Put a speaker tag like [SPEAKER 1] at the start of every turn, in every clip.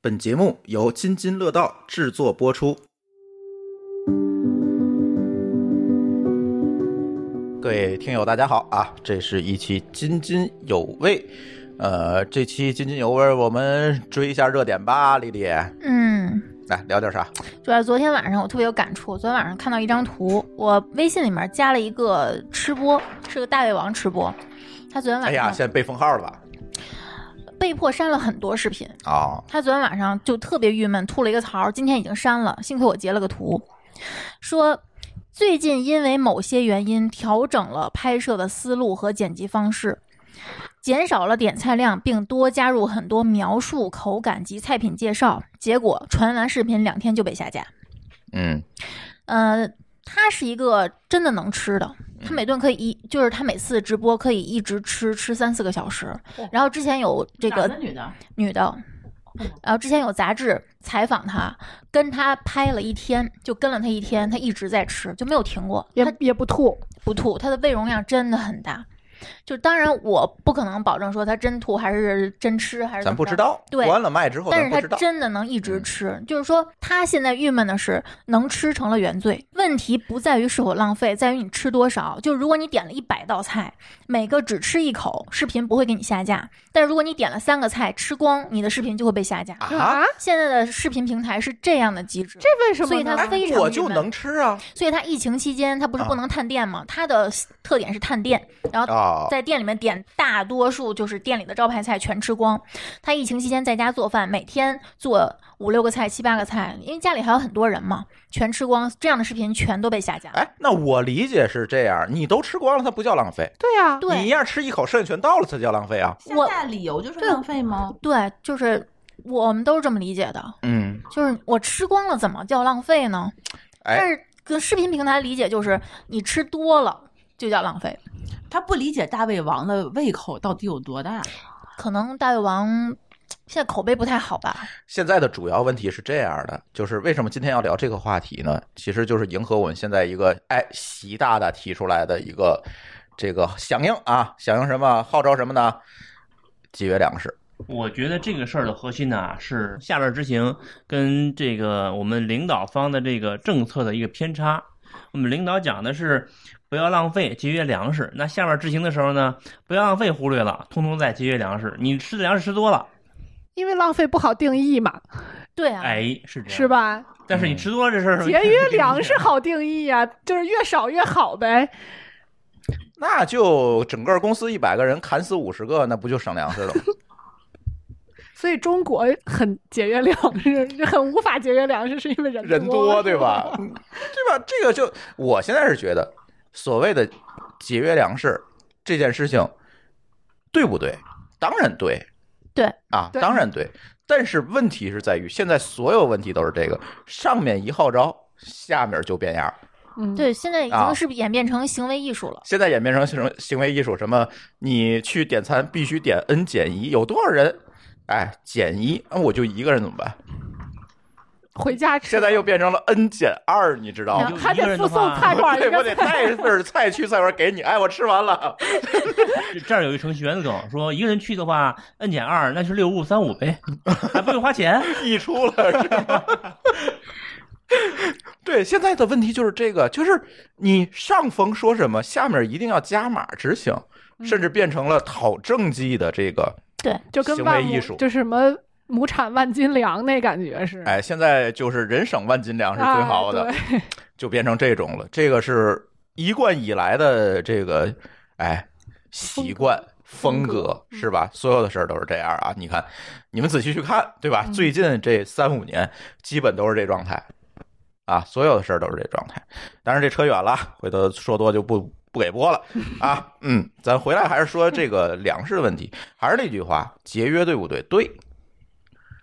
[SPEAKER 1] 本节目由津津乐道制作播出。各位听友，大家好啊！这是一期津津有味，呃，这期津津有味，我们追一下热点吧，丽丽，来
[SPEAKER 2] 嗯，
[SPEAKER 1] 聊点啥？
[SPEAKER 2] 主要是昨天晚上我特别有感触。昨天晚上看到一张图，我微信里面加了一个吃播，是个大胃王吃播。他昨天
[SPEAKER 1] 哎
[SPEAKER 2] 晚
[SPEAKER 1] 呀，
[SPEAKER 2] 上
[SPEAKER 1] 现在被封号了吧？
[SPEAKER 2] 被迫删了很多视频，
[SPEAKER 1] 啊、
[SPEAKER 2] 他昨天晚上就特别郁闷，吐了一个槽，今天已经删了。幸亏我截了个图，说最近因为某些原因调整了拍摄的思路和剪辑方式，减少了点菜量，并多加入很多描述、口感及菜品介绍。结果传完视频两天就被下架。
[SPEAKER 1] 嗯
[SPEAKER 2] 呃，他是一个真的能吃的，
[SPEAKER 3] 嗯
[SPEAKER 2] 他每顿可以一，就是他每次直播可以一直吃吃三四个小时。然后之前有这
[SPEAKER 4] 男
[SPEAKER 2] 个
[SPEAKER 4] 的女的，
[SPEAKER 2] 女
[SPEAKER 3] 哦
[SPEAKER 2] 的，然后之前有杂志采访她，跟她拍了一天，就跟了她一天，她一直在吃，就没有停过，
[SPEAKER 3] 也
[SPEAKER 2] 她
[SPEAKER 3] 也不吐，
[SPEAKER 2] 不吐，她的胃容量真的很大。就当然我不可能保证说她真吐还是真吃还是怎
[SPEAKER 1] 咱
[SPEAKER 2] 么
[SPEAKER 1] 不知
[SPEAKER 2] 着。
[SPEAKER 1] 道，
[SPEAKER 2] 嗯对
[SPEAKER 1] 关了麦之后
[SPEAKER 2] 但
[SPEAKER 1] 咱
[SPEAKER 2] 是
[SPEAKER 1] 不
[SPEAKER 2] 她
[SPEAKER 1] 知道。嗯
[SPEAKER 2] 真的能一直吃，就是说她现在郁闷的是能吃成了原罪。问题不在于是否浪费，在于你吃多少。就如果你点了一百道菜，每个只吃一口，视频不会给你下架；但如果你点了三个菜吃光，你的视频就会被下架。
[SPEAKER 1] 啊，
[SPEAKER 2] 现在的视频平台是这样的机制，
[SPEAKER 3] 这为什么
[SPEAKER 2] 所以
[SPEAKER 3] 呢？
[SPEAKER 2] 他非常
[SPEAKER 1] 哎我
[SPEAKER 2] 郁
[SPEAKER 1] 就
[SPEAKER 2] 闷
[SPEAKER 1] 能吃啊
[SPEAKER 2] 所以它疫情期间它不是
[SPEAKER 1] 啊
[SPEAKER 2] 不能探店吗？它的特点是探店，然后
[SPEAKER 1] 啊！
[SPEAKER 2] 哦在店里面点大多数就是店里的招牌菜全吃光。他疫情期间在家做饭，每天做五六个菜、七八个菜，因为家里还有很多人嘛，全吃光，这样的视频全都被下架。
[SPEAKER 1] 哎，那我理解是这样，你都吃光了，它不叫浪费；
[SPEAKER 3] 对呀、
[SPEAKER 1] 啊你一
[SPEAKER 2] 对
[SPEAKER 1] 样吃一口，剩下全倒了，才叫浪费啊。
[SPEAKER 2] 我
[SPEAKER 4] 下架理由就是
[SPEAKER 2] 对
[SPEAKER 4] 浪费吗？
[SPEAKER 2] 对，就是我们都是这么理解的，
[SPEAKER 1] 嗯，
[SPEAKER 2] 就是我吃光了怎么叫浪费呢？但
[SPEAKER 1] 哎，
[SPEAKER 2] 是跟视频平台理解就是你吃多了就叫浪费。
[SPEAKER 4] 他不理解大胃王的胃口到底有多大。
[SPEAKER 2] 可能大胃王现在口碑不太好吧？
[SPEAKER 1] 现在的主要问题是这样的，就是为什么今天要聊这个话题呢？其实就是迎合我们现在一个哎习大大提出来的一个这个响应啊，响应什么？号召什么呢？节约粮食。
[SPEAKER 5] 我觉得这个事儿的核心呢、是下边执行跟这个我们领导方的这个政策的一个偏差。我们领导讲的是不要浪费，节约粮食。那下边执行的时候呢，不要浪费忽略了，通通在节约粮食。你吃的粮食吃多了，
[SPEAKER 3] 因为浪费不好定义嘛，
[SPEAKER 2] 对啊，
[SPEAKER 5] 哎，是这样，
[SPEAKER 3] 是？吧？嗯
[SPEAKER 5] 但是你吃 多了这事儿，
[SPEAKER 3] 节约粮食好定义呀、就是越少越好呗。
[SPEAKER 1] 那就整个公司一百个人砍死五十个，那不就省粮食了吗？
[SPEAKER 3] 所以中国很节约粮食， 很无法节约粮食，是因为人
[SPEAKER 1] 人多
[SPEAKER 3] 多
[SPEAKER 1] 对吧？对吧？这个就我现在是觉得，所谓的节约粮食这件事情，对不对？当然对，
[SPEAKER 2] 对
[SPEAKER 1] 啊，
[SPEAKER 3] 对
[SPEAKER 1] 当然对。但是问题是在于，现在所有问题都是这个，上面一号召，下面就变样儿。
[SPEAKER 3] 嗯，
[SPEAKER 2] 对，现在已
[SPEAKER 1] 啊
[SPEAKER 2] 经是演变成行为艺术了。
[SPEAKER 1] 现在演变成什么行为艺术？什么？你去点餐必须点 n 减一，有多少人？哎，减一，那我就一个人怎么办？
[SPEAKER 3] 回家吃。
[SPEAKER 1] 现在又变成了 n 减二，你知道吗
[SPEAKER 5] 你？就
[SPEAKER 3] 还
[SPEAKER 5] 一个
[SPEAKER 3] 得
[SPEAKER 5] 人
[SPEAKER 3] 附
[SPEAKER 5] 的
[SPEAKER 3] 送
[SPEAKER 5] 话
[SPEAKER 3] 菜 馆
[SPEAKER 1] 对
[SPEAKER 3] 一
[SPEAKER 1] 我
[SPEAKER 3] 个
[SPEAKER 1] 得
[SPEAKER 3] 菜，
[SPEAKER 1] 带份儿菜去菜馆给你。哎，我吃完了。
[SPEAKER 5] 这这儿有一程序员的梗，说一个人去的话，n 减二，那就六五三五呗，还不用花 钱。
[SPEAKER 1] 溢出了，是吗？ 对，现在的问题就是这个，就是你上峰说什么，下面一定要加码执行，
[SPEAKER 3] 嗯
[SPEAKER 1] 甚至变成了讨政绩的这个。
[SPEAKER 3] 就跟
[SPEAKER 1] 行为
[SPEAKER 3] 万
[SPEAKER 1] 艺
[SPEAKER 3] 亩
[SPEAKER 1] 术
[SPEAKER 3] 就是什么亩产万斤粮那感觉是。
[SPEAKER 1] 哎，现在就是人省万斤粮是最好的，
[SPEAKER 3] 哎
[SPEAKER 1] 就变成这种了。这个是一贯以来的这个，哎，习惯。风格嗯是吧？所有的事儿都是这样啊！你看，你们仔细去看，对吧？
[SPEAKER 3] 嗯
[SPEAKER 1] 最近这三五年，基本都是这状态啊，所有的事儿都是这状态。当然，这扯远了，回头说多就不不给 播了啊。嗯，咱回来还是说这个粮食的问题，还是那句话，节约对不对？对，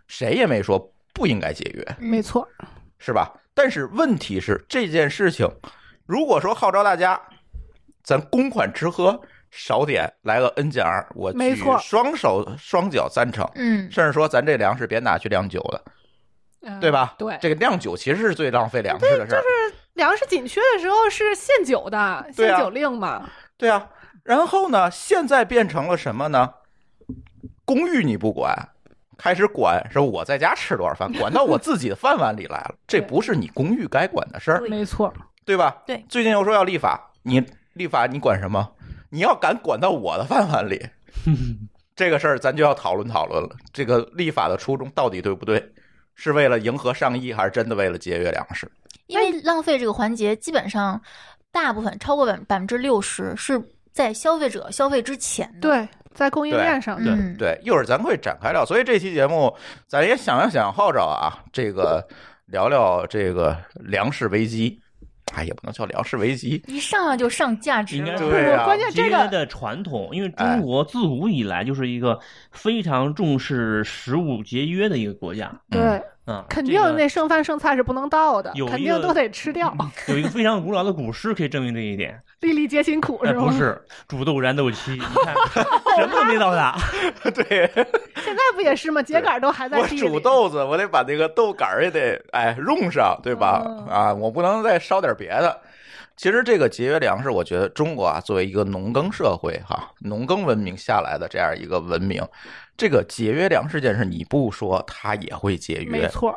[SPEAKER 1] 谁也没说不应该节约，
[SPEAKER 2] 嗯
[SPEAKER 3] 对，没错，
[SPEAKER 1] 是吧？但是问题是这件事情，如果说号召大家，咱公款吃喝少点，来个 N 减二，我
[SPEAKER 3] 没
[SPEAKER 1] 举
[SPEAKER 3] 错
[SPEAKER 1] 双手双脚赞成，
[SPEAKER 2] 嗯，
[SPEAKER 1] 甚至说咱这粮食别拿去酿酒了，
[SPEAKER 3] 嗯
[SPEAKER 1] 对吧？
[SPEAKER 3] 对，
[SPEAKER 1] 这个酿酒其实是最浪费粮食的事儿，
[SPEAKER 3] 粮食紧缺的时候是限酒的，
[SPEAKER 1] 对
[SPEAKER 3] 限
[SPEAKER 1] 啊
[SPEAKER 3] 酒令嘛。
[SPEAKER 1] 对啊。然后呢，现在变成了什么呢？公寓你不管，开始管是我在家吃多少饭，管到我自己的饭碗里来了，这不是你公寓该管的事儿，
[SPEAKER 2] 对嗯
[SPEAKER 3] 没错，
[SPEAKER 1] 对吧？
[SPEAKER 2] 对
[SPEAKER 1] 最近又说要立法，你立法你管什么？你要敢管到我的饭碗里，这个事儿咱就要讨论讨论了。这个立法的初衷到底对不对？是为了迎合上意，还是真的为了节约粮食？
[SPEAKER 2] 因为浪费这个环节，基本上大部分超过百百分之六十是在消费者消费之前的。，
[SPEAKER 3] 对，在供应
[SPEAKER 1] 对
[SPEAKER 3] 链上，
[SPEAKER 2] 嗯
[SPEAKER 1] 对，一会儿咱会展开聊。所以这期节目，咱也想要想号召啊，这个聊聊这个粮食危机，哎，也不能叫粮食危机，
[SPEAKER 2] 一上来就上价值
[SPEAKER 5] 应该
[SPEAKER 2] 了。
[SPEAKER 5] 是
[SPEAKER 1] 对啊
[SPEAKER 3] 关键
[SPEAKER 5] 节
[SPEAKER 3] 这
[SPEAKER 5] 约
[SPEAKER 3] 个哎
[SPEAKER 5] 的传统，因为中国自古以来就是一个非常重视食物节约的一个国家
[SPEAKER 1] 嗯
[SPEAKER 3] 对，
[SPEAKER 5] 啊，
[SPEAKER 3] 肯
[SPEAKER 5] 这
[SPEAKER 3] 定
[SPEAKER 5] 个
[SPEAKER 3] 那剩饭剩菜是不能倒的
[SPEAKER 5] 有，
[SPEAKER 3] 肯
[SPEAKER 5] 一
[SPEAKER 3] 定
[SPEAKER 5] 个嗯
[SPEAKER 3] 都得吃掉，
[SPEAKER 5] 有一个非常古老的古诗可以证明这一点。
[SPEAKER 3] 粒粒皆辛苦
[SPEAKER 5] 哎，
[SPEAKER 3] 是吗？
[SPEAKER 5] 不 是，煮豆燃豆萁，你看人都没到达，
[SPEAKER 1] 对。
[SPEAKER 3] 现在不也是吗？秸秆都还在
[SPEAKER 1] 我
[SPEAKER 3] 地里。
[SPEAKER 1] 煮豆子，我得把那个豆杆儿也得哎用上，对吧？
[SPEAKER 3] 嗯
[SPEAKER 1] 啊，我不能再烧点别的。其实这个节约粮食，我觉得中国啊，作为一个农耕社会哈、农耕文明下来的这样一个文明，这个节约粮食这件事，你不说它也会节
[SPEAKER 3] 没
[SPEAKER 1] 约，
[SPEAKER 3] 错，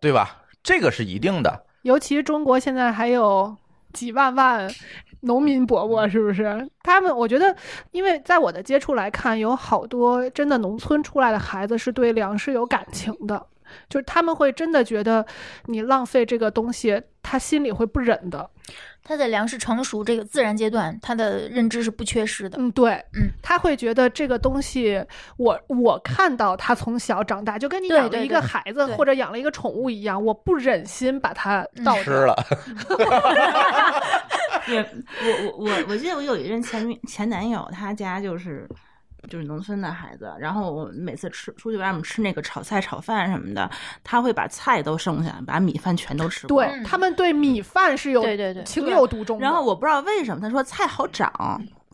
[SPEAKER 1] 对吧？这个是一定的。
[SPEAKER 3] 尤其中国现在还有几万万农民伯
[SPEAKER 5] 嗯
[SPEAKER 3] 伯，是不是？他们，我觉得，因为在我的接触来看，有好多真的农村出来的孩子是对粮食有感情的，就是他们会真的觉得你浪费这个东西，他心里会不忍的。
[SPEAKER 2] 它在粮食成熟这个自然阶段，它的认知是不缺失的。
[SPEAKER 3] 嗯，对，
[SPEAKER 2] 嗯，
[SPEAKER 3] 他会觉得这个东西，我我看到他从小长大，就跟你
[SPEAKER 2] 对
[SPEAKER 3] 养
[SPEAKER 2] 对
[SPEAKER 3] 了一
[SPEAKER 2] 对
[SPEAKER 3] 个孩子
[SPEAKER 2] 对
[SPEAKER 3] 或者养了一个宠物一样，我不忍心把它
[SPEAKER 2] 嗯
[SPEAKER 3] 倒
[SPEAKER 1] 吃
[SPEAKER 3] 掉
[SPEAKER 1] 了，
[SPEAKER 4] 也我我我我记得我有一任前女前男友，他家就是就是农村的孩子，然后我每次吃出去外面吃那个炒菜炒饭什么的，他会把菜都剩下，把米饭全都吃光。
[SPEAKER 3] 对他们对米饭是有
[SPEAKER 2] 对对对
[SPEAKER 3] 情有独钟的。
[SPEAKER 4] 然后我不知道为什么他说菜好长，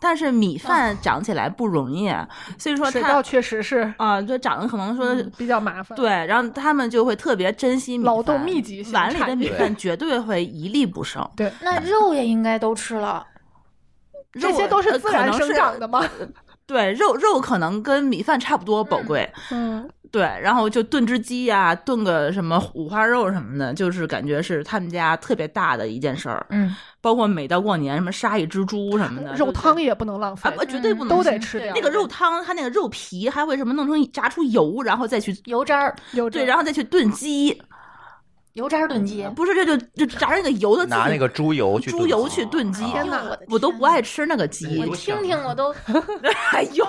[SPEAKER 4] 但是米饭长起来不容易，啊所以说
[SPEAKER 3] 水
[SPEAKER 4] 他
[SPEAKER 3] 稻确实是
[SPEAKER 4] 啊、就长得可能说。
[SPEAKER 3] 嗯比较麻烦。
[SPEAKER 4] 对，然后他们就会特别珍惜米
[SPEAKER 3] 劳动
[SPEAKER 4] 饭
[SPEAKER 3] 密集型
[SPEAKER 4] 碗里的
[SPEAKER 3] 产
[SPEAKER 4] 米
[SPEAKER 3] 业
[SPEAKER 4] 饭绝对会一粒不剩。
[SPEAKER 3] 对，
[SPEAKER 2] 那肉也应该都吃了，
[SPEAKER 3] 这
[SPEAKER 4] 肉
[SPEAKER 3] 些都
[SPEAKER 4] 呃
[SPEAKER 3] 是自
[SPEAKER 4] 可
[SPEAKER 3] 然
[SPEAKER 4] 能
[SPEAKER 3] 生
[SPEAKER 4] 是
[SPEAKER 3] 长的吗？
[SPEAKER 4] 对，肉肉可能跟米饭差不多宝
[SPEAKER 2] 嗯
[SPEAKER 4] 贵，
[SPEAKER 3] 嗯，
[SPEAKER 4] 对，然后就炖只鸡呀、炖个什么五花肉什么的，就是感觉是他们家特别大的一件事儿。
[SPEAKER 2] 嗯，
[SPEAKER 4] 包括每到过年，什么杀一只猪什么的，
[SPEAKER 3] 嗯肉
[SPEAKER 4] 就
[SPEAKER 3] 汤也不能浪费
[SPEAKER 4] 啊，，不绝对不啊能
[SPEAKER 3] 嗯都得
[SPEAKER 4] 行
[SPEAKER 3] 吃掉
[SPEAKER 4] 那个肉汤，它那个肉皮还会什么弄成炸出油，然后再去
[SPEAKER 2] 油渣儿、
[SPEAKER 3] 有
[SPEAKER 4] 对，然后再去炖鸡，
[SPEAKER 2] 油渣儿炖鸡，
[SPEAKER 4] 不是这就就炸那个油的，
[SPEAKER 1] 拿那个猪油去
[SPEAKER 4] 猪
[SPEAKER 1] 炖
[SPEAKER 4] 油
[SPEAKER 1] 鸡哦
[SPEAKER 4] 去炖鸡。
[SPEAKER 3] 天哪
[SPEAKER 2] 哎呦的
[SPEAKER 4] 我都不
[SPEAKER 2] 天哪哎
[SPEAKER 4] 爱吃那个鸡，
[SPEAKER 2] 我听听我都，
[SPEAKER 4] 哎呦，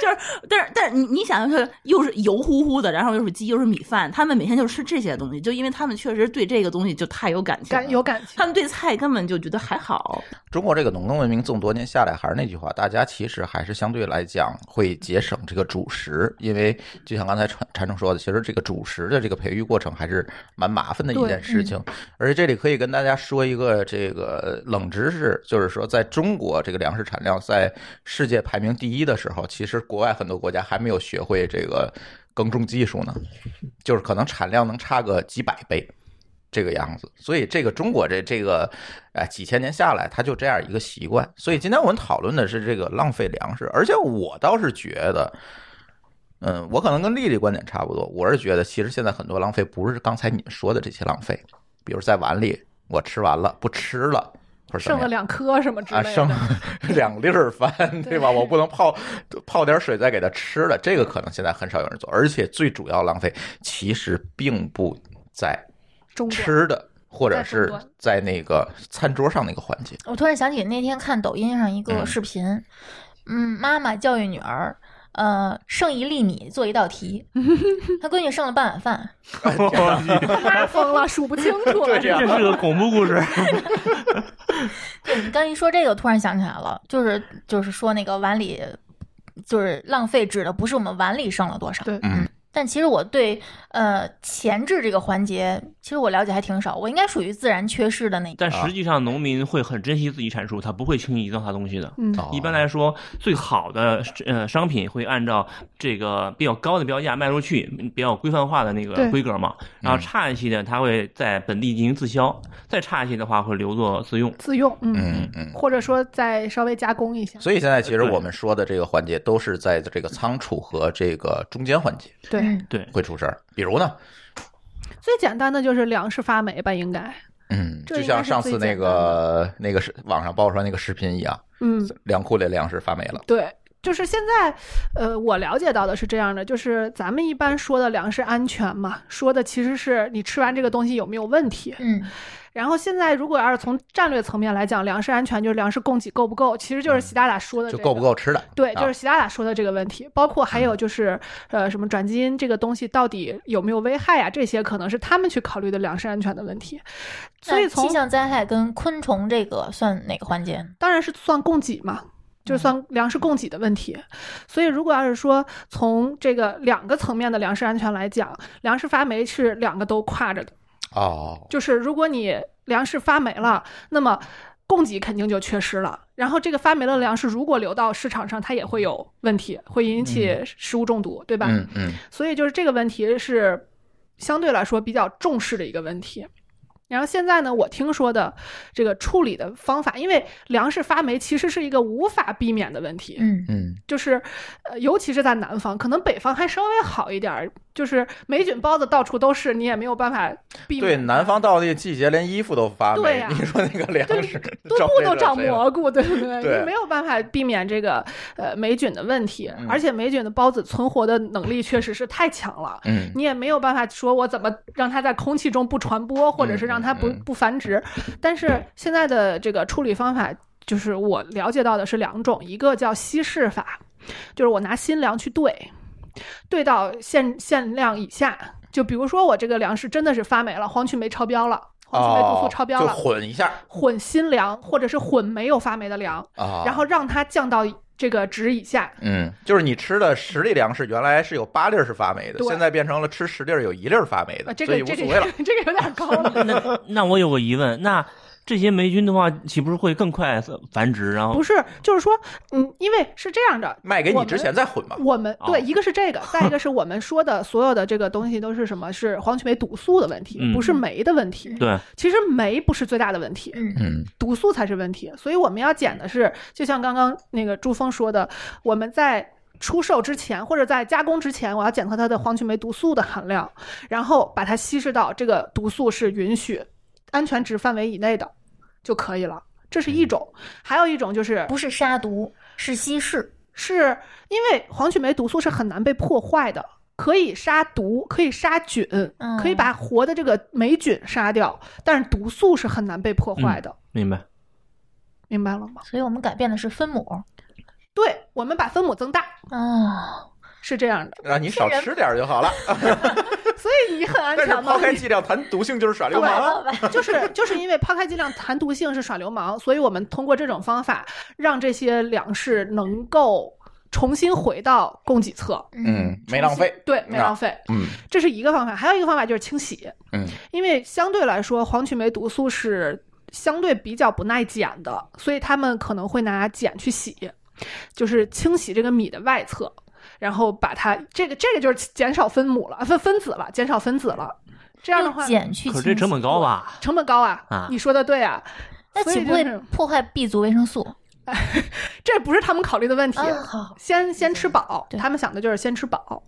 [SPEAKER 4] 就是，但是但是你你想就是又是油乎乎的，然后又是鸡又是米饭，他们每天就吃这些东西，就因为他们确实对这个东西就太有感情了，
[SPEAKER 3] 感有感情
[SPEAKER 4] 嗯他。们对菜根本就觉得还好，
[SPEAKER 1] 中国这个农耕文明这么多年下来，还是那句话，大家其实还是相对来讲会节省这个主食，因为就像刚才禅禅程说的，其实这个主食的这个培育过程还是蛮麻烦的一件事情。而且这里可以跟大家说一个这个冷知识，就是说在中国这个粮食产量在世界排名第一的时候，其实国外很多国家还没有学会这个耕种技术呢，就是可能产量能差个几百倍。这个样子，所以这个中国这这个，哎，几千年下来，它就这样一个习惯。所以今天我们讨论的是这个浪费粮食，而且我倒是觉得，嗯，我可能跟丽丽观点差不多，我是觉得其实现在很多浪费不是刚才你们说的这些浪费，比如在碗里我吃完了不吃了，或者怎
[SPEAKER 3] 剩
[SPEAKER 1] 么样。
[SPEAKER 3] 了两颗什么之
[SPEAKER 1] 啊，
[SPEAKER 3] 类
[SPEAKER 1] 剩
[SPEAKER 3] 的，
[SPEAKER 1] 两粒儿 饭，对吧？我不能泡泡点水再给它吃了，这个可能现在很少有人做，而且最主要浪费其实并不在
[SPEAKER 3] 中国
[SPEAKER 1] 吃的，或者
[SPEAKER 3] 在
[SPEAKER 1] 是
[SPEAKER 3] 终端
[SPEAKER 1] 在那个餐桌上那个环节。
[SPEAKER 2] 我突然想起那天看抖音上一个
[SPEAKER 1] 嗯
[SPEAKER 2] 视频，嗯，妈妈教育女儿，呃，剩一粒米做一道 题，她闺女剩了半碗饭，
[SPEAKER 3] 妈疯了，数不清楚了。
[SPEAKER 1] 对呀
[SPEAKER 5] 这是个恐怖故
[SPEAKER 3] 啊
[SPEAKER 5] 事。
[SPEAKER 2] 对你刚一说这个，我突然想起来了，就是就是说那个碗里，就是浪费指的不是我们碗里剩了多少，
[SPEAKER 3] 对
[SPEAKER 1] 嗯，
[SPEAKER 2] 但其实我对呃前置这个环节，其实我了解还挺少，我应该属于自然缺失的那个。
[SPEAKER 5] 但实际上，农民会很珍惜自己产出，他不会轻易糟蹋东西的。
[SPEAKER 3] 嗯，
[SPEAKER 1] 哦
[SPEAKER 5] 一般来说，最好的呃商品会按照这个比较高的标价卖出去，嗯比较规范化的那个
[SPEAKER 3] 对
[SPEAKER 5] 规格嘛。然后差一些的，它会在本地进行自销；再差一些的话，会留作自用。
[SPEAKER 3] 自用，嗯，
[SPEAKER 1] 嗯嗯。
[SPEAKER 3] 或者说再稍微加工一下，
[SPEAKER 1] 所以现在其实
[SPEAKER 5] 对
[SPEAKER 1] 我们说的这个环节，都是在这个仓储和这个中间环节
[SPEAKER 3] 对，
[SPEAKER 2] 嗯
[SPEAKER 5] 对，
[SPEAKER 1] 会出事儿。比如呢，
[SPEAKER 3] 最简单的就是粮食发霉吧，应该，
[SPEAKER 1] 嗯，
[SPEAKER 3] 这
[SPEAKER 1] 就
[SPEAKER 3] 应该
[SPEAKER 1] 像
[SPEAKER 3] 是
[SPEAKER 1] 上
[SPEAKER 3] 最
[SPEAKER 1] 次那
[SPEAKER 3] 简单
[SPEAKER 1] 个那个是网上爆出来那个视频一样，
[SPEAKER 3] 嗯，
[SPEAKER 1] 粮库里粮食发霉了。
[SPEAKER 3] 对，就是现在，呃，我了解到的是这样的，就是咱们一般说的粮食安全嘛，说的其实是你吃完这个东西有没有问题。
[SPEAKER 2] 嗯，
[SPEAKER 3] 然后现在如果要是从战略层面来讲，粮食安全就是粮食供给够不够，其实就是习大大说的、
[SPEAKER 1] 嗯
[SPEAKER 3] 这
[SPEAKER 1] 就
[SPEAKER 3] 个
[SPEAKER 1] 够不。够吃的？
[SPEAKER 3] 对，就
[SPEAKER 1] 啊嗯
[SPEAKER 3] 是习大大说的这个问题，包括还有就是，呃，什么转基因这个东西到底有没有危害啊？这些可能是他们去考虑的粮食安全的问题。所以
[SPEAKER 2] 那
[SPEAKER 3] 从
[SPEAKER 2] 气象灾害跟昆虫这个算哪个环节？
[SPEAKER 3] 当然是算供给嘛，就算粮食供给的问题。所以，如果要是说从这个两个层面的粮食安全来讲，粮食发霉是两个都跨着的，
[SPEAKER 1] 哦，
[SPEAKER 3] 就是如果你粮食发霉了，那么供给肯定就缺失了。然后这个发霉的粮食如果流到市场上，它也会有问题，会引起食物中毒，对吧？
[SPEAKER 1] 嗯嗯
[SPEAKER 3] 所以就是这个问题是相对来说比较重视的一个问题。然后现在呢，我听说的这个处理的方法，因为粮食发霉其实是一个无法避免的问题，
[SPEAKER 2] 嗯
[SPEAKER 1] 嗯，
[SPEAKER 3] 就是呃，尤其是在南方，可能北方还稍微好一点儿，就是霉菌包子到处都是，你也没有办法避免。
[SPEAKER 1] 对，南方到那个季节连衣服都发
[SPEAKER 3] 对
[SPEAKER 1] 霉，
[SPEAKER 3] 呀
[SPEAKER 1] 你说那个粮
[SPEAKER 3] 对
[SPEAKER 1] 食
[SPEAKER 3] 墩布都长蘑菇，对 不对？
[SPEAKER 1] 对
[SPEAKER 3] 你没有办法避免这个呃霉菌的问题，
[SPEAKER 1] 嗯
[SPEAKER 3] 而且霉菌的包子存活的能力确实是太强了。
[SPEAKER 1] 嗯
[SPEAKER 3] 你也没有办法说我怎么让它在空气中不传播，或者是让它不
[SPEAKER 1] 嗯嗯
[SPEAKER 3] 不繁殖。但是现在的这个处理方法，就是我了解到的是两种，一个叫稀释法，就是我拿新粮去兑，兑到限限量以下。就比如说我这个粮食真的是发霉了，黄曲霉超标了，黄曲霉毒素超标
[SPEAKER 1] 哦就
[SPEAKER 3] 了，
[SPEAKER 1] 混一下
[SPEAKER 3] 混新粮或者是混没有发霉的粮，
[SPEAKER 1] 啊，
[SPEAKER 3] 然后让它降到这个值以下。
[SPEAKER 1] 嗯，就是你吃的十粒粮食，原来是有八粒儿是发霉的，
[SPEAKER 3] 对
[SPEAKER 1] 现在变成了吃十粒儿有一粒儿发霉
[SPEAKER 3] 啊，
[SPEAKER 1] 的，
[SPEAKER 3] 这
[SPEAKER 1] 所
[SPEAKER 3] 个
[SPEAKER 1] 以无
[SPEAKER 3] 这
[SPEAKER 1] 所
[SPEAKER 3] 个
[SPEAKER 1] 谓了。
[SPEAKER 3] 这个有点高了。
[SPEAKER 5] 那那我有个疑问，那这些霉菌的话，岂不是会更快繁殖？然后
[SPEAKER 3] 不是，就是说，嗯，因为是这样的，
[SPEAKER 1] 卖给
[SPEAKER 3] 我
[SPEAKER 1] 你
[SPEAKER 3] 们
[SPEAKER 1] 之前再混吧。
[SPEAKER 3] 我们
[SPEAKER 5] 哦
[SPEAKER 3] 对一个是这个，再一个是我们说的所有的这个东西都是什么？是黄曲霉毒素的问题，
[SPEAKER 5] 嗯
[SPEAKER 3] 不是酶的问题。
[SPEAKER 5] 对，
[SPEAKER 3] 其实酶不是最大的问题，
[SPEAKER 2] 嗯
[SPEAKER 1] 嗯
[SPEAKER 3] 毒素才是问题。所以我们要减的是，就像刚刚那个朱峰说的，我们在。出售之前或者在加工之前，我要检测它的黄曲霉毒素的含量，然后把它稀释到这个毒素是允许安全值范围以内的就可以了。这是一种，还有一种就是
[SPEAKER 2] 不是杀毒，是稀释。
[SPEAKER 3] 是因为黄曲霉毒素是很难被破坏的，可以杀毒，可以杀菌，
[SPEAKER 2] 嗯
[SPEAKER 3] 可以把活的这个霉菌杀掉，但是毒素是很难被破坏
[SPEAKER 1] 嗯
[SPEAKER 3] 的，
[SPEAKER 5] 明白。
[SPEAKER 3] 明白了吗？
[SPEAKER 2] 所以我们改变的是分母。
[SPEAKER 3] 对，我们把分母增大
[SPEAKER 2] 哦，
[SPEAKER 3] 是这样的，
[SPEAKER 1] 让啊你少吃点儿就好了，
[SPEAKER 3] 所以你很安
[SPEAKER 1] 但是
[SPEAKER 3] 全吗
[SPEAKER 1] 抛？开剂量谈毒性就是耍流
[SPEAKER 2] 对
[SPEAKER 1] 氓啊。
[SPEAKER 2] 了吧？
[SPEAKER 3] 就是就是因为抛开剂量谈毒性是耍流氓，所以我们通过这种方法让这些粮食能够重新回到供给侧，
[SPEAKER 1] 嗯，没浪费。
[SPEAKER 3] 对，没浪费，
[SPEAKER 1] 嗯
[SPEAKER 3] 这是一个方法，还有一个方法就是清洗。
[SPEAKER 1] 嗯
[SPEAKER 3] 因为相对来说，黄曲霉毒素是相对比较不耐碱的，所以他们可能会拿碱去洗，就是清洗这个米的外侧，然后把它这个这个就是减少分母了，分分子了，减少分子了。这样的话
[SPEAKER 2] 用，碱去，
[SPEAKER 5] 可是这成本高？吧？
[SPEAKER 3] 成本高啊！
[SPEAKER 5] 啊
[SPEAKER 3] 你说的对啊，
[SPEAKER 2] 那
[SPEAKER 3] 所以
[SPEAKER 2] 岂不
[SPEAKER 3] 就
[SPEAKER 2] 会
[SPEAKER 3] 是
[SPEAKER 2] 破坏 B 族维生素？
[SPEAKER 3] 这不是他们考虑的问题。
[SPEAKER 2] 啊，好，
[SPEAKER 3] 先先吃饱，
[SPEAKER 2] 对
[SPEAKER 3] 他们想的就是先吃饱。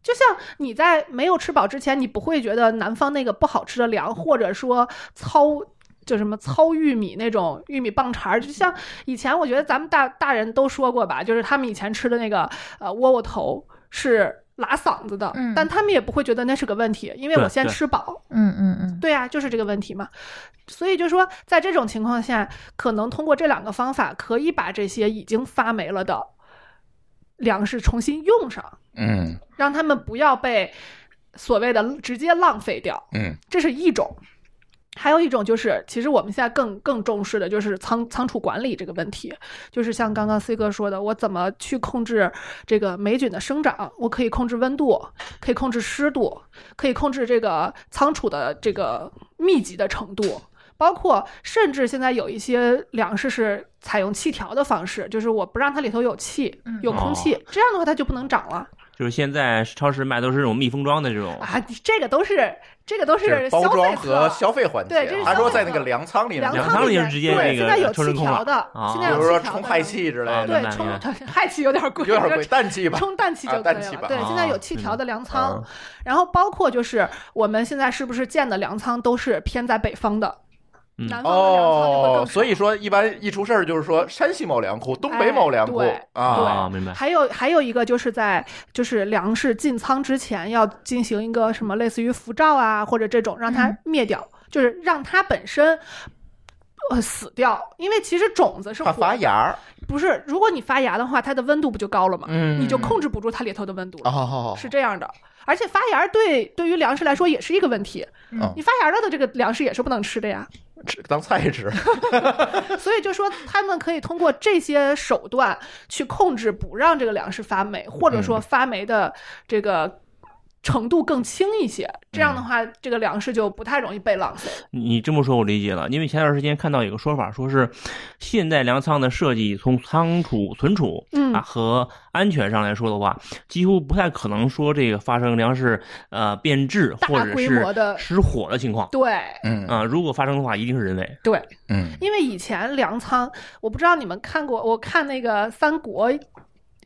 [SPEAKER 3] 就像你在没有吃饱之前，你不会觉得南方那个不好吃的粮，或者说糙。就什么糙玉米那种玉米棒碴儿，就像以前我觉得咱们大大人都说过吧，就是他们以前吃的那个呃窝窝头是拉嗓子的，
[SPEAKER 2] 嗯
[SPEAKER 3] 但他们也不会觉得那是个问题，因为
[SPEAKER 5] 对
[SPEAKER 3] 我先
[SPEAKER 5] 对
[SPEAKER 3] 吃饱。
[SPEAKER 2] 嗯嗯嗯，
[SPEAKER 3] 对啊，就是这个问题嘛。所以就说，在这种情况下，可能通过这两个方法，可以把这些已经发霉了的粮食重新用上，
[SPEAKER 1] 嗯
[SPEAKER 3] 让他们不要被所谓的直接浪费掉，
[SPEAKER 1] 嗯
[SPEAKER 3] 这是一种。还有一种就是，其实我们现在更更重视的就是仓仓储管理这个问题，就是像刚刚 C 哥说的，我怎么去控制这个霉菌的生长？我可以控制温度，可以控制湿度，可以控制这个仓储的这个密集的程度。包括甚至现在有一些粮食是采用气调的方式，就是我不让它里头有气
[SPEAKER 2] 嗯、
[SPEAKER 3] 有空
[SPEAKER 1] 哦
[SPEAKER 3] 气，这样的话它就不能长了
[SPEAKER 5] 就是现在超市卖都是这种密封装的这种，
[SPEAKER 3] 啊！你这个都是这个都
[SPEAKER 1] 这
[SPEAKER 3] 是
[SPEAKER 1] 是包
[SPEAKER 3] 消
[SPEAKER 1] 装
[SPEAKER 3] 费
[SPEAKER 1] 和
[SPEAKER 3] 者
[SPEAKER 1] 消费环
[SPEAKER 3] 对
[SPEAKER 1] 节啊
[SPEAKER 3] 这是。
[SPEAKER 1] 他说
[SPEAKER 3] 消费
[SPEAKER 1] 在那个
[SPEAKER 3] 者
[SPEAKER 1] 粮仓里面，
[SPEAKER 3] 粮
[SPEAKER 5] 粮
[SPEAKER 3] 仓
[SPEAKER 5] 仓
[SPEAKER 3] 里
[SPEAKER 5] 里
[SPEAKER 3] 面
[SPEAKER 5] 是直接
[SPEAKER 3] 对，
[SPEAKER 5] 那
[SPEAKER 3] 现在
[SPEAKER 5] 个
[SPEAKER 3] 有
[SPEAKER 5] 抽
[SPEAKER 3] 气
[SPEAKER 5] 真空
[SPEAKER 3] 条
[SPEAKER 5] 了
[SPEAKER 3] 的，
[SPEAKER 5] 啊
[SPEAKER 3] 现在
[SPEAKER 1] 比
[SPEAKER 3] 有
[SPEAKER 1] 如
[SPEAKER 3] 气
[SPEAKER 1] 说
[SPEAKER 3] 条
[SPEAKER 1] 冲
[SPEAKER 3] 的
[SPEAKER 1] 氦
[SPEAKER 3] 那
[SPEAKER 1] 气之类的，
[SPEAKER 3] 种，对，
[SPEAKER 5] 那
[SPEAKER 3] 冲
[SPEAKER 5] 那
[SPEAKER 3] 它 氦气有点贵，
[SPEAKER 1] 有点
[SPEAKER 3] 就
[SPEAKER 1] 贵，氮气吧。
[SPEAKER 3] 冲氮气
[SPEAKER 1] 啊
[SPEAKER 3] 就可
[SPEAKER 1] 氮
[SPEAKER 3] 以
[SPEAKER 1] 气
[SPEAKER 3] 了。
[SPEAKER 1] 吧啊
[SPEAKER 3] 对，
[SPEAKER 5] 啊
[SPEAKER 3] 现在有气条的粮仓
[SPEAKER 5] 嗯，
[SPEAKER 3] 然后包括就是我们现在是不是建的粮仓都是偏在北方的，
[SPEAKER 5] 嗯
[SPEAKER 3] 南方的粮仓就会
[SPEAKER 1] 哦
[SPEAKER 3] 更，少
[SPEAKER 1] 所以说一般一出事儿就是说山西某粮库、东北
[SPEAKER 3] 哎
[SPEAKER 1] 某粮库
[SPEAKER 3] 对
[SPEAKER 1] 啊，
[SPEAKER 5] 啊，明白。
[SPEAKER 3] 还有还有一个就是在就是粮食进仓之前要进行一个什么类似于辐照啊，或者这种让它
[SPEAKER 2] 嗯
[SPEAKER 3] 灭掉，就是让它本身。呃，死掉，因为其实种子是
[SPEAKER 1] 怕
[SPEAKER 3] 活
[SPEAKER 1] 发
[SPEAKER 3] 的，
[SPEAKER 1] 芽儿，
[SPEAKER 3] 不是？如果你发芽的话，它的温度不就高了吗？
[SPEAKER 1] 嗯
[SPEAKER 3] 你就控制不住它里头的温度了，
[SPEAKER 1] 哦，
[SPEAKER 3] 是这样的。而且发芽儿对对于粮食来说也是一个问题，
[SPEAKER 1] 嗯
[SPEAKER 3] 你发芽了的这个粮食也是不能吃的呀。
[SPEAKER 1] 吃当菜吃，
[SPEAKER 3] 所以就说他们可以通过这些手段去控制，不让这个粮食发霉，或者说发霉的这个。程度更轻一些，这样的话，这个粮食就不太容易被浪费。
[SPEAKER 5] 你这么说，我理解了。因为前段时间看到有个说法，说是现代粮仓的设计，从仓储、存储
[SPEAKER 3] 嗯
[SPEAKER 5] 啊和安全上来说的话，几乎不太可能说这个发生粮食呃变质
[SPEAKER 3] 大
[SPEAKER 5] 或者
[SPEAKER 3] 规
[SPEAKER 5] 是
[SPEAKER 3] 模的
[SPEAKER 5] 失火的情况
[SPEAKER 3] 对
[SPEAKER 1] 嗯
[SPEAKER 5] 啊。如果发生的话，一定是人为。
[SPEAKER 3] 对，
[SPEAKER 1] 嗯，
[SPEAKER 3] 因为以前粮仓，我不知道你们看过，我看那个三国。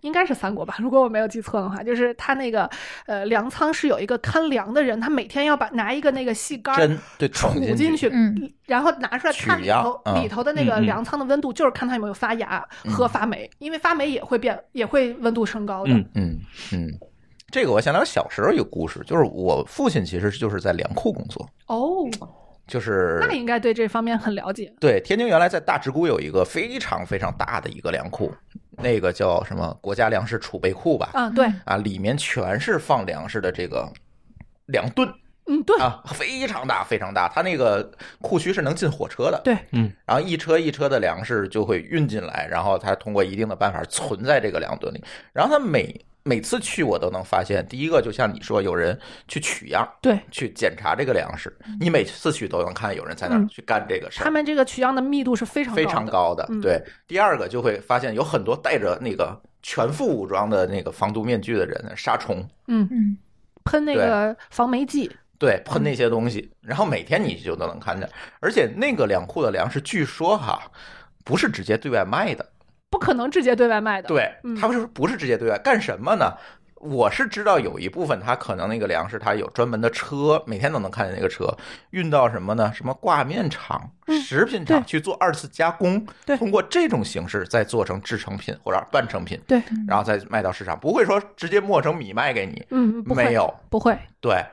[SPEAKER 3] 应该是三国吧，如果我没有记错的话，就是他那个，呃，粮仓是有一个看粮的人，他每天要把拿一个那个细杆儿
[SPEAKER 1] 针对
[SPEAKER 3] 杵
[SPEAKER 1] 捅进
[SPEAKER 3] 进
[SPEAKER 1] 去，
[SPEAKER 3] 去，
[SPEAKER 2] 嗯
[SPEAKER 3] 然后拿出来
[SPEAKER 1] 取
[SPEAKER 3] 看里
[SPEAKER 1] 样
[SPEAKER 3] 头、
[SPEAKER 1] 嗯
[SPEAKER 3] 里头的那个
[SPEAKER 5] 嗯嗯
[SPEAKER 3] 粮仓的温度，就是看它有没有发芽和发霉，因为发霉也会变，也会温度升高的。
[SPEAKER 5] 嗯
[SPEAKER 1] 嗯嗯。这个我想到小时候一个故事，就是我父亲其实就是在粮库工作，
[SPEAKER 3] 哦，
[SPEAKER 1] 就是
[SPEAKER 3] 那你应该对这方面很了解。
[SPEAKER 1] 对，天津原来在大直沽有一个非常非常大的一个粮库，那个叫什么国家粮食储备库吧？
[SPEAKER 3] 嗯，对，
[SPEAKER 1] 啊，里面全是放粮食的这个粮吨
[SPEAKER 3] 嗯， 对，
[SPEAKER 1] 啊，非常大非常大。它那个库区是能进火车的，
[SPEAKER 3] 对，
[SPEAKER 5] 嗯，
[SPEAKER 1] 然后一车一车的粮食就会运进来，然后它通过一定的办法存在这个粮吨里。然后它每每次去我都能发现，第一个就像你说，有人去取样，
[SPEAKER 3] 对，
[SPEAKER 1] 去检查这个粮食，你每次去都能看有人在那儿
[SPEAKER 3] 嗯
[SPEAKER 1] 去干这个事儿。
[SPEAKER 3] 他们这个取样的密度是非常
[SPEAKER 1] 非常
[SPEAKER 3] 的。
[SPEAKER 1] 高的
[SPEAKER 3] 嗯。
[SPEAKER 1] 对，第二个就会发现有很多戴着那个全副武装的那个防毒面具的人，杀虫，
[SPEAKER 3] 嗯，
[SPEAKER 2] 嗯
[SPEAKER 3] 喷那个防霉剂，
[SPEAKER 1] 对，喷
[SPEAKER 3] 嗯
[SPEAKER 1] 那些东西，然后每天你就都能看见。而且那个粮库的粮食，据说哈。不是直接对外卖的，
[SPEAKER 3] 不可能直接对外卖的。，
[SPEAKER 1] 对，
[SPEAKER 3] 嗯
[SPEAKER 1] 他们是不是直接对外干什么呢？我是知道有一部分，他可能那个粮食，他有专门的车，每天都能看见那个车运到什么呢？什么挂面厂、
[SPEAKER 3] 嗯
[SPEAKER 1] 食品厂
[SPEAKER 3] 对
[SPEAKER 1] 去做二次加工，
[SPEAKER 3] 对
[SPEAKER 1] 通过这种形式再做成制成品或者半成品，
[SPEAKER 3] 对，
[SPEAKER 2] 嗯
[SPEAKER 1] 然后再卖到市场，不会说直接磨成米卖给你，
[SPEAKER 3] 嗯，不会
[SPEAKER 1] 没，有，
[SPEAKER 3] 不会，
[SPEAKER 1] 对，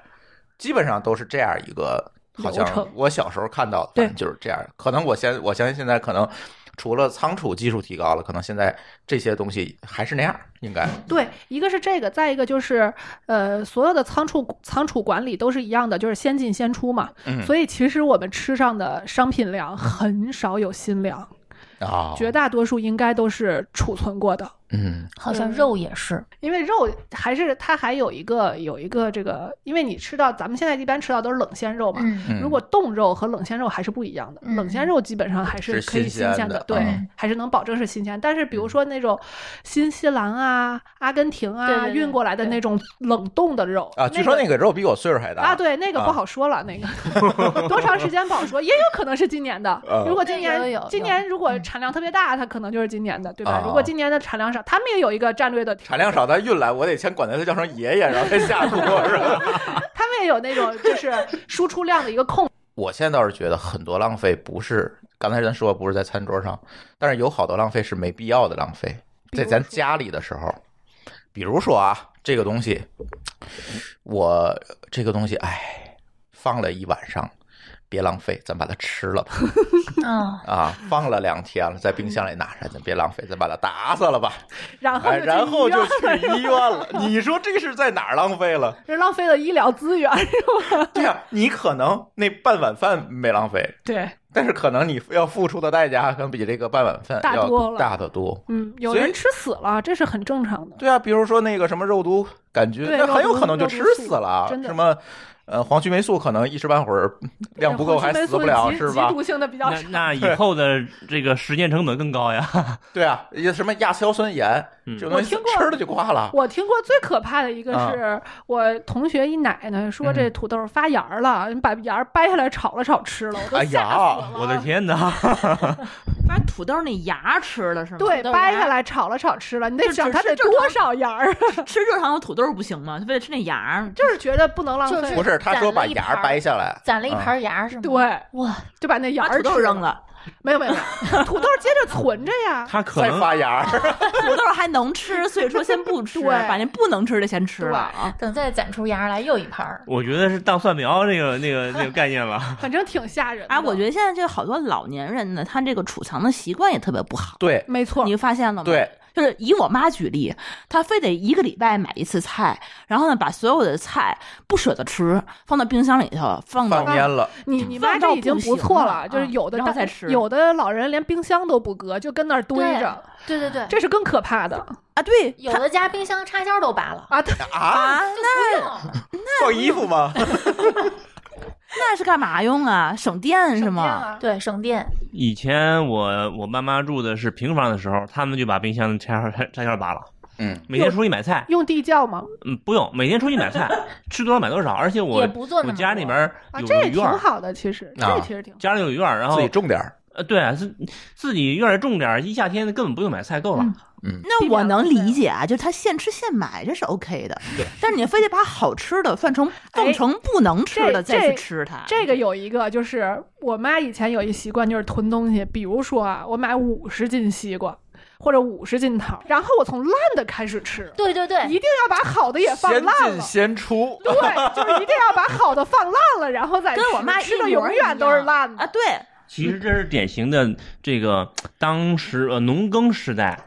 [SPEAKER 1] 基本上都是这样一个，好像
[SPEAKER 3] 流程
[SPEAKER 1] 我小时候看到，
[SPEAKER 3] 对
[SPEAKER 1] 反正就是这样。可能我现我相信现在可能除了仓储技术提高了，可能现在这些东西还是那样，应该
[SPEAKER 3] 对，一个是这个，再一个就是，呃，所有的仓储仓储管理都是一样的，就是先进先出嘛。
[SPEAKER 1] 嗯
[SPEAKER 3] 所以其实我们吃上的商品粮很少有新粮，
[SPEAKER 1] 啊，
[SPEAKER 3] 绝大多数应该都是储存过的。
[SPEAKER 1] 嗯
[SPEAKER 2] 好像
[SPEAKER 3] 嗯
[SPEAKER 2] 肉也是，
[SPEAKER 3] 因为肉还是它还有一个有一个这个，因为你吃到咱们现在一般吃到都是冷鲜肉嘛，
[SPEAKER 2] 嗯
[SPEAKER 1] 嗯
[SPEAKER 3] 如果冻肉和冷鲜肉还是不一样的，
[SPEAKER 2] 嗯
[SPEAKER 3] 冷鲜肉基本上还是
[SPEAKER 1] 是
[SPEAKER 3] 可以
[SPEAKER 1] 新
[SPEAKER 3] 新
[SPEAKER 1] 鲜
[SPEAKER 3] 鲜
[SPEAKER 1] 的
[SPEAKER 3] 对，
[SPEAKER 1] 嗯
[SPEAKER 3] 还是能保证是新鲜。但是比如说那种新西兰啊、阿根廷啊
[SPEAKER 2] 对对对
[SPEAKER 3] 运过来的那种冷冻的肉
[SPEAKER 1] 啊，据说
[SPEAKER 3] 个
[SPEAKER 1] 那个肉比我岁数还大
[SPEAKER 3] 啊，，对，那个
[SPEAKER 1] 啊
[SPEAKER 3] 不好说了，那个 多长时间不好说，也有可能是今年的。
[SPEAKER 1] 啊
[SPEAKER 3] 如果今
[SPEAKER 2] 有有
[SPEAKER 3] 年
[SPEAKER 2] 有嗯
[SPEAKER 3] 今年如果产量特别大，它可能就是今年的，对吧？
[SPEAKER 1] 啊
[SPEAKER 3] 如果今年的产量少，他们也有一个战略的
[SPEAKER 1] 产量少，咱运来，我得先管他叫声爷爷，然后再下锅，是吧？
[SPEAKER 3] 他们也有那种就是输出量的一个控制。
[SPEAKER 1] 我现在倒是觉得很多浪费不是刚才咱说不是在餐桌上，但是有好多浪费是没必要的浪费，在咱家里的时候，比如说啊，这个东西，我这个东西，哎，放了一晚上，别浪费，咱把它吃了吧。
[SPEAKER 2] 嗯，
[SPEAKER 1] 啊，放了两天了，在冰箱里拿出来，咱别浪费，咱把它打死了吧。
[SPEAKER 3] 然后
[SPEAKER 1] 哎，然后就
[SPEAKER 3] 就
[SPEAKER 1] 去医 院了。你说这是在哪儿浪费了？
[SPEAKER 3] 这浪费了医疗资源，
[SPEAKER 1] 对呀、你可能那半碗饭没浪费，
[SPEAKER 3] 对，
[SPEAKER 1] 但是可能你要付出的代价可能比这个半碗饭
[SPEAKER 3] 大
[SPEAKER 1] 要
[SPEAKER 3] 多了
[SPEAKER 1] 大得多。
[SPEAKER 3] 嗯，有
[SPEAKER 1] 所以
[SPEAKER 3] 人吃死了，这是很正常的。
[SPEAKER 1] 对啊，比如说那个什么肉毒杆菌，
[SPEAKER 3] 对
[SPEAKER 1] 那很
[SPEAKER 3] 肉
[SPEAKER 1] 有
[SPEAKER 3] 毒
[SPEAKER 1] 可能就吃
[SPEAKER 3] 肉毒素
[SPEAKER 1] 死了。啊
[SPEAKER 3] 真的
[SPEAKER 1] 什么呃黄曲霉素可能一时半会儿嗯量不够还死不了，是吧
[SPEAKER 3] 极？毒性的比较
[SPEAKER 5] 那那以后的这个实践成本更高呀。
[SPEAKER 1] 对啊，也什么亚硝酸盐
[SPEAKER 5] 嗯
[SPEAKER 1] 这种东西
[SPEAKER 3] 我听过
[SPEAKER 1] 吃了就挂了。
[SPEAKER 3] 我听过最可怕的一个
[SPEAKER 1] 嗯
[SPEAKER 3] 是，我同学一奶奶说这土豆发芽儿了，你把芽儿掰下来炒了炒吃了，我
[SPEAKER 1] 哎
[SPEAKER 3] 都吓死
[SPEAKER 1] 呀
[SPEAKER 3] 了。
[SPEAKER 5] 我的！天哪！
[SPEAKER 4] 把土豆那芽吃了是吗？
[SPEAKER 3] 对，
[SPEAKER 2] 豆芽
[SPEAKER 3] 掰下来炒了炒吃了，你得
[SPEAKER 4] 就
[SPEAKER 3] 想
[SPEAKER 4] 只
[SPEAKER 3] 它
[SPEAKER 4] 是
[SPEAKER 3] 得
[SPEAKER 4] 正常
[SPEAKER 3] 多少芽儿，啊
[SPEAKER 4] 吃正常的土豆不行吗？非得吃那芽儿，
[SPEAKER 3] 就是觉得不能浪
[SPEAKER 2] 就是
[SPEAKER 1] 不
[SPEAKER 3] 费。
[SPEAKER 1] 是，他说把芽儿掰下来，
[SPEAKER 2] 攒了一盘芽是吗？，
[SPEAKER 3] 对，
[SPEAKER 2] 哇，
[SPEAKER 3] 就把那芽
[SPEAKER 4] 把
[SPEAKER 3] 儿
[SPEAKER 4] 土豆
[SPEAKER 3] 吃
[SPEAKER 4] 扔，了，
[SPEAKER 3] 没有没有，没有土豆接着存着呀。
[SPEAKER 5] 他可
[SPEAKER 1] 再
[SPEAKER 5] 能
[SPEAKER 1] 发芽 儿，
[SPEAKER 4] 土豆还能吃，所以说先不吃，
[SPEAKER 3] 对
[SPEAKER 4] 把那不能吃的先吃了啊。
[SPEAKER 2] 等再攒出芽来又一盘儿。
[SPEAKER 5] 我觉得是当蒜苗那个那个那个概念了。
[SPEAKER 3] 反正挺吓人的。
[SPEAKER 4] 哎，我觉得现在这好多老年人呢，他这个储藏的习惯也特别不好。
[SPEAKER 1] 对
[SPEAKER 3] 没错
[SPEAKER 4] 你，发现了吗？
[SPEAKER 1] 对，
[SPEAKER 4] 就是以我妈举例，她非得一个礼拜买一次菜，然后呢，把所有的菜不舍得吃，放到冰箱里头，放到
[SPEAKER 1] 放蔫了。
[SPEAKER 3] 你
[SPEAKER 5] 嗯
[SPEAKER 3] 你
[SPEAKER 4] 放
[SPEAKER 3] 妈这
[SPEAKER 4] 到
[SPEAKER 3] 已经
[SPEAKER 4] 不
[SPEAKER 3] 不
[SPEAKER 4] 行
[SPEAKER 3] 错
[SPEAKER 4] 了
[SPEAKER 3] 了，就是
[SPEAKER 4] 啊
[SPEAKER 3] 有的
[SPEAKER 4] 然后
[SPEAKER 3] 大
[SPEAKER 4] 再吃
[SPEAKER 3] 有的老人连冰箱都不隔，就跟那儿堆
[SPEAKER 2] 对
[SPEAKER 3] 着，
[SPEAKER 2] 对对对，
[SPEAKER 3] 这是更可怕的
[SPEAKER 4] 啊，对，
[SPEAKER 2] 有的家冰箱插销都拔了，
[SPEAKER 3] 啊！对
[SPEAKER 1] 啊，
[SPEAKER 4] 啊，
[SPEAKER 2] 就不
[SPEAKER 4] 那
[SPEAKER 2] 用了
[SPEAKER 1] 放衣服吗？
[SPEAKER 4] 那是干嘛用啊？省电是
[SPEAKER 3] 啊
[SPEAKER 4] 吗？？
[SPEAKER 2] 对，省电。
[SPEAKER 5] 以前我我爸妈住的是平房的时候，他们就把冰箱的插销插销拔了，
[SPEAKER 1] 嗯，
[SPEAKER 5] 每天出去买菜，
[SPEAKER 3] 用地窖吗？
[SPEAKER 5] 嗯，不用，每天出去买 菜，吃多少买多少。而且我
[SPEAKER 2] 也不做那么
[SPEAKER 5] 我家里面
[SPEAKER 3] 啊，
[SPEAKER 5] 有
[SPEAKER 3] 这也
[SPEAKER 5] 个
[SPEAKER 3] 挺
[SPEAKER 5] 院儿，
[SPEAKER 3] 好的，其实
[SPEAKER 1] 啊
[SPEAKER 3] 这其实挺好。
[SPEAKER 5] 家里有院儿，然后
[SPEAKER 1] 自己种点儿。
[SPEAKER 5] 呃，对，自自己院儿种点儿，一夏天根本不用买菜，够了。
[SPEAKER 4] 嗯那我能理解啊，就是他现吃现买，这是 OK 的。但是你非得把好吃的放成放成不能吃的
[SPEAKER 3] 这
[SPEAKER 4] 再去吃它，
[SPEAKER 3] 这个有一个，就是我妈以前有一习惯，就是囤东西。比如说啊，我买五十斤西瓜或者五十斤桃，然后我从烂的开始吃，
[SPEAKER 2] 对对对，
[SPEAKER 3] 一定要把好的也放
[SPEAKER 1] 先
[SPEAKER 3] 烂
[SPEAKER 1] 进
[SPEAKER 3] 了。
[SPEAKER 1] 先出，
[SPEAKER 3] 对，就是一定要把好的放烂了，然后再
[SPEAKER 4] 跟
[SPEAKER 3] 吃
[SPEAKER 4] 我妈
[SPEAKER 3] 吃
[SPEAKER 4] 一
[SPEAKER 3] 的
[SPEAKER 4] 模
[SPEAKER 3] 永
[SPEAKER 4] 一
[SPEAKER 3] 远都是
[SPEAKER 4] 样
[SPEAKER 3] 烂
[SPEAKER 4] 啊，
[SPEAKER 3] 的。
[SPEAKER 4] 对，
[SPEAKER 2] 哎
[SPEAKER 5] 其实这是典型的这个当时呃农耕时代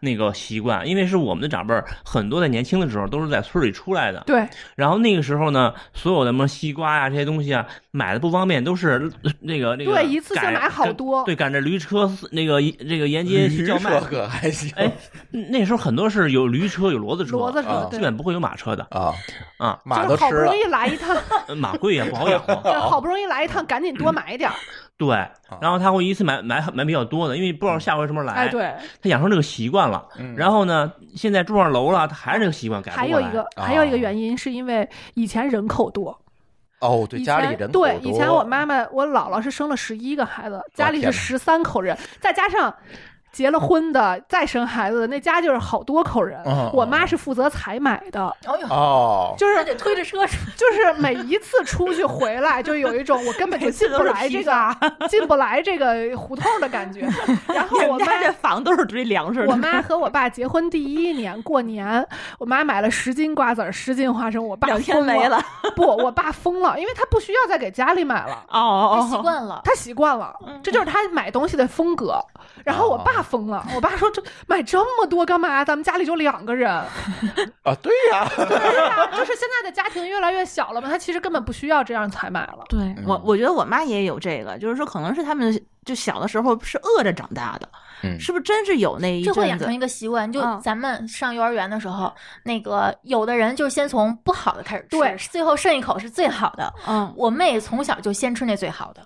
[SPEAKER 5] 那个习惯，因为是我们的长辈儿很多在年轻的时候都是在村里出来的，
[SPEAKER 3] 对，
[SPEAKER 5] 然后那个时候呢，所有的什么西瓜呀、这些东西啊，买的不方便，都是呃那个那个
[SPEAKER 3] 对一次性
[SPEAKER 5] 赶
[SPEAKER 3] 买好多
[SPEAKER 5] 赶对，赶着驴车那个一这个沿街去叫卖
[SPEAKER 1] 驴。可还行
[SPEAKER 5] 哎，那时候很多是有驴车、有骡子车，
[SPEAKER 3] 骡子
[SPEAKER 1] 啊
[SPEAKER 3] 车
[SPEAKER 5] 基
[SPEAKER 3] 对，
[SPEAKER 5] 本不会有马车的
[SPEAKER 1] 啊，
[SPEAKER 5] 啊，
[SPEAKER 1] 马
[SPEAKER 3] 就
[SPEAKER 1] 都
[SPEAKER 3] 是好
[SPEAKER 1] 吃
[SPEAKER 3] 不
[SPEAKER 1] 了
[SPEAKER 3] 容。易来 一趟，
[SPEAKER 5] 呃马贵呀，不好养活。
[SPEAKER 3] 对，好不容易来一趟，赶紧多买点儿。
[SPEAKER 5] 对，然后他会一次买买买比较多的，因为不知道下回什么时候来。
[SPEAKER 3] 哎，对，
[SPEAKER 5] 他养成这个习惯了。
[SPEAKER 1] 嗯
[SPEAKER 5] 然后呢，现在住上楼了，他还是这个习惯改
[SPEAKER 3] 还
[SPEAKER 5] 不
[SPEAKER 3] 有
[SPEAKER 5] 过
[SPEAKER 3] 一
[SPEAKER 5] 来
[SPEAKER 3] 个。还有一个
[SPEAKER 1] 哦
[SPEAKER 3] 原因是因为以前人口多，
[SPEAKER 1] 哦，对，
[SPEAKER 3] 以
[SPEAKER 1] 家里
[SPEAKER 3] 前
[SPEAKER 1] 人口
[SPEAKER 3] 对，以前
[SPEAKER 1] 多哦
[SPEAKER 3] 我妈妈我姥姥是生了十一个孩子，家里
[SPEAKER 1] 天
[SPEAKER 3] 是
[SPEAKER 1] 哪
[SPEAKER 3] 十三口人，再加上。结了婚的，再生孩子的那家就是好多口人。
[SPEAKER 1] 嗯
[SPEAKER 3] 我妈是负责采买的，
[SPEAKER 2] 哎呦，
[SPEAKER 1] 哦，
[SPEAKER 3] 就是
[SPEAKER 2] 还得推着车出去。
[SPEAKER 3] 就是每一次出去回来，就有一种我根本就进不来这个进不来这个胡同的感觉。然后
[SPEAKER 4] 你
[SPEAKER 3] 我
[SPEAKER 4] 们
[SPEAKER 3] 妈
[SPEAKER 4] 家这房都是堆粮 食的。
[SPEAKER 3] 我妈和我爸结婚第一年过年，我妈买了十斤瓜子儿、十斤花生，我爸
[SPEAKER 4] 两天
[SPEAKER 3] 疯
[SPEAKER 4] 没了。
[SPEAKER 3] 不，我爸疯了，因为他不需要再给家里买了。
[SPEAKER 4] 哦哦
[SPEAKER 2] 他
[SPEAKER 4] 哦，
[SPEAKER 2] 习惯了，
[SPEAKER 3] 他习惯了，
[SPEAKER 4] 嗯
[SPEAKER 3] 这就是他买东西的风格。
[SPEAKER 4] 哦
[SPEAKER 3] 然后我爸疯了，我爸说：“这买这么多干嘛？咱们家里就两 个人。
[SPEAKER 1] 啊，对呀，
[SPEAKER 3] 对呀、就是现在的家庭越来越小了嘛，他其实根本不需要这样采买了。
[SPEAKER 4] 对我，我觉得我妈也有这个，就是说可能是他们就小的时候是饿着长大的，
[SPEAKER 1] 嗯
[SPEAKER 4] 是不是真是有那一
[SPEAKER 2] 这会
[SPEAKER 4] 阵
[SPEAKER 2] 养
[SPEAKER 4] 子
[SPEAKER 2] 成一个习惯。就
[SPEAKER 4] 嗯
[SPEAKER 2] 咱们上幼儿园的时候，那个有的人就先从不好的开始吃，
[SPEAKER 3] 对
[SPEAKER 2] 最后剩一口是最好的。
[SPEAKER 4] 嗯，
[SPEAKER 2] 我妹从小就先吃那最好的。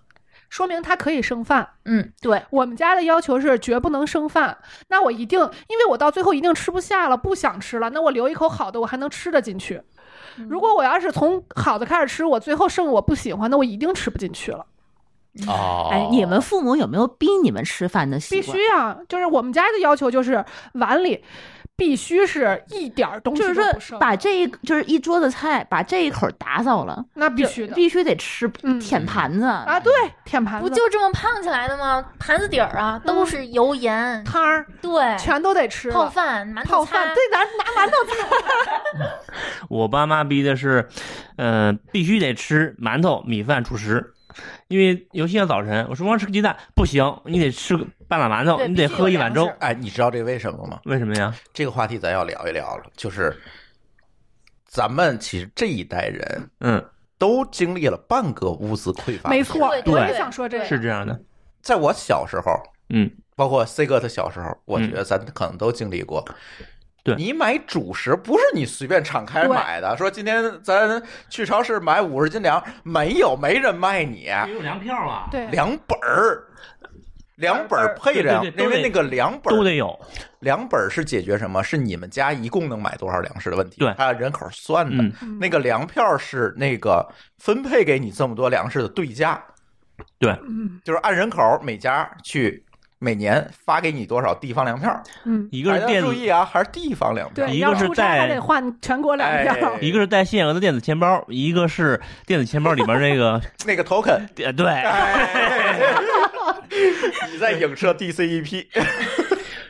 [SPEAKER 3] 说明他可以剩饭。
[SPEAKER 2] 嗯，对，
[SPEAKER 3] 我们家的要求是绝不能剩饭，那我一定，因为我到最后一定吃不下了，不想吃了，那我留一口好的，我还能吃得进去。如果我要是从好的开始吃，我最后剩我不喜欢的，我一定吃不进去了。
[SPEAKER 1] 哦，
[SPEAKER 4] 哎，你们父母有没有逼你们吃饭的习
[SPEAKER 3] 必
[SPEAKER 4] 惯？
[SPEAKER 3] 须啊，就是我们家的要求就是碗里必须是一点儿东西
[SPEAKER 4] 就是
[SPEAKER 3] 都不剩
[SPEAKER 4] 说，把这一就是一桌子菜，把这一口打扫了，
[SPEAKER 3] 那必
[SPEAKER 4] 就
[SPEAKER 3] 须的
[SPEAKER 4] 必须得吃
[SPEAKER 3] 嗯
[SPEAKER 4] 舔盘子
[SPEAKER 3] 啊，对，舔盘子
[SPEAKER 2] 不就这么胖起来的吗？盘子底儿啊，都是油盐，
[SPEAKER 3] 嗯汤儿
[SPEAKER 2] 对，
[SPEAKER 3] 全都得吃了
[SPEAKER 2] 哎泡饭、馒头
[SPEAKER 3] 泡
[SPEAKER 2] 哎
[SPEAKER 3] 饭
[SPEAKER 2] 擦
[SPEAKER 3] 对，，拿拿馒头
[SPEAKER 5] 我爸妈逼的是，呃，必须得吃馒头、米饭、主食。因为尤其像早晨，我说光吃个鸡蛋不行，你得吃个半拉馒头，
[SPEAKER 2] 对
[SPEAKER 5] 你得
[SPEAKER 2] 必须
[SPEAKER 5] 喝
[SPEAKER 2] 有
[SPEAKER 5] 一碗
[SPEAKER 2] 粮
[SPEAKER 5] 粥
[SPEAKER 2] 食，
[SPEAKER 1] 哎，你知道这为什么吗？
[SPEAKER 5] 为什么呀？
[SPEAKER 1] 这个话题咱要聊一聊了，就是咱们其实这一代人
[SPEAKER 5] 嗯，
[SPEAKER 1] 都经历了半个物资匮乏。
[SPEAKER 3] 没错，
[SPEAKER 2] 对
[SPEAKER 5] 对
[SPEAKER 3] 我也
[SPEAKER 2] 对
[SPEAKER 3] 想说这个。
[SPEAKER 5] 是这样的，
[SPEAKER 1] 在我小时候，
[SPEAKER 5] 嗯，
[SPEAKER 1] 包括 C 哥他小时候，我
[SPEAKER 5] 嗯
[SPEAKER 1] 觉得咱可能都经历过。
[SPEAKER 5] 对
[SPEAKER 1] 你买主食不是你随便敞开买的，说今天咱去超市买五十斤粮，没有，没人卖你
[SPEAKER 5] 有粮票啊，
[SPEAKER 3] 对，
[SPEAKER 1] 两本儿，两本儿配着
[SPEAKER 5] 对对
[SPEAKER 1] 粮，
[SPEAKER 5] 对
[SPEAKER 1] 因为
[SPEAKER 5] 都得
[SPEAKER 1] 那个两本
[SPEAKER 5] 都
[SPEAKER 1] 儿，
[SPEAKER 5] 得有，
[SPEAKER 1] 两本儿是解决什么？是你们家一共能买多少粮食的问题，
[SPEAKER 5] 对
[SPEAKER 1] 它按人口算的。
[SPEAKER 5] 嗯，
[SPEAKER 3] 嗯
[SPEAKER 1] 那个粮票是那个分配给你这么多粮食的对价，
[SPEAKER 3] 嗯
[SPEAKER 1] 就是按人口每家去每年发给你多少地方粮票。
[SPEAKER 3] 嗯，
[SPEAKER 5] 一个是
[SPEAKER 1] 还
[SPEAKER 5] 电
[SPEAKER 1] 要注
[SPEAKER 5] 子，
[SPEAKER 1] 意啊，还是地方粮票。
[SPEAKER 3] 对，
[SPEAKER 5] 一
[SPEAKER 3] 要
[SPEAKER 5] 个是
[SPEAKER 3] 出差还
[SPEAKER 5] 在
[SPEAKER 3] 得换全国粮票。
[SPEAKER 1] 哎
[SPEAKER 5] 一个是带限额的电子钱包，一个是电子钱包里面那 个，
[SPEAKER 1] 那个 token，
[SPEAKER 5] 呃对，
[SPEAKER 1] 哎 你在影射 E DCEP，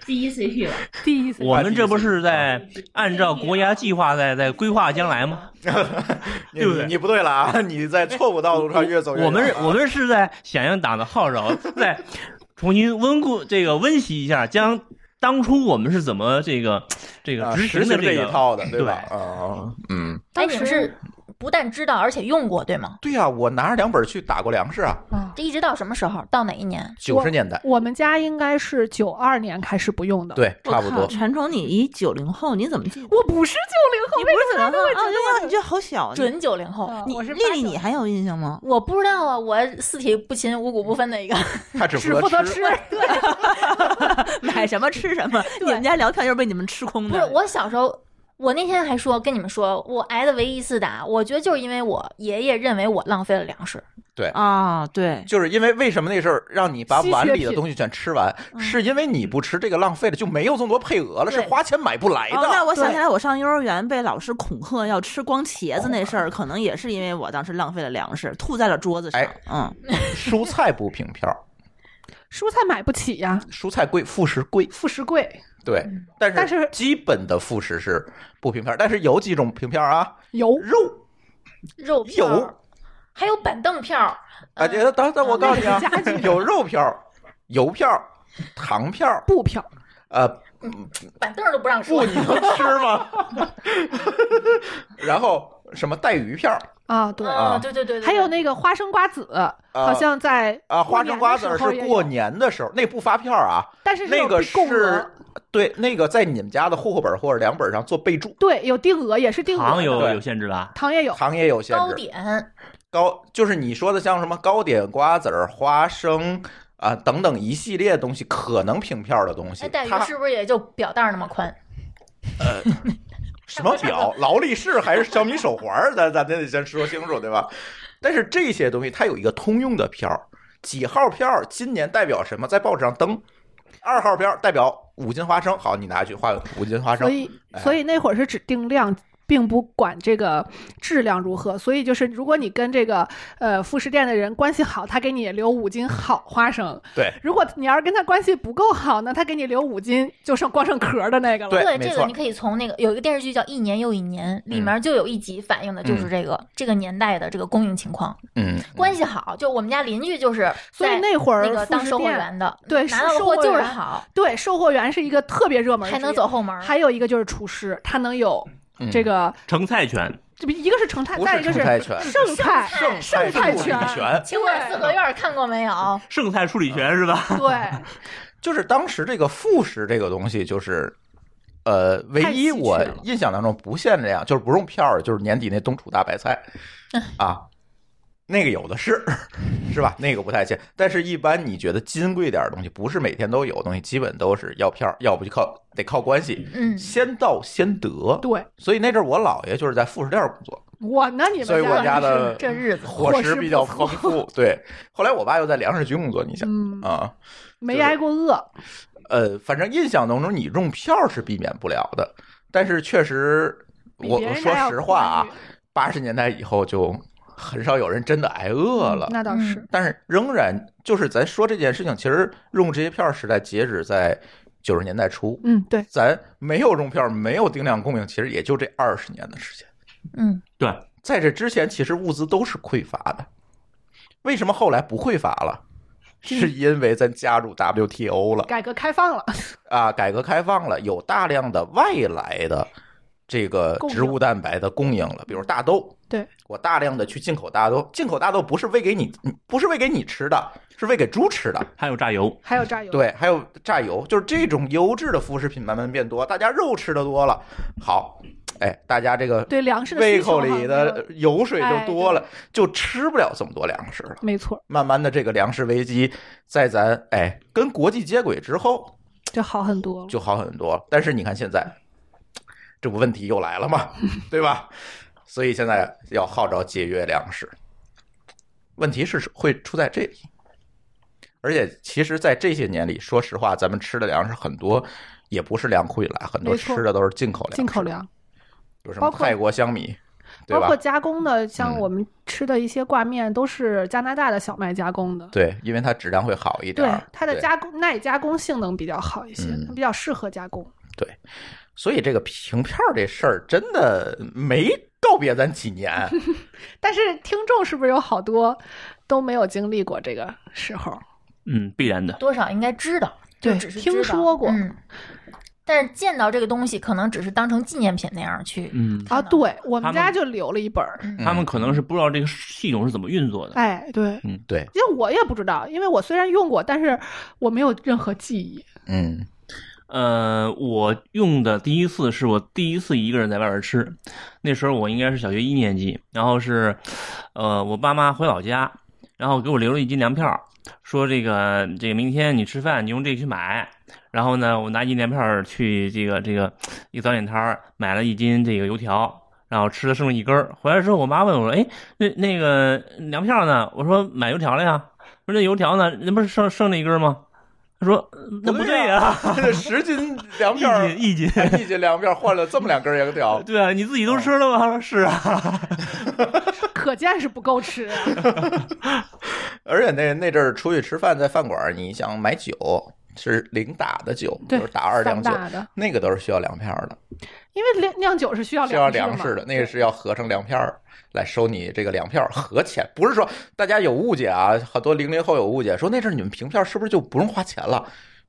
[SPEAKER 4] 第一 CP 了，
[SPEAKER 3] 第一次
[SPEAKER 5] 我们这不是在按照国家计划在在规划将来吗？
[SPEAKER 1] 你
[SPEAKER 5] 对不对
[SPEAKER 1] 你不对了啊！你在错误道路上越走越
[SPEAKER 5] 我
[SPEAKER 1] 远了
[SPEAKER 5] 们我们是在响应党的号召，在重新温故这个温习一下，将当初我们是怎么这个这个
[SPEAKER 1] 啊
[SPEAKER 5] 执
[SPEAKER 1] 实
[SPEAKER 5] 行的
[SPEAKER 1] 行这
[SPEAKER 5] 这
[SPEAKER 1] 一
[SPEAKER 5] 个。嗯
[SPEAKER 1] 套的，对吧？啊，嗯，
[SPEAKER 2] 哎，
[SPEAKER 3] 当
[SPEAKER 2] 你
[SPEAKER 3] 时
[SPEAKER 2] 们是不但知道，而且用过，对吗？
[SPEAKER 1] 对呀，我拿着两本去打过粮食啊，
[SPEAKER 3] 啊，
[SPEAKER 2] 这一直到什么时候？到哪一年？
[SPEAKER 1] 九十年代，
[SPEAKER 3] 我们家应该是九二年开始不用的。，
[SPEAKER 1] 对，
[SPEAKER 4] 我
[SPEAKER 1] 差不
[SPEAKER 4] 靠
[SPEAKER 1] 多。
[SPEAKER 4] 馋虫，你一九零后，你怎么记得？
[SPEAKER 3] 我不是九零后，
[SPEAKER 4] 你不是九零后啊？对呀，你这好小。
[SPEAKER 2] 准九零后。
[SPEAKER 3] 啊
[SPEAKER 4] 你
[SPEAKER 3] 我是
[SPEAKER 4] 丽丽，你还有印象 吗？
[SPEAKER 2] 我不知道啊，我四体不勤，五谷不分的一个。
[SPEAKER 1] 他只
[SPEAKER 3] 只负责
[SPEAKER 1] 吃
[SPEAKER 3] 吃，
[SPEAKER 4] 买什么吃什么，你们家粮票就是被你们吃空
[SPEAKER 2] 不
[SPEAKER 4] 的。
[SPEAKER 2] 是，我小时候，我那天还说跟你们说，我挨的唯一一次打，我觉得就是因为我爷爷认为我浪费了粮食。
[SPEAKER 4] 啊，对，
[SPEAKER 1] 就是因为为什么那时候让你把碗里
[SPEAKER 3] 稀缺
[SPEAKER 1] 的
[SPEAKER 3] 品
[SPEAKER 1] 东西全吃完，是因为你不吃这个浪费了，就没有这么多配额了，是
[SPEAKER 2] 对
[SPEAKER 1] 花钱买不来
[SPEAKER 4] 哦，那
[SPEAKER 1] 的。
[SPEAKER 4] 我想起来，我上幼儿园被老师恐吓要吃光茄子那事儿，可能也是因为我当时浪费了粮食，吐在了桌子上
[SPEAKER 1] 哎。
[SPEAKER 4] 嗯，
[SPEAKER 1] 蔬菜不平票，
[SPEAKER 3] 蔬菜买不起呀，
[SPEAKER 1] 蔬菜贵，副食贵。
[SPEAKER 3] 副食贵
[SPEAKER 1] 对，但是
[SPEAKER 3] 但是
[SPEAKER 1] 基本的副食是不平票，但是有几种平票啊，
[SPEAKER 3] 有
[SPEAKER 1] 肉
[SPEAKER 2] 肉票
[SPEAKER 1] 有
[SPEAKER 2] 还有板凳票，
[SPEAKER 1] 啊，这等等我告诉你啊
[SPEAKER 3] 那是家具，
[SPEAKER 1] 有肉票、油票、糖票，
[SPEAKER 3] 布票，
[SPEAKER 1] 呃，
[SPEAKER 2] 板凳都不让
[SPEAKER 1] 不，
[SPEAKER 2] 说。
[SPEAKER 3] 哦
[SPEAKER 1] 你能吃吗？ 然后什么带鱼票
[SPEAKER 3] 啊，对。
[SPEAKER 2] 啊，
[SPEAKER 1] 啊
[SPEAKER 2] 对对对对，
[SPEAKER 3] 还有那个花生瓜子，好像在
[SPEAKER 1] 啊，花生瓜子儿
[SPEAKER 3] 过年的
[SPEAKER 1] 是过，年的时
[SPEAKER 3] 时候也有
[SPEAKER 1] 候，那不发票啊，
[SPEAKER 3] 但是
[SPEAKER 1] 那
[SPEAKER 3] 有
[SPEAKER 1] 个
[SPEAKER 3] 供额
[SPEAKER 1] 是。对，那个在你们家的户口本或者粮本上做备注，
[SPEAKER 3] 对，有定额，也是定额的。
[SPEAKER 5] 糖有
[SPEAKER 1] 对
[SPEAKER 5] 有限制吧？
[SPEAKER 3] 糖也有，
[SPEAKER 1] 糖也有限
[SPEAKER 2] 糕
[SPEAKER 1] 制。
[SPEAKER 2] 点，哎
[SPEAKER 1] 糕就是你说的像什么糕点、瓜子儿、花生啊、等等一系列东西，可能凭票的东西
[SPEAKER 2] 哎，，带鱼
[SPEAKER 1] 它
[SPEAKER 2] 是不是也就表带那么宽？
[SPEAKER 1] 什么表、 劳力士还是小米手环儿，咱咱得先说清楚，对吧？但是这些东西它有一个通用的票儿，几号票儿今年代表什么，在报纸上登。二号票儿代表五斤花生，好，你拿去换五斤花生
[SPEAKER 3] 所。以
[SPEAKER 1] 哎
[SPEAKER 3] 所以那会儿是指定量。并不管这个质量如何，所以就是如果你跟这个呃副食店的人关系好，他给你留五斤好花生；
[SPEAKER 1] 对
[SPEAKER 3] 如果你要是跟他关系不够好呢，他给你留五斤就剩光剩壳的那个了。
[SPEAKER 1] 对没
[SPEAKER 2] 这
[SPEAKER 1] 错
[SPEAKER 2] 个你可以从那个有一个电视剧叫《一年又一年》，
[SPEAKER 3] 嗯
[SPEAKER 2] 里面就有一集反映的就是这个这个年代的这个供应情况。
[SPEAKER 1] 嗯，
[SPEAKER 2] 关系好，就我们家邻居就是
[SPEAKER 3] 所以
[SPEAKER 2] 在
[SPEAKER 3] 那会儿
[SPEAKER 2] 那个当
[SPEAKER 3] 副食
[SPEAKER 2] 售货
[SPEAKER 3] 店
[SPEAKER 2] 员的，
[SPEAKER 3] 对
[SPEAKER 2] 拿到
[SPEAKER 3] 售
[SPEAKER 2] 的
[SPEAKER 3] 售
[SPEAKER 2] 货
[SPEAKER 3] 货
[SPEAKER 2] 就是
[SPEAKER 3] 员
[SPEAKER 2] 好，
[SPEAKER 3] 对售货员是一个特别热门，
[SPEAKER 2] 还能走。后门。
[SPEAKER 3] 还有一个就是厨师，他能有
[SPEAKER 1] 嗯
[SPEAKER 3] 这个，
[SPEAKER 5] 盛菜权，
[SPEAKER 3] 这不一个是成菜，
[SPEAKER 1] 不
[SPEAKER 3] 再
[SPEAKER 1] 是
[SPEAKER 3] 一个
[SPEAKER 1] 出
[SPEAKER 3] 是
[SPEAKER 1] 菜权，
[SPEAKER 3] 剩菜，
[SPEAKER 2] 剩
[SPEAKER 1] 菜
[SPEAKER 3] 剩菜
[SPEAKER 1] 处理
[SPEAKER 3] 权，
[SPEAKER 1] 权
[SPEAKER 2] 青管四合院看过没有？
[SPEAKER 5] 剩菜处理
[SPEAKER 1] 嗯
[SPEAKER 5] 权是吧？
[SPEAKER 3] 对，
[SPEAKER 1] 就是当时这个副食这个东西，就是呃，唯
[SPEAKER 3] 太稀
[SPEAKER 1] 一
[SPEAKER 3] 缺
[SPEAKER 1] 我
[SPEAKER 3] 了
[SPEAKER 1] 印象当中不限这样，就是不用票儿，就是年底那冬储大白菜
[SPEAKER 3] 嗯
[SPEAKER 1] 啊，那个有的是， 是吧？那个不太限，但是一般你觉得金贵点儿的东西，不是每天都有的东西，基本都是要票儿，要不就靠得靠关系，
[SPEAKER 2] 嗯，
[SPEAKER 1] 先到先得。
[SPEAKER 3] 对
[SPEAKER 1] 所以那阵儿我姥爷就是在副食店儿工作，
[SPEAKER 3] 我呢，你们
[SPEAKER 1] 所以我家的
[SPEAKER 2] 这日子
[SPEAKER 1] 伙食比较丰富。对，后来我爸又在粮食局工作，你想
[SPEAKER 3] 嗯，
[SPEAKER 1] 啊。
[SPEAKER 3] 没
[SPEAKER 1] 就是
[SPEAKER 3] 挨过饿，
[SPEAKER 1] 呃，反正印象当中，你用票是避免不了的，但是确实，
[SPEAKER 3] 比
[SPEAKER 1] 我
[SPEAKER 3] 别
[SPEAKER 1] 我
[SPEAKER 3] 人
[SPEAKER 1] 说
[SPEAKER 3] 家要
[SPEAKER 1] 实话啊
[SPEAKER 3] 宽裕，，
[SPEAKER 1] 八十年代以后就很少有人真的挨饿了
[SPEAKER 3] 嗯，那倒是
[SPEAKER 2] 嗯，
[SPEAKER 1] 但是仍然就是咱说这件事情，其实用这些票时代截止在九十年代初，
[SPEAKER 3] 嗯，对，
[SPEAKER 1] 咱没有用票，没有定量供应，其实也就这二十年的时间，
[SPEAKER 2] 嗯，
[SPEAKER 5] 对，
[SPEAKER 1] 在这之前，其实物资都是匮乏的。为什么后来不会罚 了？是因为咱加入 WTO 了
[SPEAKER 3] 改革开放了，
[SPEAKER 1] 啊，改革开放了，有大量的外来的这个
[SPEAKER 3] 供应
[SPEAKER 1] 植物蛋白的供应了，比如大豆。
[SPEAKER 3] 对，
[SPEAKER 1] 我大量的去进口大豆，进口大豆不是喂给你，不是喂给你吃的，是喂给猪吃的。
[SPEAKER 5] 还有榨油，
[SPEAKER 3] 还有榨油，
[SPEAKER 1] 对，还有榨油，就是这种优质的副食品慢慢变多，大家肉吃的多了，好，哎，大家这个
[SPEAKER 3] 对粮食的
[SPEAKER 1] 胃
[SPEAKER 3] 需求
[SPEAKER 1] 口
[SPEAKER 3] 好
[SPEAKER 1] 里
[SPEAKER 3] 像没
[SPEAKER 1] 的
[SPEAKER 3] 有
[SPEAKER 1] 油水
[SPEAKER 3] 哎
[SPEAKER 1] 就多
[SPEAKER 3] 对
[SPEAKER 1] 了，就吃不了这么多粮食了。
[SPEAKER 3] 没错，
[SPEAKER 1] 慢慢的，这个粮食危机在咱哎跟国际接轨之后
[SPEAKER 3] 就好很多了。
[SPEAKER 1] 就好很多了。但是你看现在，这不问题又来了 嘛，对吧？所以现在要号召节约粮食，问题是会出在这里。而且，其实，在这些年里，说实话，咱们吃的粮食很多也不是粮库里来，很多
[SPEAKER 3] 没错
[SPEAKER 1] 吃的都是进口粮食，
[SPEAKER 3] 进口粮，
[SPEAKER 1] 有什么
[SPEAKER 3] 包括
[SPEAKER 1] 泰国香米，对
[SPEAKER 3] 包
[SPEAKER 1] 吧
[SPEAKER 3] 括？加工的，像
[SPEAKER 1] 嗯
[SPEAKER 3] 我们吃的一些挂面，都是加拿大的小麦加工的。
[SPEAKER 1] 对，因为它质量会好一点
[SPEAKER 3] 对
[SPEAKER 1] 儿。
[SPEAKER 3] 它的
[SPEAKER 1] 对
[SPEAKER 3] 加工耐加工性能比较好一些，
[SPEAKER 1] 嗯
[SPEAKER 3] 它比较适合加工。
[SPEAKER 1] 所以这个凭票这事儿真的没告别咱几 年，
[SPEAKER 3] 但是听众是不是有好多都没有经历过这个时候？
[SPEAKER 5] 嗯，必然的。
[SPEAKER 2] 多少应该知道，就
[SPEAKER 3] 对
[SPEAKER 2] 只是
[SPEAKER 3] 听
[SPEAKER 2] 知道
[SPEAKER 3] 说过
[SPEAKER 2] 嗯，但是见到这个东西，可能只是当成纪念品那样去。
[SPEAKER 5] 嗯，
[SPEAKER 3] 啊，
[SPEAKER 2] 看到
[SPEAKER 3] 对我
[SPEAKER 5] 他们
[SPEAKER 3] 们家就留了一本儿。
[SPEAKER 1] 嗯
[SPEAKER 5] 他们可能是不知道这个系统是怎么运作的。
[SPEAKER 3] 哎，对，
[SPEAKER 1] 对，
[SPEAKER 3] 因为我也不知道，因为我虽然用过，但是我没有任何记忆。
[SPEAKER 1] 嗯
[SPEAKER 5] 呃，我用的第一次是我第一次一个人在外边吃，那时候我应该是小学一年级，然后是，呃，我爸妈回老家，然后给我留了一斤粮票，说这个这个明天你吃饭你用这个去买，然后呢，我拿一斤粮票去这个这个一个早点摊儿买了一斤这个油条。然后吃了剩了一根儿，回来之后我妈问我说：“哎，那那个粮票呢？”我说：“买油条了呀。”我说：“那油条呢？那不是剩剩那一根儿吗？”她说：“那不对呀、
[SPEAKER 1] 这十斤粮票，
[SPEAKER 5] 一斤一 斤。，
[SPEAKER 1] 一斤粮票换了这么两根油条
[SPEAKER 5] 对啊，你自己都吃了吗？是啊，
[SPEAKER 3] 可见是不够吃啊，
[SPEAKER 1] 而且那那阵儿出去吃饭，在饭馆儿你想买酒是零打的酒，
[SPEAKER 3] 对
[SPEAKER 1] 就是打 二两
[SPEAKER 3] 三
[SPEAKER 1] 酒，
[SPEAKER 3] 大的，
[SPEAKER 1] 那个都是需要粮票的，
[SPEAKER 3] 因为酿酿酒是需要
[SPEAKER 1] 需要
[SPEAKER 3] 粮
[SPEAKER 1] 粮食
[SPEAKER 3] 嘛
[SPEAKER 1] 的，那个是要合成粮票儿来收你这个粮票儿合钱，不是说大家有误解啊，好多零零后有误解，说那阵儿你们凭票是不是就不用花钱了？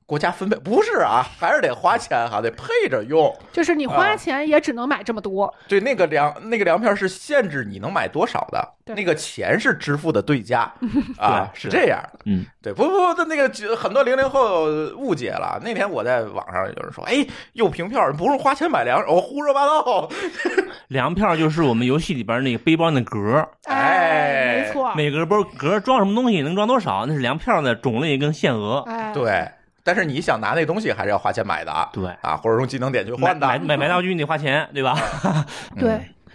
[SPEAKER 1] 国家分配不是啊，还是得花钱哈、得配着用。
[SPEAKER 3] 就是你花
[SPEAKER 1] 啊
[SPEAKER 3] 钱也只能买这么多。
[SPEAKER 1] 对，那个粮那个粮票是限制你能买多少的，
[SPEAKER 3] 对
[SPEAKER 1] 那个钱是支付的对 价啊，
[SPEAKER 5] 对
[SPEAKER 1] 是
[SPEAKER 5] 对
[SPEAKER 1] 这样的。
[SPEAKER 5] 嗯，
[SPEAKER 1] 对，不不不，那个很多零零后误解了。那天我在网上有人说，哎，又凭票，不用花钱买粮食，我胡说八道。
[SPEAKER 5] 粮票就是我们游戏里边那个背包那格儿，
[SPEAKER 3] 哎，没
[SPEAKER 1] 哎
[SPEAKER 3] 错，
[SPEAKER 5] 每个包格儿装什么东西能装多少，那是粮票的种类跟限额。
[SPEAKER 3] 哎，
[SPEAKER 1] 对，但是你想拿那东西还是要花钱买的啊，
[SPEAKER 5] 对，
[SPEAKER 1] 啊，或者用技能点去
[SPEAKER 5] 买
[SPEAKER 1] 换的。
[SPEAKER 5] 买买买道具你得花钱，对吧？
[SPEAKER 1] 嗯
[SPEAKER 3] 对。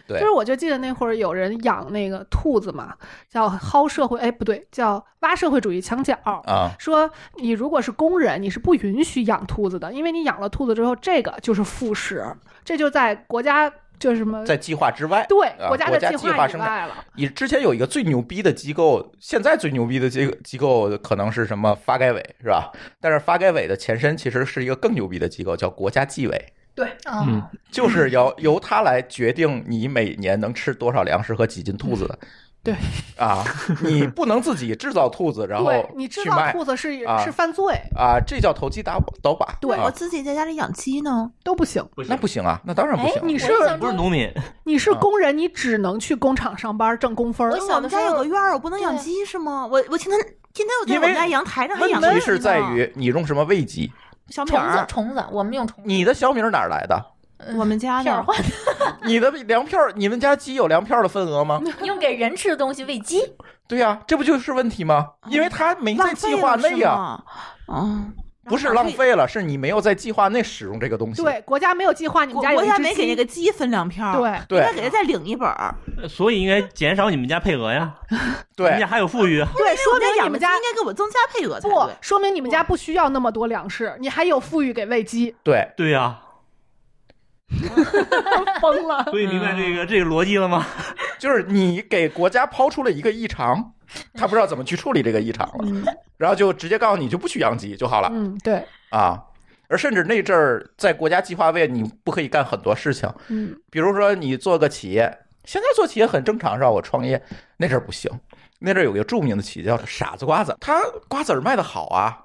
[SPEAKER 1] 对
[SPEAKER 3] 就是我就记得那会儿有人养那个兔子嘛，叫薅社会，哎不对，叫挖社会主义墙角。
[SPEAKER 5] 嗯
[SPEAKER 1] 啊，
[SPEAKER 3] 说你如果是工人，你是不允许养兔子的，因为你养了兔子之后，这个就是副食，这就在国家就是什么
[SPEAKER 1] 在计划之外，
[SPEAKER 3] 对
[SPEAKER 1] 啊
[SPEAKER 3] 国家
[SPEAKER 1] 国
[SPEAKER 3] 的
[SPEAKER 1] 家
[SPEAKER 3] 计
[SPEAKER 1] 计划
[SPEAKER 3] 以
[SPEAKER 1] 生
[SPEAKER 3] 外了。
[SPEAKER 1] 你之前有一个最牛逼的机构，现在最牛逼的机机构可能是什么发改委是吧？但是发改委的前身其实是一个更牛逼的机构，叫国家纪委，
[SPEAKER 2] 哦
[SPEAKER 5] 嗯
[SPEAKER 1] 就是由由它来决定你每年能吃多少粮食和几斤兔子的。
[SPEAKER 3] 嗯对
[SPEAKER 1] 啊，你不能自己制造兔子，然后
[SPEAKER 3] 对你知
[SPEAKER 1] 去
[SPEAKER 3] 道
[SPEAKER 1] 卖
[SPEAKER 3] 兔子是、
[SPEAKER 1] 啊
[SPEAKER 3] 是犯罪
[SPEAKER 1] 啊，这叫投机打倒把。
[SPEAKER 3] 对
[SPEAKER 1] 啊
[SPEAKER 4] 我自己在家里养鸡呢，
[SPEAKER 3] 都不行，
[SPEAKER 5] 不
[SPEAKER 1] 那不行啊，那当然不
[SPEAKER 2] 哎，
[SPEAKER 1] 行。
[SPEAKER 3] 你
[SPEAKER 2] 我
[SPEAKER 3] 是
[SPEAKER 2] 印象
[SPEAKER 5] 不是
[SPEAKER 2] 中
[SPEAKER 5] 农民，
[SPEAKER 3] 你
[SPEAKER 1] 啊
[SPEAKER 3] 是工人，你只能去工厂上班挣工分儿
[SPEAKER 2] 我。
[SPEAKER 4] 我
[SPEAKER 2] 小的
[SPEAKER 4] 们家
[SPEAKER 2] 时
[SPEAKER 4] 有
[SPEAKER 2] 候
[SPEAKER 4] 个院儿，我不能养
[SPEAKER 2] 对
[SPEAKER 4] 鸡是吗？我我今天今天我在
[SPEAKER 1] 因
[SPEAKER 4] 我
[SPEAKER 1] 为
[SPEAKER 4] 们家阳台上还养
[SPEAKER 1] 问
[SPEAKER 4] 鸡呢
[SPEAKER 1] 题是在于你用什么喂鸡？
[SPEAKER 4] 小米
[SPEAKER 2] 虫子
[SPEAKER 4] 儿，，
[SPEAKER 2] 虫子，我们用虫子。
[SPEAKER 1] 你的小米儿哪儿来的？
[SPEAKER 2] 嗯
[SPEAKER 4] 我们家
[SPEAKER 2] 片儿
[SPEAKER 4] 的
[SPEAKER 2] 换
[SPEAKER 1] 你的粮票，你们家鸡有粮票的份额吗？
[SPEAKER 2] 用给人吃的东西喂鸡，
[SPEAKER 1] 对呀、这不就是问题吗？因为他没在
[SPEAKER 4] 浪
[SPEAKER 1] 计
[SPEAKER 4] 费
[SPEAKER 1] 划
[SPEAKER 4] 了
[SPEAKER 1] 内
[SPEAKER 4] 是
[SPEAKER 1] 呀、
[SPEAKER 4] 吗？嗯，
[SPEAKER 1] 不是浪费了，是你没有在计划内使用这个东西。
[SPEAKER 3] 对，国家没有计划，你们
[SPEAKER 4] 国
[SPEAKER 3] 家有
[SPEAKER 4] 国
[SPEAKER 3] 一
[SPEAKER 4] 家
[SPEAKER 3] 只
[SPEAKER 4] 没给
[SPEAKER 3] 鸡
[SPEAKER 4] 那个鸡分粮票，，
[SPEAKER 3] 对，
[SPEAKER 4] 应
[SPEAKER 1] 对
[SPEAKER 4] 该给他再领一本儿。
[SPEAKER 5] 所以应该减少你们家配额哎呀。你们家
[SPEAKER 1] 对，
[SPEAKER 5] 还有富裕，啊
[SPEAKER 3] 对，说明
[SPEAKER 4] 那
[SPEAKER 3] 你
[SPEAKER 4] 养
[SPEAKER 3] 们
[SPEAKER 4] 的
[SPEAKER 3] 家
[SPEAKER 4] 鸡应该给我增加配额才
[SPEAKER 3] 不
[SPEAKER 4] 对。
[SPEAKER 3] 说明你们家不需要那么多粮食，你还有富裕给喂鸡，
[SPEAKER 1] 对，
[SPEAKER 5] 对呀、
[SPEAKER 3] 疯了。
[SPEAKER 5] 所以明白这个这个逻辑了吗？
[SPEAKER 1] 就是你给国家抛出了一个异常，他不知道怎么去处理这个异常了，
[SPEAKER 3] 嗯
[SPEAKER 1] 然后就直接告诉你就不许养鸡就好了
[SPEAKER 3] 嗯，对，
[SPEAKER 1] 啊。而甚至那阵儿在国家计划外，你不可以干很多事情，
[SPEAKER 3] 嗯
[SPEAKER 1] 比如说你做个企业，现在做企业很正常，让我创业那阵儿不行，那阵儿有个著名的企业叫傻子瓜子，他瓜子儿卖的好啊。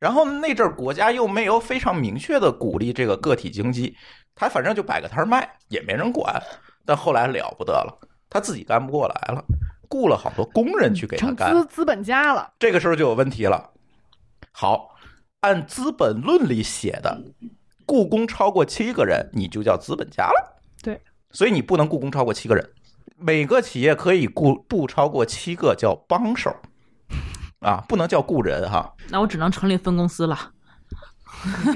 [SPEAKER 1] 然后那阵儿国家又没有非常明确的鼓励这个个体经济，他反正就摆个摊儿卖，也没人管。但后来了不得了，他自己干不过来了，雇了好多工人去给他
[SPEAKER 3] 嗯成
[SPEAKER 1] 哎干，
[SPEAKER 3] 资资本家了。
[SPEAKER 1] 这个时候就有问题了。好，按《资本论》里写的，雇工超过七个人，你就叫资本家了。
[SPEAKER 3] 对，
[SPEAKER 1] 所以你不能雇工超过七个人。每个企业可以雇不超过七个叫帮手，啊，不能叫雇人哈，
[SPEAKER 4] 那我只能成立分公司了。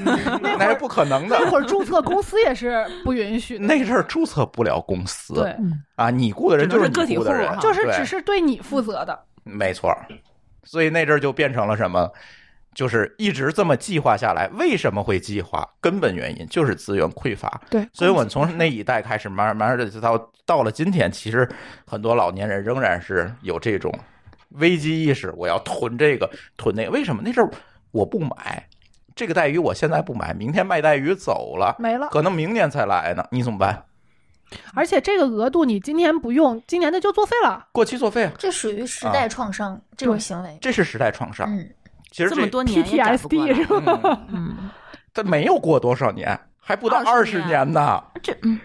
[SPEAKER 1] 那是不可能的。
[SPEAKER 3] 那 会儿注册公司也是不允许的，
[SPEAKER 1] 那阵儿注册不了公司，
[SPEAKER 3] 对，
[SPEAKER 1] 啊，你雇的人就是
[SPEAKER 4] 只能
[SPEAKER 1] 你
[SPEAKER 4] 是个体
[SPEAKER 1] 雇
[SPEAKER 4] 户
[SPEAKER 1] 的人
[SPEAKER 4] 哈，
[SPEAKER 3] 就是
[SPEAKER 1] 对
[SPEAKER 3] 只是对你负责的。
[SPEAKER 1] 没错儿，所以那阵儿就变成了什么？就是一直这么计划下来，为什么会计划？根本原因就是资源匮乏。
[SPEAKER 3] 对，嗯
[SPEAKER 1] 所以我们从那一代开始，慢慢的到到了今天，其实很多老年人仍然是有这种危机意识，我要囤这个囤那个。为什么那阵儿我不买这个带鱼？我现在不买，明天卖带鱼走了，
[SPEAKER 3] 没了，
[SPEAKER 1] 可能明年才来呢。你怎么办？
[SPEAKER 3] 而且这个额度你今年不用，今年的就作废了。
[SPEAKER 1] 过期作废啊，
[SPEAKER 2] 这属于时
[SPEAKER 1] 啊
[SPEAKER 2] 代创伤、这种
[SPEAKER 3] 对
[SPEAKER 2] 行为。
[SPEAKER 1] 这是时代创伤。
[SPEAKER 2] 嗯，
[SPEAKER 1] 其实
[SPEAKER 4] 这么多年也改不过
[SPEAKER 3] PTSD
[SPEAKER 4] 来
[SPEAKER 3] 是。吧？
[SPEAKER 1] 嗯
[SPEAKER 4] 嗯，
[SPEAKER 1] 他没有过多少年，还不到二
[SPEAKER 4] 20
[SPEAKER 1] 十
[SPEAKER 4] 年
[SPEAKER 1] 年呢，
[SPEAKER 4] 这嗯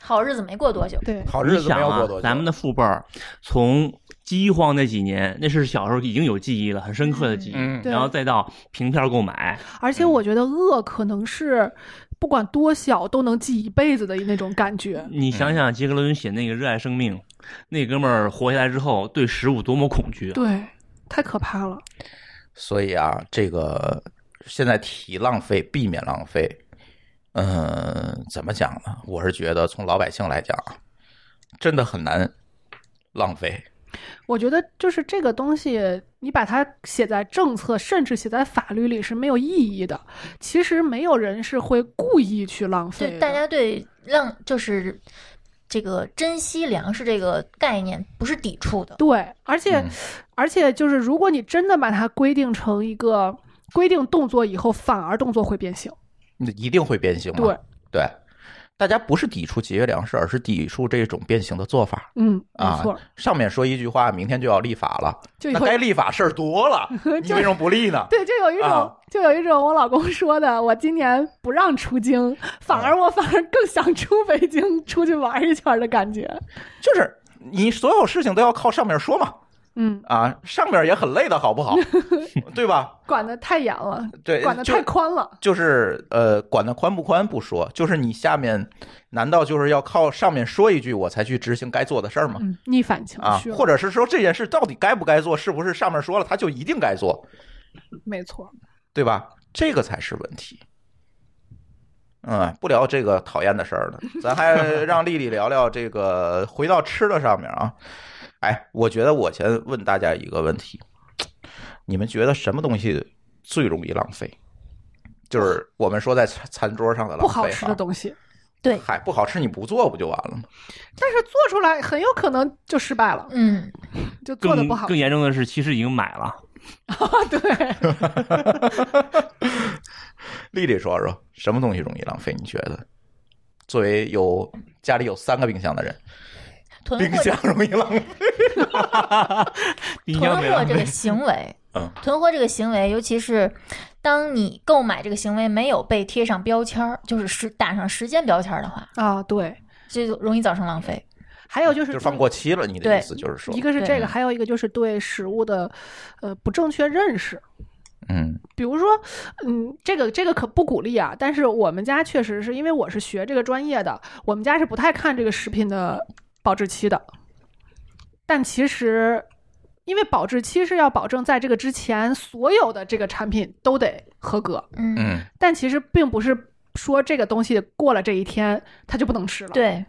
[SPEAKER 2] 好日子没过多久，
[SPEAKER 3] 对，
[SPEAKER 1] 好
[SPEAKER 5] 你
[SPEAKER 1] 日子没
[SPEAKER 5] 想
[SPEAKER 1] 有
[SPEAKER 5] 啊
[SPEAKER 1] 过多久。，
[SPEAKER 5] 咱们的父辈儿从饥荒那几年，那是小时候已经有记忆了，很深刻的记忆，
[SPEAKER 1] 嗯
[SPEAKER 3] 对
[SPEAKER 5] 然后再到凭票购买，
[SPEAKER 3] 而且我觉得饿可能是不管多小都能记一辈子的那种感觉。
[SPEAKER 5] 你
[SPEAKER 1] 嗯
[SPEAKER 5] 想想杰克伦写那个《热爱生命》，那哥们儿活下来之后对食物多么恐惧啊！
[SPEAKER 3] 对，太可怕了。
[SPEAKER 1] 所以啊，这个现在提浪费，避免浪费，嗯，怎么讲呢？我是觉得从老百姓来讲，啊真的很难浪费。
[SPEAKER 3] 我觉得就是这个东西，你把它写在政策，甚至写在法律里是没有意义的。其实没有人是会故意去浪费
[SPEAKER 2] 对
[SPEAKER 3] 的。
[SPEAKER 2] 大家对让就是这个珍惜粮食这个概念不是抵触的，
[SPEAKER 3] 对，而且、
[SPEAKER 1] 嗯
[SPEAKER 3] 而且就是，如果你真的把它规定成一个规定动作以后，反而动作会变形。
[SPEAKER 1] 那一定会变形嘛？
[SPEAKER 3] 对，
[SPEAKER 1] 对，大家不是抵触节约粮食，而是抵触这种变形的做法。
[SPEAKER 3] 嗯，没
[SPEAKER 1] 啊
[SPEAKER 3] 错，，
[SPEAKER 1] 上面说一句话，明天就要立法了，
[SPEAKER 3] 就
[SPEAKER 1] 那
[SPEAKER 3] 有
[SPEAKER 1] 该立法事儿多了，你为什么不立呢？
[SPEAKER 3] 对，就有一种、
[SPEAKER 1] 啊
[SPEAKER 3] 就有一种我老公说的，我今年不让出京，反
[SPEAKER 1] 啊
[SPEAKER 3] 而我反而更想出北京出去玩一圈的感觉。
[SPEAKER 1] 就是你所有事情都要靠上面说嘛。
[SPEAKER 3] 嗯，
[SPEAKER 1] 啊，上面也很累的，好不 好？对吧？
[SPEAKER 3] 管得太严了，
[SPEAKER 1] 对，
[SPEAKER 3] 管得
[SPEAKER 1] 就啊
[SPEAKER 3] 太宽了。
[SPEAKER 1] 就是呃，管的宽不宽不说，就是你下面难道就是要靠上面说一句我才去执行该做的事儿吗？
[SPEAKER 3] 嗯，逆反情
[SPEAKER 1] 啊
[SPEAKER 3] 绪，了，
[SPEAKER 1] 或者是说这件事到底该不该做，是不是上面说了他就一定该做，
[SPEAKER 3] 没错，
[SPEAKER 1] 对吧？这个才是问题。嗯，不聊这个讨厌的事儿了，咱 还让丽丽聊聊这个回到吃的上面啊。哎，我觉得我先问大家一个问题：你们觉得什么东西最容易浪费？就是我们说在餐餐桌上的
[SPEAKER 3] 不
[SPEAKER 1] 浪
[SPEAKER 3] 好
[SPEAKER 1] 费
[SPEAKER 3] 吃
[SPEAKER 1] 哈，
[SPEAKER 3] 的东西，
[SPEAKER 2] 对，
[SPEAKER 1] 嗨，不好吃你不做不就完了吗？
[SPEAKER 3] 但是做出来很有可能就失败了，
[SPEAKER 2] 嗯，
[SPEAKER 3] 就做的
[SPEAKER 5] 更
[SPEAKER 3] 不好
[SPEAKER 5] 更。严重的是，其实已经买了。
[SPEAKER 3] 对，
[SPEAKER 1] 丽丽说说，什么东西容易浪费？你觉得？作为有家里有三个冰箱的人，
[SPEAKER 2] 囤
[SPEAKER 1] 冰
[SPEAKER 2] 货
[SPEAKER 1] 箱容易浪费。
[SPEAKER 5] 冰箱没
[SPEAKER 2] 囤货
[SPEAKER 5] 了，
[SPEAKER 2] 这个行为，
[SPEAKER 1] 嗯
[SPEAKER 2] 囤货这个行为，尤其是当你购买这个行为没有被贴上标签儿，就是时打上时间标签儿的话，
[SPEAKER 3] 啊，对，
[SPEAKER 2] 这就容易造成浪费。
[SPEAKER 3] 还有就
[SPEAKER 1] 就
[SPEAKER 3] 是
[SPEAKER 1] 是
[SPEAKER 3] 对
[SPEAKER 1] 放过期了。你的
[SPEAKER 2] 对
[SPEAKER 1] 意思就是说
[SPEAKER 3] 一，个是
[SPEAKER 2] 对
[SPEAKER 3] 这
[SPEAKER 1] 嗯
[SPEAKER 3] 个，还有一个就是对食物的呃不正确认识。
[SPEAKER 1] 嗯
[SPEAKER 3] 比如说，嗯，这个这个可不鼓励啊。但是我们家确实是因为我是学这个专业的，我们家是不太看这个食品的保质期的。但其实，因为保质期是要保证在这个之前所有的这个产品都得合格，
[SPEAKER 2] 嗯，
[SPEAKER 1] 嗯，
[SPEAKER 3] 但其实并不是说这个东西过了这一天它就不能
[SPEAKER 1] 嗯
[SPEAKER 3] 吃了。
[SPEAKER 2] 对，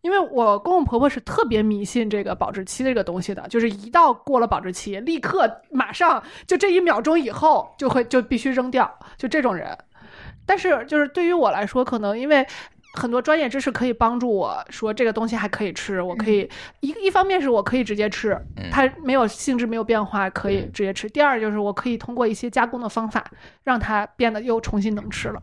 [SPEAKER 3] 因为我公公婆婆是特别迷信这个保质期这个东西的，就是一到过了保质期，立刻马上就这一秒钟以后就会就必须扔掉，就这种人。但是就是对于我来说，可能因为。很多专业知识可以帮助我说这个东西还可以吃，我可以一一方面是我可以直接吃，它没有性质没有变化，可以直接吃；第二就是我可以通过一些加工的方法让它变得又重新能吃了。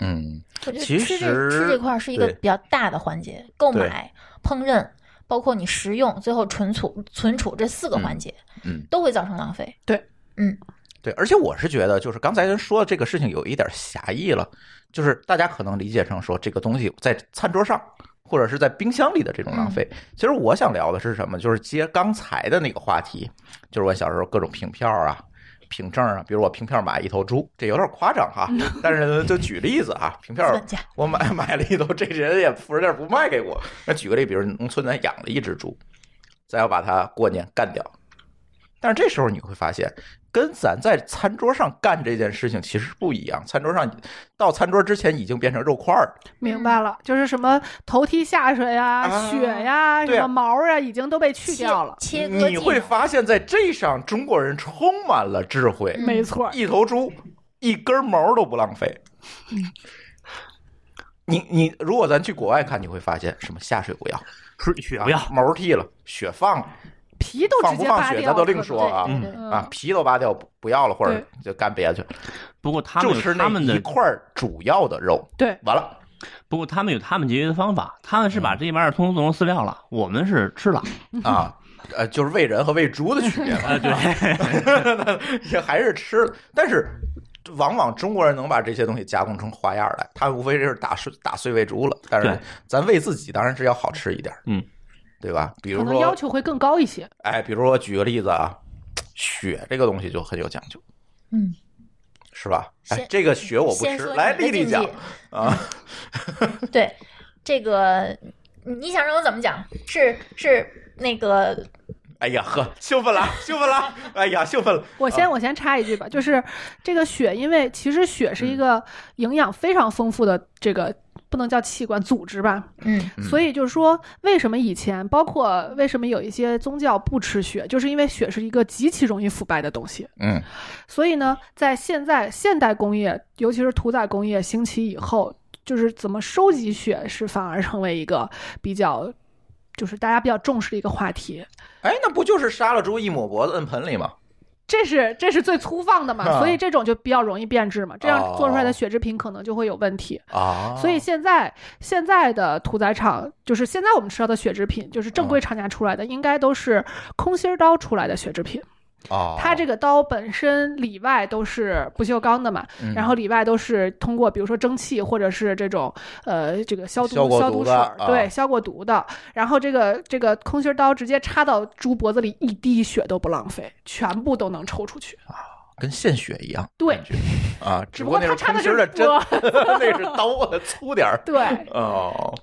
[SPEAKER 1] 嗯，
[SPEAKER 2] 我觉得
[SPEAKER 1] 其
[SPEAKER 2] 吃这吃
[SPEAKER 1] 实
[SPEAKER 2] 这块儿是一个
[SPEAKER 1] 对
[SPEAKER 2] 比较大的环节，购
[SPEAKER 1] 对
[SPEAKER 2] 买、烹饪，包括你食用，最后存储、存储这四个环节，
[SPEAKER 1] 嗯嗯
[SPEAKER 2] 都会造成浪费。
[SPEAKER 1] 对，而且我是觉得，就是刚才人说的这个事情有一点狭义了，就是大家可能理解成说这个东西在餐桌上或者是在冰箱里的这种浪费。其实我想聊的是什么，就是接刚才的那个话题，就是我小时候各种凭票啊。凭证啊，比如我凭票买一头猪，这有点夸张哈，但是呢就举例子啊，凭票
[SPEAKER 2] 资本家
[SPEAKER 1] 我买买了一头，这人也服人家不卖给我。那举个例，比如农村咱养了一只猪，咱要把它过年干掉，但是这时候你会发现，跟咱在餐桌上干这件事情其实不一样。餐桌上到餐桌之前已经变成肉块儿了，
[SPEAKER 3] 明白了，就是什么头踢下水呀、
[SPEAKER 1] 啊
[SPEAKER 3] 血呀、
[SPEAKER 1] 对
[SPEAKER 3] 什
[SPEAKER 1] 啊
[SPEAKER 3] 么毛啊，已经都被去
[SPEAKER 2] 切
[SPEAKER 3] 掉了。
[SPEAKER 2] 切割
[SPEAKER 1] 你
[SPEAKER 2] 技
[SPEAKER 1] 会
[SPEAKER 2] 能
[SPEAKER 1] 发现在这上中国人充满了智慧，
[SPEAKER 2] 嗯
[SPEAKER 3] 没错，
[SPEAKER 1] 一头猪一根毛都不浪费。
[SPEAKER 3] 嗯
[SPEAKER 1] 你你，如果咱去国外看，你会发现什么下水不要，
[SPEAKER 5] 是血啊不要，
[SPEAKER 1] 毛儿剃了，血放了
[SPEAKER 3] 皮都
[SPEAKER 1] 放
[SPEAKER 3] 直
[SPEAKER 1] 不
[SPEAKER 3] 接
[SPEAKER 1] 放
[SPEAKER 3] 扒
[SPEAKER 1] 血
[SPEAKER 3] 掉
[SPEAKER 1] 咱都
[SPEAKER 3] 了，
[SPEAKER 1] 另
[SPEAKER 3] 可
[SPEAKER 1] 说
[SPEAKER 3] 能
[SPEAKER 1] 啊
[SPEAKER 2] 对对
[SPEAKER 3] 嗯
[SPEAKER 2] 对
[SPEAKER 1] 啊，皮都扒掉不不要了，或者就干别的去，
[SPEAKER 5] 不过他
[SPEAKER 1] 就
[SPEAKER 5] 们
[SPEAKER 1] 吃
[SPEAKER 5] 有
[SPEAKER 1] 那
[SPEAKER 5] 他们
[SPEAKER 1] 一
[SPEAKER 5] 的，
[SPEAKER 1] 块儿主要的肉。
[SPEAKER 3] 对，
[SPEAKER 1] 完了，
[SPEAKER 5] 不过他们有他们节约的方法，他们是
[SPEAKER 1] 嗯
[SPEAKER 5] 把这玩意儿通通做成饲料了，我们是吃了。
[SPEAKER 1] 啊，呃，就是喂人和喂猪的区别嘛，对， 也还是吃了，但是往往中国人能把这些东西加工成花样来，他无非就是打碎打碎喂猪了，但是
[SPEAKER 5] 对
[SPEAKER 1] 咱喂自己当然是要好吃一点，
[SPEAKER 5] 嗯，
[SPEAKER 1] 对吧？比
[SPEAKER 3] 可
[SPEAKER 1] 如
[SPEAKER 3] 能要
[SPEAKER 1] 说，
[SPEAKER 3] 求会更高一些。
[SPEAKER 1] 哎，比如说我举个例子啊，血这个东西就很有讲究，
[SPEAKER 2] 嗯，
[SPEAKER 1] 是吧？哎
[SPEAKER 2] 先，
[SPEAKER 1] 这个血我不
[SPEAKER 2] 先
[SPEAKER 1] 吃
[SPEAKER 2] 说，
[SPEAKER 1] 来
[SPEAKER 2] 你的
[SPEAKER 1] 丽丽
[SPEAKER 2] 禁
[SPEAKER 1] 讲
[SPEAKER 2] 忌
[SPEAKER 1] 啊，
[SPEAKER 2] 对，这个你你想让我怎么讲？是是那个
[SPEAKER 1] 哎呀呵，兴奋了，兴奋了，哎呀，兴奋了，
[SPEAKER 3] 我先我先插一句
[SPEAKER 1] 嗯
[SPEAKER 3] 吧，就是这个血，因为其实血是一个营养非常丰富的这个。不能叫器官组织吧，
[SPEAKER 2] 嗯
[SPEAKER 1] 嗯
[SPEAKER 3] 所以就是说，为什么以前包括为什么有一些宗教不吃血，就是因为血是一个极其容易腐败的东西。
[SPEAKER 1] 嗯
[SPEAKER 3] 所以呢，在现在现代工业，尤其是屠宰工业兴起以后，就是怎么收集血是反而成为一个比较，就是大家比较重视的一个话题。
[SPEAKER 1] 哎，那不就是杀了猪一抹脖子摁盆里吗？
[SPEAKER 3] 这是这是最粗放的嘛，
[SPEAKER 1] 啊
[SPEAKER 3] 所以这种就比较容易变质嘛，这样
[SPEAKER 1] 哦
[SPEAKER 3] 做出来的血制品可能就会有问题。
[SPEAKER 1] 啊，
[SPEAKER 3] 所以现在现在的屠宰场，就是现在我们吃到的血制品，就是正
[SPEAKER 1] 嗯
[SPEAKER 3] 规厂家出来的，应该都是空心儿刀出来的血制品。
[SPEAKER 1] 哦，
[SPEAKER 3] 它这个刀本身里外都是不锈钢的嘛，
[SPEAKER 1] 嗯
[SPEAKER 3] 然后里外都是通过比如说蒸汽或者是这种呃这个消毒
[SPEAKER 1] 消过
[SPEAKER 3] 消
[SPEAKER 1] 毒
[SPEAKER 3] 毒
[SPEAKER 1] 的
[SPEAKER 3] 水儿，
[SPEAKER 1] 啊
[SPEAKER 3] 对，消过毒的。然后这个这个空心儿刀直接插到猪脖子里，一滴血都不浪费，全部都能抽出去。
[SPEAKER 1] 跟献血一样，
[SPEAKER 3] 对
[SPEAKER 1] 感觉啊，
[SPEAKER 3] 只
[SPEAKER 1] 只
[SPEAKER 3] 不
[SPEAKER 1] 不
[SPEAKER 3] 过
[SPEAKER 1] 过
[SPEAKER 3] 它
[SPEAKER 1] 那是
[SPEAKER 3] 插的
[SPEAKER 1] 空
[SPEAKER 3] 是
[SPEAKER 1] 心儿的针，
[SPEAKER 3] 脖
[SPEAKER 1] 那是刀，粗点儿。
[SPEAKER 3] 对
[SPEAKER 1] 哦，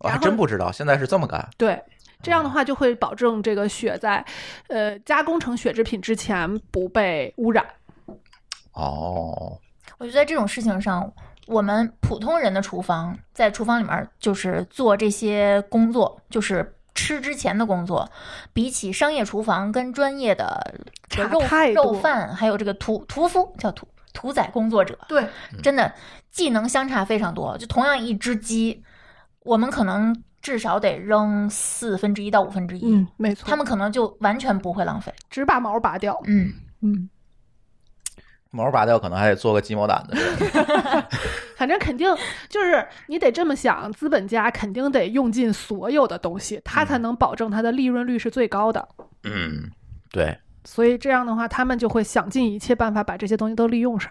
[SPEAKER 1] 我还
[SPEAKER 3] 然后
[SPEAKER 1] 真不知道，现在是这么干。
[SPEAKER 3] 对。这样的话，就会保证这个血在，呃，加工成血制品之前不被污染。
[SPEAKER 1] 哦，
[SPEAKER 2] 我觉得在这种事情上，我们普通人的厨房在厨房里面就是做这些工作，就是吃之前的工作，比起商业厨房跟专业的这个
[SPEAKER 3] 差
[SPEAKER 2] 肉
[SPEAKER 3] 太多
[SPEAKER 2] 肉贩，还有这个屠屠夫叫屠屠宰工作者，
[SPEAKER 3] 对，
[SPEAKER 2] 真的技能相差非常多。就同样一只鸡，我们可能至少得扔四分之一到五分之一，
[SPEAKER 3] 嗯，没错。
[SPEAKER 2] 他们可能就完全不会浪费。
[SPEAKER 3] 只把毛拔掉，
[SPEAKER 2] 嗯，
[SPEAKER 3] 嗯，
[SPEAKER 1] 毛拔掉可能还得做个鸡毛掸 子，
[SPEAKER 3] 反正肯定就是你得这么想，资本家肯定得用尽所有的东西，他才能保证他的利润率是最高的。
[SPEAKER 1] 嗯，对。
[SPEAKER 3] 所以这样的话，他们就会想尽一切办法把这些东西都利用上。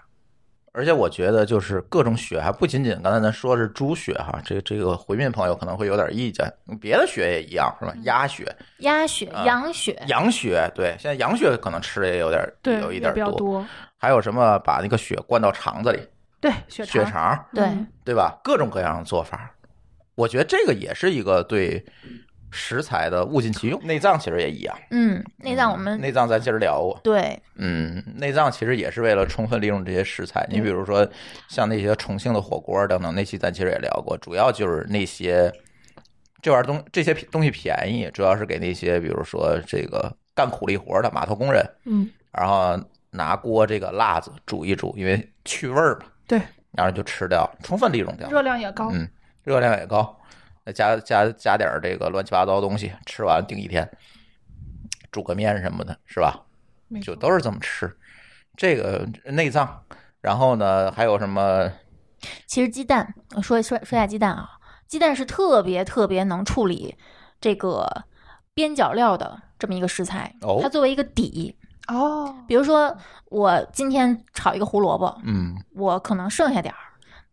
[SPEAKER 1] 而且我觉得，就是各种血，还不仅仅刚才咱说是猪血哈，这这个回民朋友可能会有点意见，别的血也一样是吧？
[SPEAKER 3] 嗯
[SPEAKER 1] 鸭血、
[SPEAKER 2] 鸭血、
[SPEAKER 1] 啊
[SPEAKER 2] 羊血，
[SPEAKER 1] 羊血，对，现在羊血可能吃的也有点
[SPEAKER 3] 对，
[SPEAKER 1] 有一
[SPEAKER 3] 也
[SPEAKER 1] 点
[SPEAKER 3] 比较
[SPEAKER 1] 多，
[SPEAKER 3] 多。
[SPEAKER 1] 还有什么把那个血灌到肠子里，
[SPEAKER 3] 对，血
[SPEAKER 1] 血
[SPEAKER 3] 肠，
[SPEAKER 1] 肠，
[SPEAKER 2] 对。
[SPEAKER 3] 嗯
[SPEAKER 1] 对吧？各种各样的做法，我觉得这个也是一个对食材的物尽其用。内脏其实也一样，
[SPEAKER 2] 嗯，内脏我们、
[SPEAKER 1] 内脏咱今儿聊过，
[SPEAKER 2] 对，
[SPEAKER 1] 嗯，内脏其实也是为了充分利用这些食材。你比如说像那些重庆的火锅等等，那期咱其实也聊过，主要就是那些这玩意儿东这些东西便宜，主要是给那些比如说这个干苦力活的码头工人，
[SPEAKER 3] 嗯，
[SPEAKER 1] 然后拿锅这个辣子煮一煮，因为去味儿嘛，
[SPEAKER 3] 对，
[SPEAKER 1] 然后就吃掉，充分利用掉。
[SPEAKER 3] 热量也高。
[SPEAKER 1] 嗯，热量也高，再加加加点儿这个乱七八糟东西，吃完顶一天，煮个面什么的，是吧？
[SPEAKER 3] 没
[SPEAKER 1] 就
[SPEAKER 3] 错
[SPEAKER 1] 都是这么吃。这个内脏，然后呢，还有什么
[SPEAKER 2] 其实鸡蛋，我说说说下鸡蛋啊，鸡蛋是特别特别能处理这个边角料的这么一个食材。
[SPEAKER 1] 哦
[SPEAKER 2] 它作为一个底，
[SPEAKER 3] 哦，
[SPEAKER 2] 比如说我今天炒一个胡萝卜，
[SPEAKER 1] 嗯，
[SPEAKER 2] 我可能剩下点儿，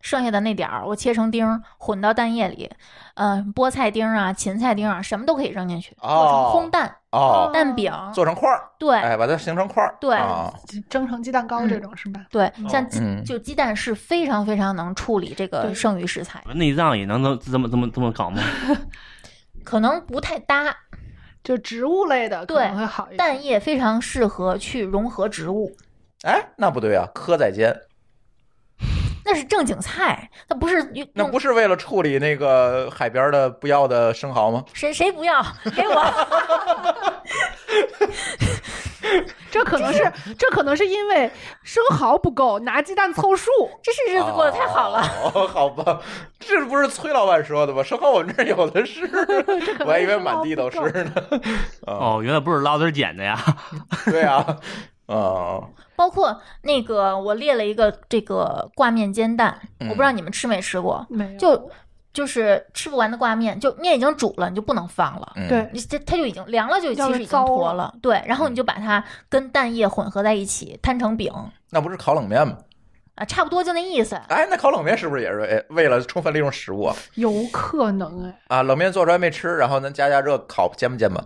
[SPEAKER 2] 剩下的那点儿我切成丁儿，混到蛋液里，呃，菠菜丁儿啊、芹菜丁儿啊，什么都可以扔进去，做成
[SPEAKER 1] 哦
[SPEAKER 2] 烘蛋、
[SPEAKER 1] 哦，
[SPEAKER 2] 蛋饼。
[SPEAKER 1] 做成块儿，
[SPEAKER 2] 对，
[SPEAKER 1] 哎，把它形成块儿，
[SPEAKER 2] 对
[SPEAKER 1] 啊
[SPEAKER 3] 蒸成鸡蛋糕这种是吧？
[SPEAKER 2] 对，
[SPEAKER 5] 哦
[SPEAKER 2] 像鸡、
[SPEAKER 1] 嗯
[SPEAKER 2] 就鸡蛋是非常非常能处理这个
[SPEAKER 3] 对
[SPEAKER 2] 剩余食材，
[SPEAKER 5] 内脏也能这么这么这么搞吗？
[SPEAKER 2] 可能不太搭，
[SPEAKER 3] 就植物类的可
[SPEAKER 2] 对
[SPEAKER 3] 能会好一点。
[SPEAKER 2] 蛋液非常适合去融合植物，
[SPEAKER 1] 哎，那不对啊，磕在肩，
[SPEAKER 2] 那是正经菜，那不是用
[SPEAKER 1] 那不是为了处理那个海边的不要的生蚝吗？
[SPEAKER 2] 谁谁不要给我，
[SPEAKER 3] 这可能是这可能是因为生蚝不够，拿鸡蛋凑数。
[SPEAKER 2] 这是日子过得太好了。
[SPEAKER 1] 哦， 好吧，这不是崔老板说的吗？生蚝我们这儿有的 是，
[SPEAKER 3] 可能是
[SPEAKER 1] 我还以为满地都是呢。啊，
[SPEAKER 5] 哦，原来不是捞的是捡的呀。
[SPEAKER 1] 对 啊，啊，
[SPEAKER 2] 包括那个我列了一个这个挂面煎蛋，
[SPEAKER 1] 嗯
[SPEAKER 2] 我不知道你们吃没吃过，
[SPEAKER 3] 没有
[SPEAKER 2] 就就是吃不完的挂面，就面已经煮了，你就不能放了。
[SPEAKER 1] 嗯
[SPEAKER 3] 对，
[SPEAKER 2] 你这它就已经凉了，就其
[SPEAKER 3] 要是
[SPEAKER 2] 实已经
[SPEAKER 3] 糟
[SPEAKER 2] 坨
[SPEAKER 3] 了嗯
[SPEAKER 2] 了。对，然后你就把它跟蛋液混合在一起，摊成饼
[SPEAKER 1] 那不是烤冷面吗？
[SPEAKER 2] 啊，差不多就那意思。
[SPEAKER 1] 哎，那烤冷面是不是也是哎为了充分利用食物啊？
[SPEAKER 3] 有可能哎，
[SPEAKER 1] 啊，冷面做出来没吃，然后咱加加热烤，煎吧煎吧，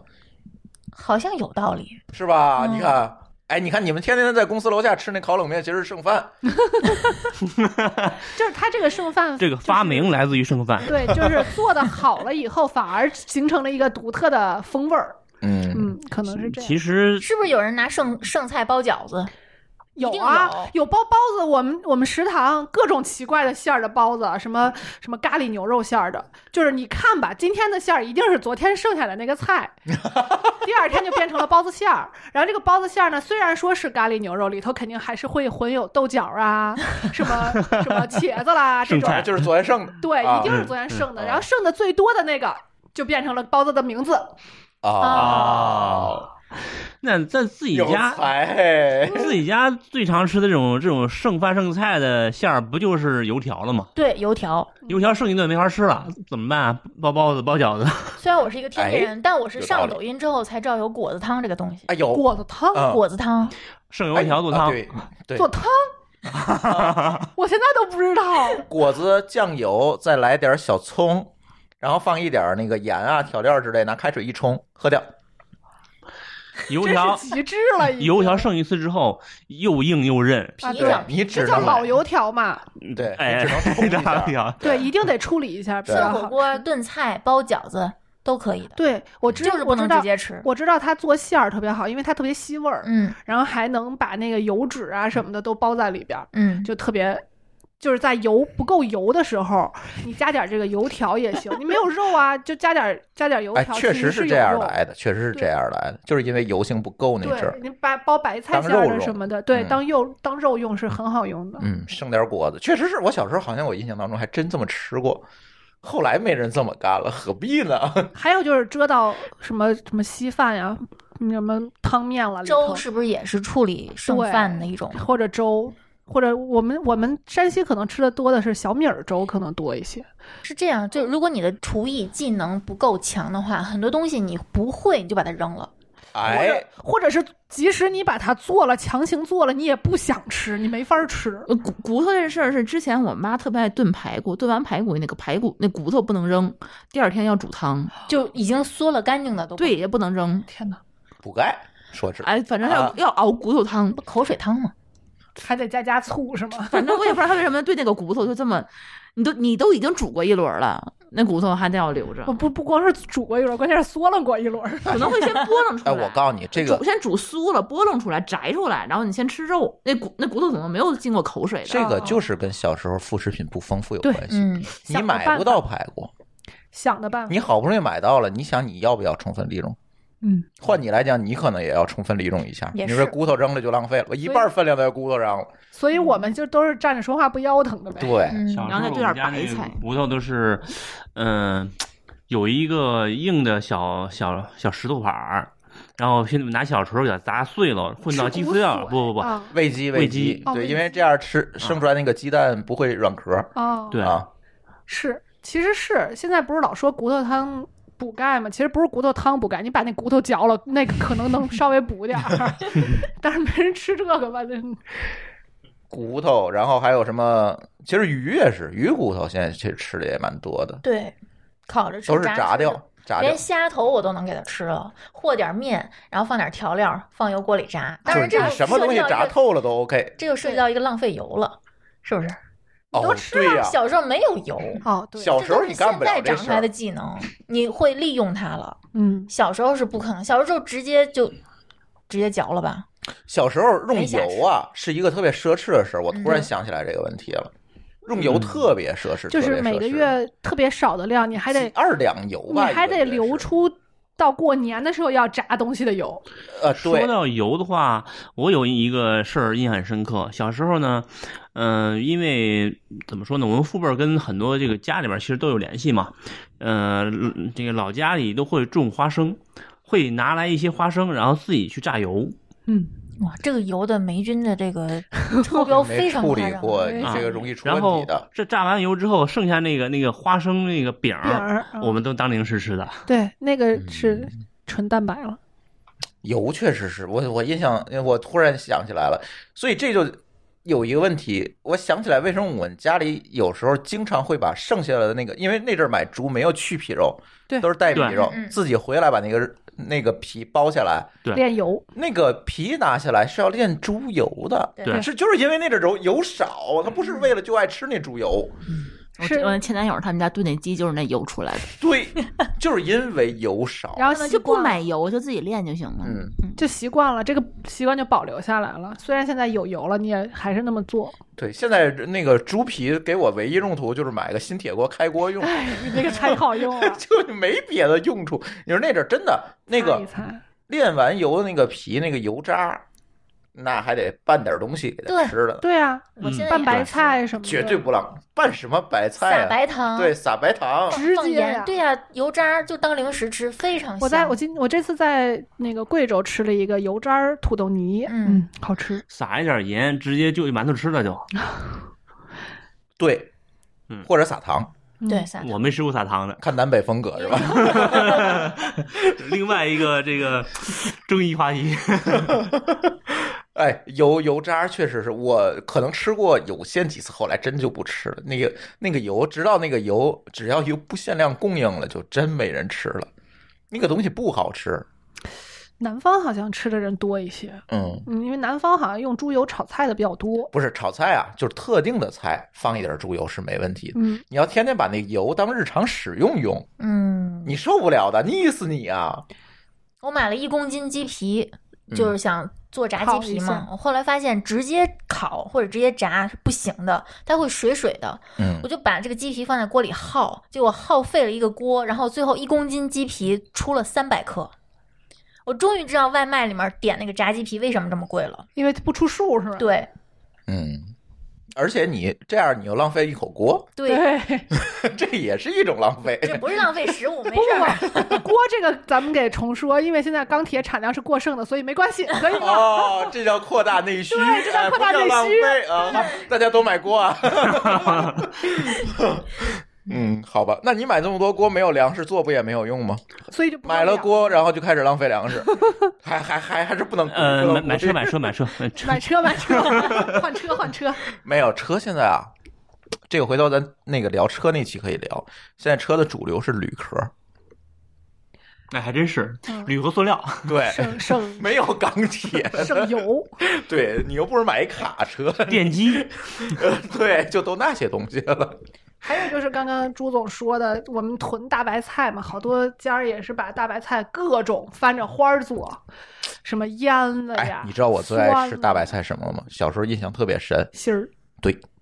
[SPEAKER 2] 好像有道理，
[SPEAKER 1] 是吧？
[SPEAKER 2] 嗯
[SPEAKER 1] 你看。哎，你看你们天天在公司楼下吃那烤冷面，其实是剩饭。
[SPEAKER 3] 就是它这个 剩饭
[SPEAKER 5] 这个发明来自于剩饭，
[SPEAKER 3] 对，就是做的好了以后，反而形成了一个独特的风味儿。
[SPEAKER 1] 嗯，
[SPEAKER 3] 嗯，可能是这样。
[SPEAKER 5] 其实
[SPEAKER 2] 是不是有人拿剩剩菜包饺子？
[SPEAKER 3] 有
[SPEAKER 2] 定
[SPEAKER 3] 啊，有包包子，我们我们食堂各种奇怪的馅儿的包子，啊什么什么咖喱牛肉馅儿的，就是你看吧，今天的馅儿一定是昨天剩下的那个菜，第二天就变成了包子馅儿。然后这个包子馅儿呢，虽然说是咖喱牛肉，里头肯定还是会混有豆角啊，什么什么茄子啦这
[SPEAKER 5] 剩
[SPEAKER 3] 种
[SPEAKER 5] 菜，
[SPEAKER 1] 嗯就是昨天剩的。
[SPEAKER 3] 对，
[SPEAKER 1] 啊
[SPEAKER 3] 一定是昨天剩的。
[SPEAKER 1] 嗯
[SPEAKER 3] 然后剩的最多的那个就变成了包子的名字。
[SPEAKER 5] 啊
[SPEAKER 1] 哦，
[SPEAKER 5] 那在自己
[SPEAKER 1] 啊有哎
[SPEAKER 5] 家
[SPEAKER 1] 才嘿，
[SPEAKER 5] 自己家最常吃的这种这种剩饭剩菜的馅儿，不就是油条了吗？
[SPEAKER 2] 对，油条。
[SPEAKER 4] 嗯
[SPEAKER 5] 油条剩一顿没法吃了，怎么办啊？包包子、包饺子，
[SPEAKER 2] 虽然我是一个天津
[SPEAKER 1] 哎
[SPEAKER 2] 人，但我是
[SPEAKER 1] 有道
[SPEAKER 2] 上
[SPEAKER 1] 理
[SPEAKER 2] 抖音之后才知道有果子汤这个东西。
[SPEAKER 1] 哎有
[SPEAKER 3] 果子汤，
[SPEAKER 1] 嗯
[SPEAKER 2] 果子汤，
[SPEAKER 5] 剩油
[SPEAKER 1] 哎
[SPEAKER 5] 条做
[SPEAKER 1] 啊
[SPEAKER 5] 汤。
[SPEAKER 1] 对对，
[SPEAKER 3] 做汤， 我现在都不知道。
[SPEAKER 1] 果子酱油，再来点小葱，然后放一点那个盐啊、调料之类，拿开水一冲，喝掉。
[SPEAKER 5] 油
[SPEAKER 3] 真
[SPEAKER 5] 条
[SPEAKER 3] 是极致了已经，
[SPEAKER 5] 油条剩一次之后又硬又韧，
[SPEAKER 3] 啊
[SPEAKER 2] 皮
[SPEAKER 3] 对
[SPEAKER 2] 上
[SPEAKER 1] 你只
[SPEAKER 3] 这叫
[SPEAKER 1] 能
[SPEAKER 3] 老油条嘛？
[SPEAKER 1] 对，
[SPEAKER 5] 哎，
[SPEAKER 1] 你只能冲一
[SPEAKER 5] 大
[SPEAKER 1] 下。
[SPEAKER 5] 条
[SPEAKER 3] 对，一定得处理一下，比
[SPEAKER 1] 对
[SPEAKER 3] 较
[SPEAKER 2] 涮火
[SPEAKER 3] 好。
[SPEAKER 2] 锅、炖菜、包饺子都可以的，
[SPEAKER 3] 啊对，我知
[SPEAKER 2] 就是不
[SPEAKER 3] 我知
[SPEAKER 2] 能
[SPEAKER 3] 道
[SPEAKER 2] 直，接吃。
[SPEAKER 3] 我知道它做馅儿特别好，因为它特别吸味儿，
[SPEAKER 2] 嗯
[SPEAKER 3] 然后还能把那个油脂啊什么的都包在里边儿，
[SPEAKER 2] 嗯，
[SPEAKER 3] 就特别。就是在油不够油的时候，你加点这个油条也行。你没有肉啊，就加点加点油
[SPEAKER 1] 哎，
[SPEAKER 3] 条。
[SPEAKER 1] 确
[SPEAKER 3] 其
[SPEAKER 1] 实
[SPEAKER 3] 是
[SPEAKER 1] 是这样
[SPEAKER 3] 有肉
[SPEAKER 1] 来的，确实是
[SPEAKER 3] 对
[SPEAKER 1] 这样来的，就是因为油性不够那阵
[SPEAKER 3] 对
[SPEAKER 1] 儿，，
[SPEAKER 3] 你把包白菜
[SPEAKER 1] 当
[SPEAKER 3] 馅
[SPEAKER 1] 肉
[SPEAKER 3] 儿的
[SPEAKER 1] 用
[SPEAKER 3] 什么的，对，
[SPEAKER 1] 嗯
[SPEAKER 3] 当肉当肉用是很好用的。
[SPEAKER 1] 嗯，剩点果子，确实是我小时候好像我印象当中还真这么吃过，后来没人这么干了，何必呢？
[SPEAKER 3] 还有就是遮到什么什么稀饭呀，什么汤面了，里头
[SPEAKER 2] 粥是不是也是处理剩
[SPEAKER 3] 对
[SPEAKER 2] 饭的一种？
[SPEAKER 3] 或者粥，或者我们我们山西可能吃的多的是小米儿粥，可能多一些。
[SPEAKER 2] 是这样，就如果你的厨艺技能不够强的话，很多东西你不会，你就把它扔了。
[SPEAKER 3] 或
[SPEAKER 1] 哎
[SPEAKER 3] 者，或者是即使你把它做了，强行做了，你也不想吃，你没法儿吃。
[SPEAKER 4] 呃骨骨头这事儿是之前我妈特别爱炖排骨，炖完排骨那个排骨那骨头不能扔，第二天要煮汤，
[SPEAKER 1] 哦
[SPEAKER 2] 就已经缩了干净的都不
[SPEAKER 4] 对也不能扔。
[SPEAKER 3] 天哪，
[SPEAKER 1] 补钙，说是
[SPEAKER 4] 哎，反正要、
[SPEAKER 1] 啊
[SPEAKER 4] 要熬骨头 汤，
[SPEAKER 2] 不口水汤嘛，
[SPEAKER 3] 还得加加醋是吗？
[SPEAKER 4] 反正我也不知道她为什么对那个骨头就这么，你都你都已经煮过一轮了，那骨头还得要留着
[SPEAKER 1] 哦
[SPEAKER 3] 我，不不光是煮过一轮，关键是缩楞过一轮。
[SPEAKER 4] 可能会先拨弄出
[SPEAKER 1] 哎，
[SPEAKER 4] 来。
[SPEAKER 1] 我告诉你，这个
[SPEAKER 4] 煮先煮酥了，拨弄出来，摘出来，然后你先吃肉。那骨那骨头怎么没有经过口水的？
[SPEAKER 1] 这个就是跟小时候副食品不丰富有
[SPEAKER 3] 哦对
[SPEAKER 1] 关系。
[SPEAKER 2] 嗯，
[SPEAKER 1] 你买不到排骨，
[SPEAKER 3] 想的办法，
[SPEAKER 1] 你好不容易买到了，你想你要不要充分利用？
[SPEAKER 3] 嗯，
[SPEAKER 1] 换你来讲，你可能也要充分利用一下。
[SPEAKER 2] 也
[SPEAKER 1] 你
[SPEAKER 2] 是
[SPEAKER 1] 说骨头扔了就浪费了，我一半分量都在骨头上了。
[SPEAKER 3] 所以我们就都是站着说话不腰疼的呗。
[SPEAKER 1] 对，
[SPEAKER 2] 嗯，
[SPEAKER 5] 小时
[SPEAKER 4] 然后
[SPEAKER 5] 候
[SPEAKER 4] 再兑
[SPEAKER 5] 我
[SPEAKER 4] 点
[SPEAKER 5] 们家
[SPEAKER 4] 白
[SPEAKER 5] 那个
[SPEAKER 4] 菜
[SPEAKER 5] 骨头都是，嗯、有一个硬的小小小石头板儿，然后现在拿小锤儿给它砸碎了，混到
[SPEAKER 3] 吃
[SPEAKER 5] 鸡
[SPEAKER 3] 骨
[SPEAKER 5] 饲料，不
[SPEAKER 3] 髓
[SPEAKER 5] 不不，
[SPEAKER 3] 啊
[SPEAKER 1] 喂鸡
[SPEAKER 5] 喂
[SPEAKER 1] 鸡
[SPEAKER 5] 鸡，啊
[SPEAKER 3] 哦喂
[SPEAKER 1] 对，
[SPEAKER 3] 鸡
[SPEAKER 1] 因为这样吃生出来那个鸡蛋不会软壳
[SPEAKER 3] 哦，
[SPEAKER 5] 对
[SPEAKER 1] 啊。
[SPEAKER 3] 是，其实是现在不是老说骨头汤补钙吗？其实不是骨头汤补钙，你把那骨头嚼了，那个可能能稍微补点儿， 但是没人吃这个吧？那
[SPEAKER 1] 骨头，然后还有什么？其实鱼也是，鱼骨头现在其实吃的也蛮多的，
[SPEAKER 2] 对，烤着吃，
[SPEAKER 1] 都是
[SPEAKER 2] 炸
[SPEAKER 1] 炸
[SPEAKER 2] 吃
[SPEAKER 1] 掉，炸掉
[SPEAKER 2] 连。虾头我都能给它吃了，和点面，然后放点调料，放油锅里炸。当然，
[SPEAKER 1] 就
[SPEAKER 2] 这
[SPEAKER 1] 是
[SPEAKER 2] 个
[SPEAKER 1] 你什么东西炸透了都 OK。
[SPEAKER 2] 这就涉及到一个浪费油了，是不是？
[SPEAKER 1] 哦，对呀、
[SPEAKER 2] 小时候没有油，
[SPEAKER 3] 哦，对，
[SPEAKER 1] 小时候
[SPEAKER 2] 这都是
[SPEAKER 1] 你干不了
[SPEAKER 2] 现在
[SPEAKER 1] 这
[SPEAKER 2] 长
[SPEAKER 1] 事
[SPEAKER 2] 出来
[SPEAKER 1] 儿
[SPEAKER 2] 的。技能，你会利用它了。
[SPEAKER 3] 嗯，
[SPEAKER 2] 小时候是不可能，小时候就直接就直接嚼了吧？
[SPEAKER 1] 小时候用
[SPEAKER 2] 没下
[SPEAKER 1] 油啊，是一个特别奢侈的事儿。我突然
[SPEAKER 2] 嗯
[SPEAKER 1] 想起来这个问题了，用油
[SPEAKER 5] 嗯
[SPEAKER 1] 特别奢侈，
[SPEAKER 3] 就
[SPEAKER 1] 特别
[SPEAKER 3] 是每
[SPEAKER 1] 奢
[SPEAKER 3] 个
[SPEAKER 1] 侈
[SPEAKER 3] 月特别少的量，你还得
[SPEAKER 1] 几二两油
[SPEAKER 3] 你
[SPEAKER 1] 吧，
[SPEAKER 3] 还
[SPEAKER 1] 一个
[SPEAKER 3] 得
[SPEAKER 1] 月是。
[SPEAKER 3] 留出到过年的时候要炸东西的油。
[SPEAKER 1] 呃，
[SPEAKER 5] 说
[SPEAKER 1] 对，
[SPEAKER 5] 到油的话，我有一个事儿印象很深刻。小时候呢，嗯、因为怎么说呢，我们父辈儿跟很多这个家里边儿其实都有联系嘛，呃，这个老家里都会种花生，会拿来一些花生，然后自己去榨油。
[SPEAKER 3] 嗯，
[SPEAKER 2] 哇，这个油的霉菌的这 个超标
[SPEAKER 1] 没
[SPEAKER 2] 非常
[SPEAKER 1] 处
[SPEAKER 2] 夸
[SPEAKER 1] 理
[SPEAKER 2] 张。
[SPEAKER 1] 过，
[SPEAKER 3] 对
[SPEAKER 1] 你嗯这个容易出
[SPEAKER 5] 啊然
[SPEAKER 1] 问
[SPEAKER 5] 后
[SPEAKER 1] 题的。
[SPEAKER 5] 这榨完油之后，剩下那个那个花生那个饼
[SPEAKER 1] 啊
[SPEAKER 3] 饼
[SPEAKER 5] 儿，啊
[SPEAKER 3] 儿，嗯
[SPEAKER 1] 哦
[SPEAKER 5] 我们都当零食吃的。
[SPEAKER 3] 对那个
[SPEAKER 1] 嗯
[SPEAKER 3] 是纯蛋白了。
[SPEAKER 1] 油确实是我我印象，我突然想起来了，所以这就有一个问题，我想起来为什么我们家里有时候经常会把剩下的那个，因为那阵儿买猪没有去皮肉，
[SPEAKER 3] 对
[SPEAKER 1] 都是带皮
[SPEAKER 5] 对
[SPEAKER 1] 肉
[SPEAKER 2] 嗯嗯，
[SPEAKER 1] 自己回来把那个那个皮剥下来，
[SPEAKER 5] 对
[SPEAKER 3] 炼油，
[SPEAKER 1] 那个皮拿下来是要炼猪油的，
[SPEAKER 5] 对
[SPEAKER 1] 是就是因为那阵儿油油少，他不是为了就爱吃那猪油，
[SPEAKER 4] 我
[SPEAKER 3] 是
[SPEAKER 4] 我前男友他们家炖那鸡就是那油出来的，
[SPEAKER 1] 对，就是因为油少，
[SPEAKER 3] 然后
[SPEAKER 4] 可能
[SPEAKER 3] 习
[SPEAKER 4] 就不
[SPEAKER 3] 惯了
[SPEAKER 4] 买油，就自己练就行了。
[SPEAKER 1] 嗯，
[SPEAKER 3] 就习惯了，这个习惯就保留下来了。虽然现在有油了，你也还是那 么做。
[SPEAKER 1] 对，现在那个猪皮给我唯一用途就是买个新铁锅开锅用。。
[SPEAKER 3] 哎，那个太好用啊了
[SPEAKER 1] 就没别的用处。 你说那阵儿真的 那
[SPEAKER 3] 擦一
[SPEAKER 1] 个
[SPEAKER 3] 擦
[SPEAKER 1] 炼完油的那个皮那个油渣，那还得拌点东西给它
[SPEAKER 2] 对
[SPEAKER 1] 吃了呢，
[SPEAKER 3] 对啊，
[SPEAKER 2] 我现在
[SPEAKER 3] 拌
[SPEAKER 2] 也
[SPEAKER 3] 白
[SPEAKER 2] 是
[SPEAKER 3] 菜什么
[SPEAKER 1] 嗯
[SPEAKER 3] 的，
[SPEAKER 1] 绝对不浪拌什么白菜
[SPEAKER 2] 撒
[SPEAKER 1] 啊？
[SPEAKER 2] 白糖，
[SPEAKER 1] 对，撒白糖
[SPEAKER 2] 放，
[SPEAKER 3] 直
[SPEAKER 2] 放
[SPEAKER 3] 接呀
[SPEAKER 2] 盐，对呀、油渣儿就当零食吃，非常香。
[SPEAKER 3] 我在我今我这次在那个贵州吃了一个油渣儿土豆泥，
[SPEAKER 2] 嗯，
[SPEAKER 3] 好吃。
[SPEAKER 5] 撒一点盐，直接就馒头吃了就。
[SPEAKER 1] 对
[SPEAKER 5] 嗯，
[SPEAKER 1] 或者撒糖，
[SPEAKER 3] 嗯
[SPEAKER 2] 对，撒
[SPEAKER 5] 我没吃过撒糖的。
[SPEAKER 1] 看南北风嗯
[SPEAKER 2] 哎
[SPEAKER 1] 格是吧？
[SPEAKER 5] 另外一个这个争议话题，
[SPEAKER 1] 哎，油油渣确实是我可能吃过有限几次，后来真就不吃了。那个那个油，直到那个油只要油不限量供应了，就真没人吃了。那个东西不好吃，
[SPEAKER 3] 南方好像吃的人多一些，
[SPEAKER 1] 嗯，
[SPEAKER 3] 嗯，因为南方好像用猪油炒菜的比较多。
[SPEAKER 1] 不是炒菜啊，就是特定的菜放一点猪油是没问题的。
[SPEAKER 3] 嗯，
[SPEAKER 1] 你要天天把那油当日常使用用，
[SPEAKER 2] 嗯，
[SPEAKER 1] 你受不了的，腻死你啊！
[SPEAKER 2] 我买了一公斤鸡皮，
[SPEAKER 1] 嗯
[SPEAKER 2] 就是想做炸
[SPEAKER 3] 烤
[SPEAKER 2] 鸡
[SPEAKER 3] 一
[SPEAKER 2] 皮
[SPEAKER 3] 下
[SPEAKER 2] 嘛。我后来发现直接烤或者直接炸是不行的，它会水水的。
[SPEAKER 1] 嗯
[SPEAKER 2] 我，就把这个鸡皮放在锅里耗，结果耗费了一个锅，然后最后一公斤鸡皮出了三百克。我终于知道外卖里面点那个炸鸡皮为什么这么贵了。
[SPEAKER 3] 因为不出数是吧？
[SPEAKER 2] 对
[SPEAKER 1] 嗯，而且你这样你又浪费一口锅，
[SPEAKER 2] 对，
[SPEAKER 3] 对，
[SPEAKER 1] 这也是一种浪费。
[SPEAKER 2] 这不是浪费食物，没
[SPEAKER 3] 不
[SPEAKER 2] 事儿。
[SPEAKER 3] 不不，锅这个咱们给重说，因为现在钢铁产量是过剩的，所以没关系，可以了。
[SPEAKER 1] 哦，这叫扩大内需，
[SPEAKER 3] 对这叫扩大内
[SPEAKER 1] 哎
[SPEAKER 3] 需
[SPEAKER 1] 不叫浪费啊！大家都买锅啊。 嗯，好吧，那你买这么多锅没有粮食做不也没有用吗？
[SPEAKER 3] 所以就不
[SPEAKER 1] 买了
[SPEAKER 3] 要
[SPEAKER 1] 锅，然后就开始浪费粮食，还还还还是不 能
[SPEAKER 5] 呃，
[SPEAKER 1] 不
[SPEAKER 5] 买
[SPEAKER 1] 能
[SPEAKER 5] 买车买车买车买车，
[SPEAKER 3] 买车买 车换车换车，
[SPEAKER 1] 没有车现在啊，这个回头咱那个聊车那期可以聊。现在车的主流是铝壳，
[SPEAKER 5] 哎，还真是
[SPEAKER 3] 嗯
[SPEAKER 5] 铝和塑 料。
[SPEAKER 1] 对，
[SPEAKER 3] 省 省
[SPEAKER 1] 没有钢铁，
[SPEAKER 3] 省油。
[SPEAKER 1] 对你又不是买一卡车，
[SPEAKER 5] 电机，
[SPEAKER 1] 对，就都那些东西了。
[SPEAKER 3] 还有就是刚刚朱总说的，我们囤大白菜嘛，好多家儿也是把大白菜各种翻着花儿做，什么腌了
[SPEAKER 1] 哎
[SPEAKER 3] 呀，
[SPEAKER 1] 你，知道我最爱
[SPEAKER 3] 酸
[SPEAKER 1] 吃
[SPEAKER 3] 了
[SPEAKER 1] 大白菜什么吗？小时候印象特别深，
[SPEAKER 3] 心儿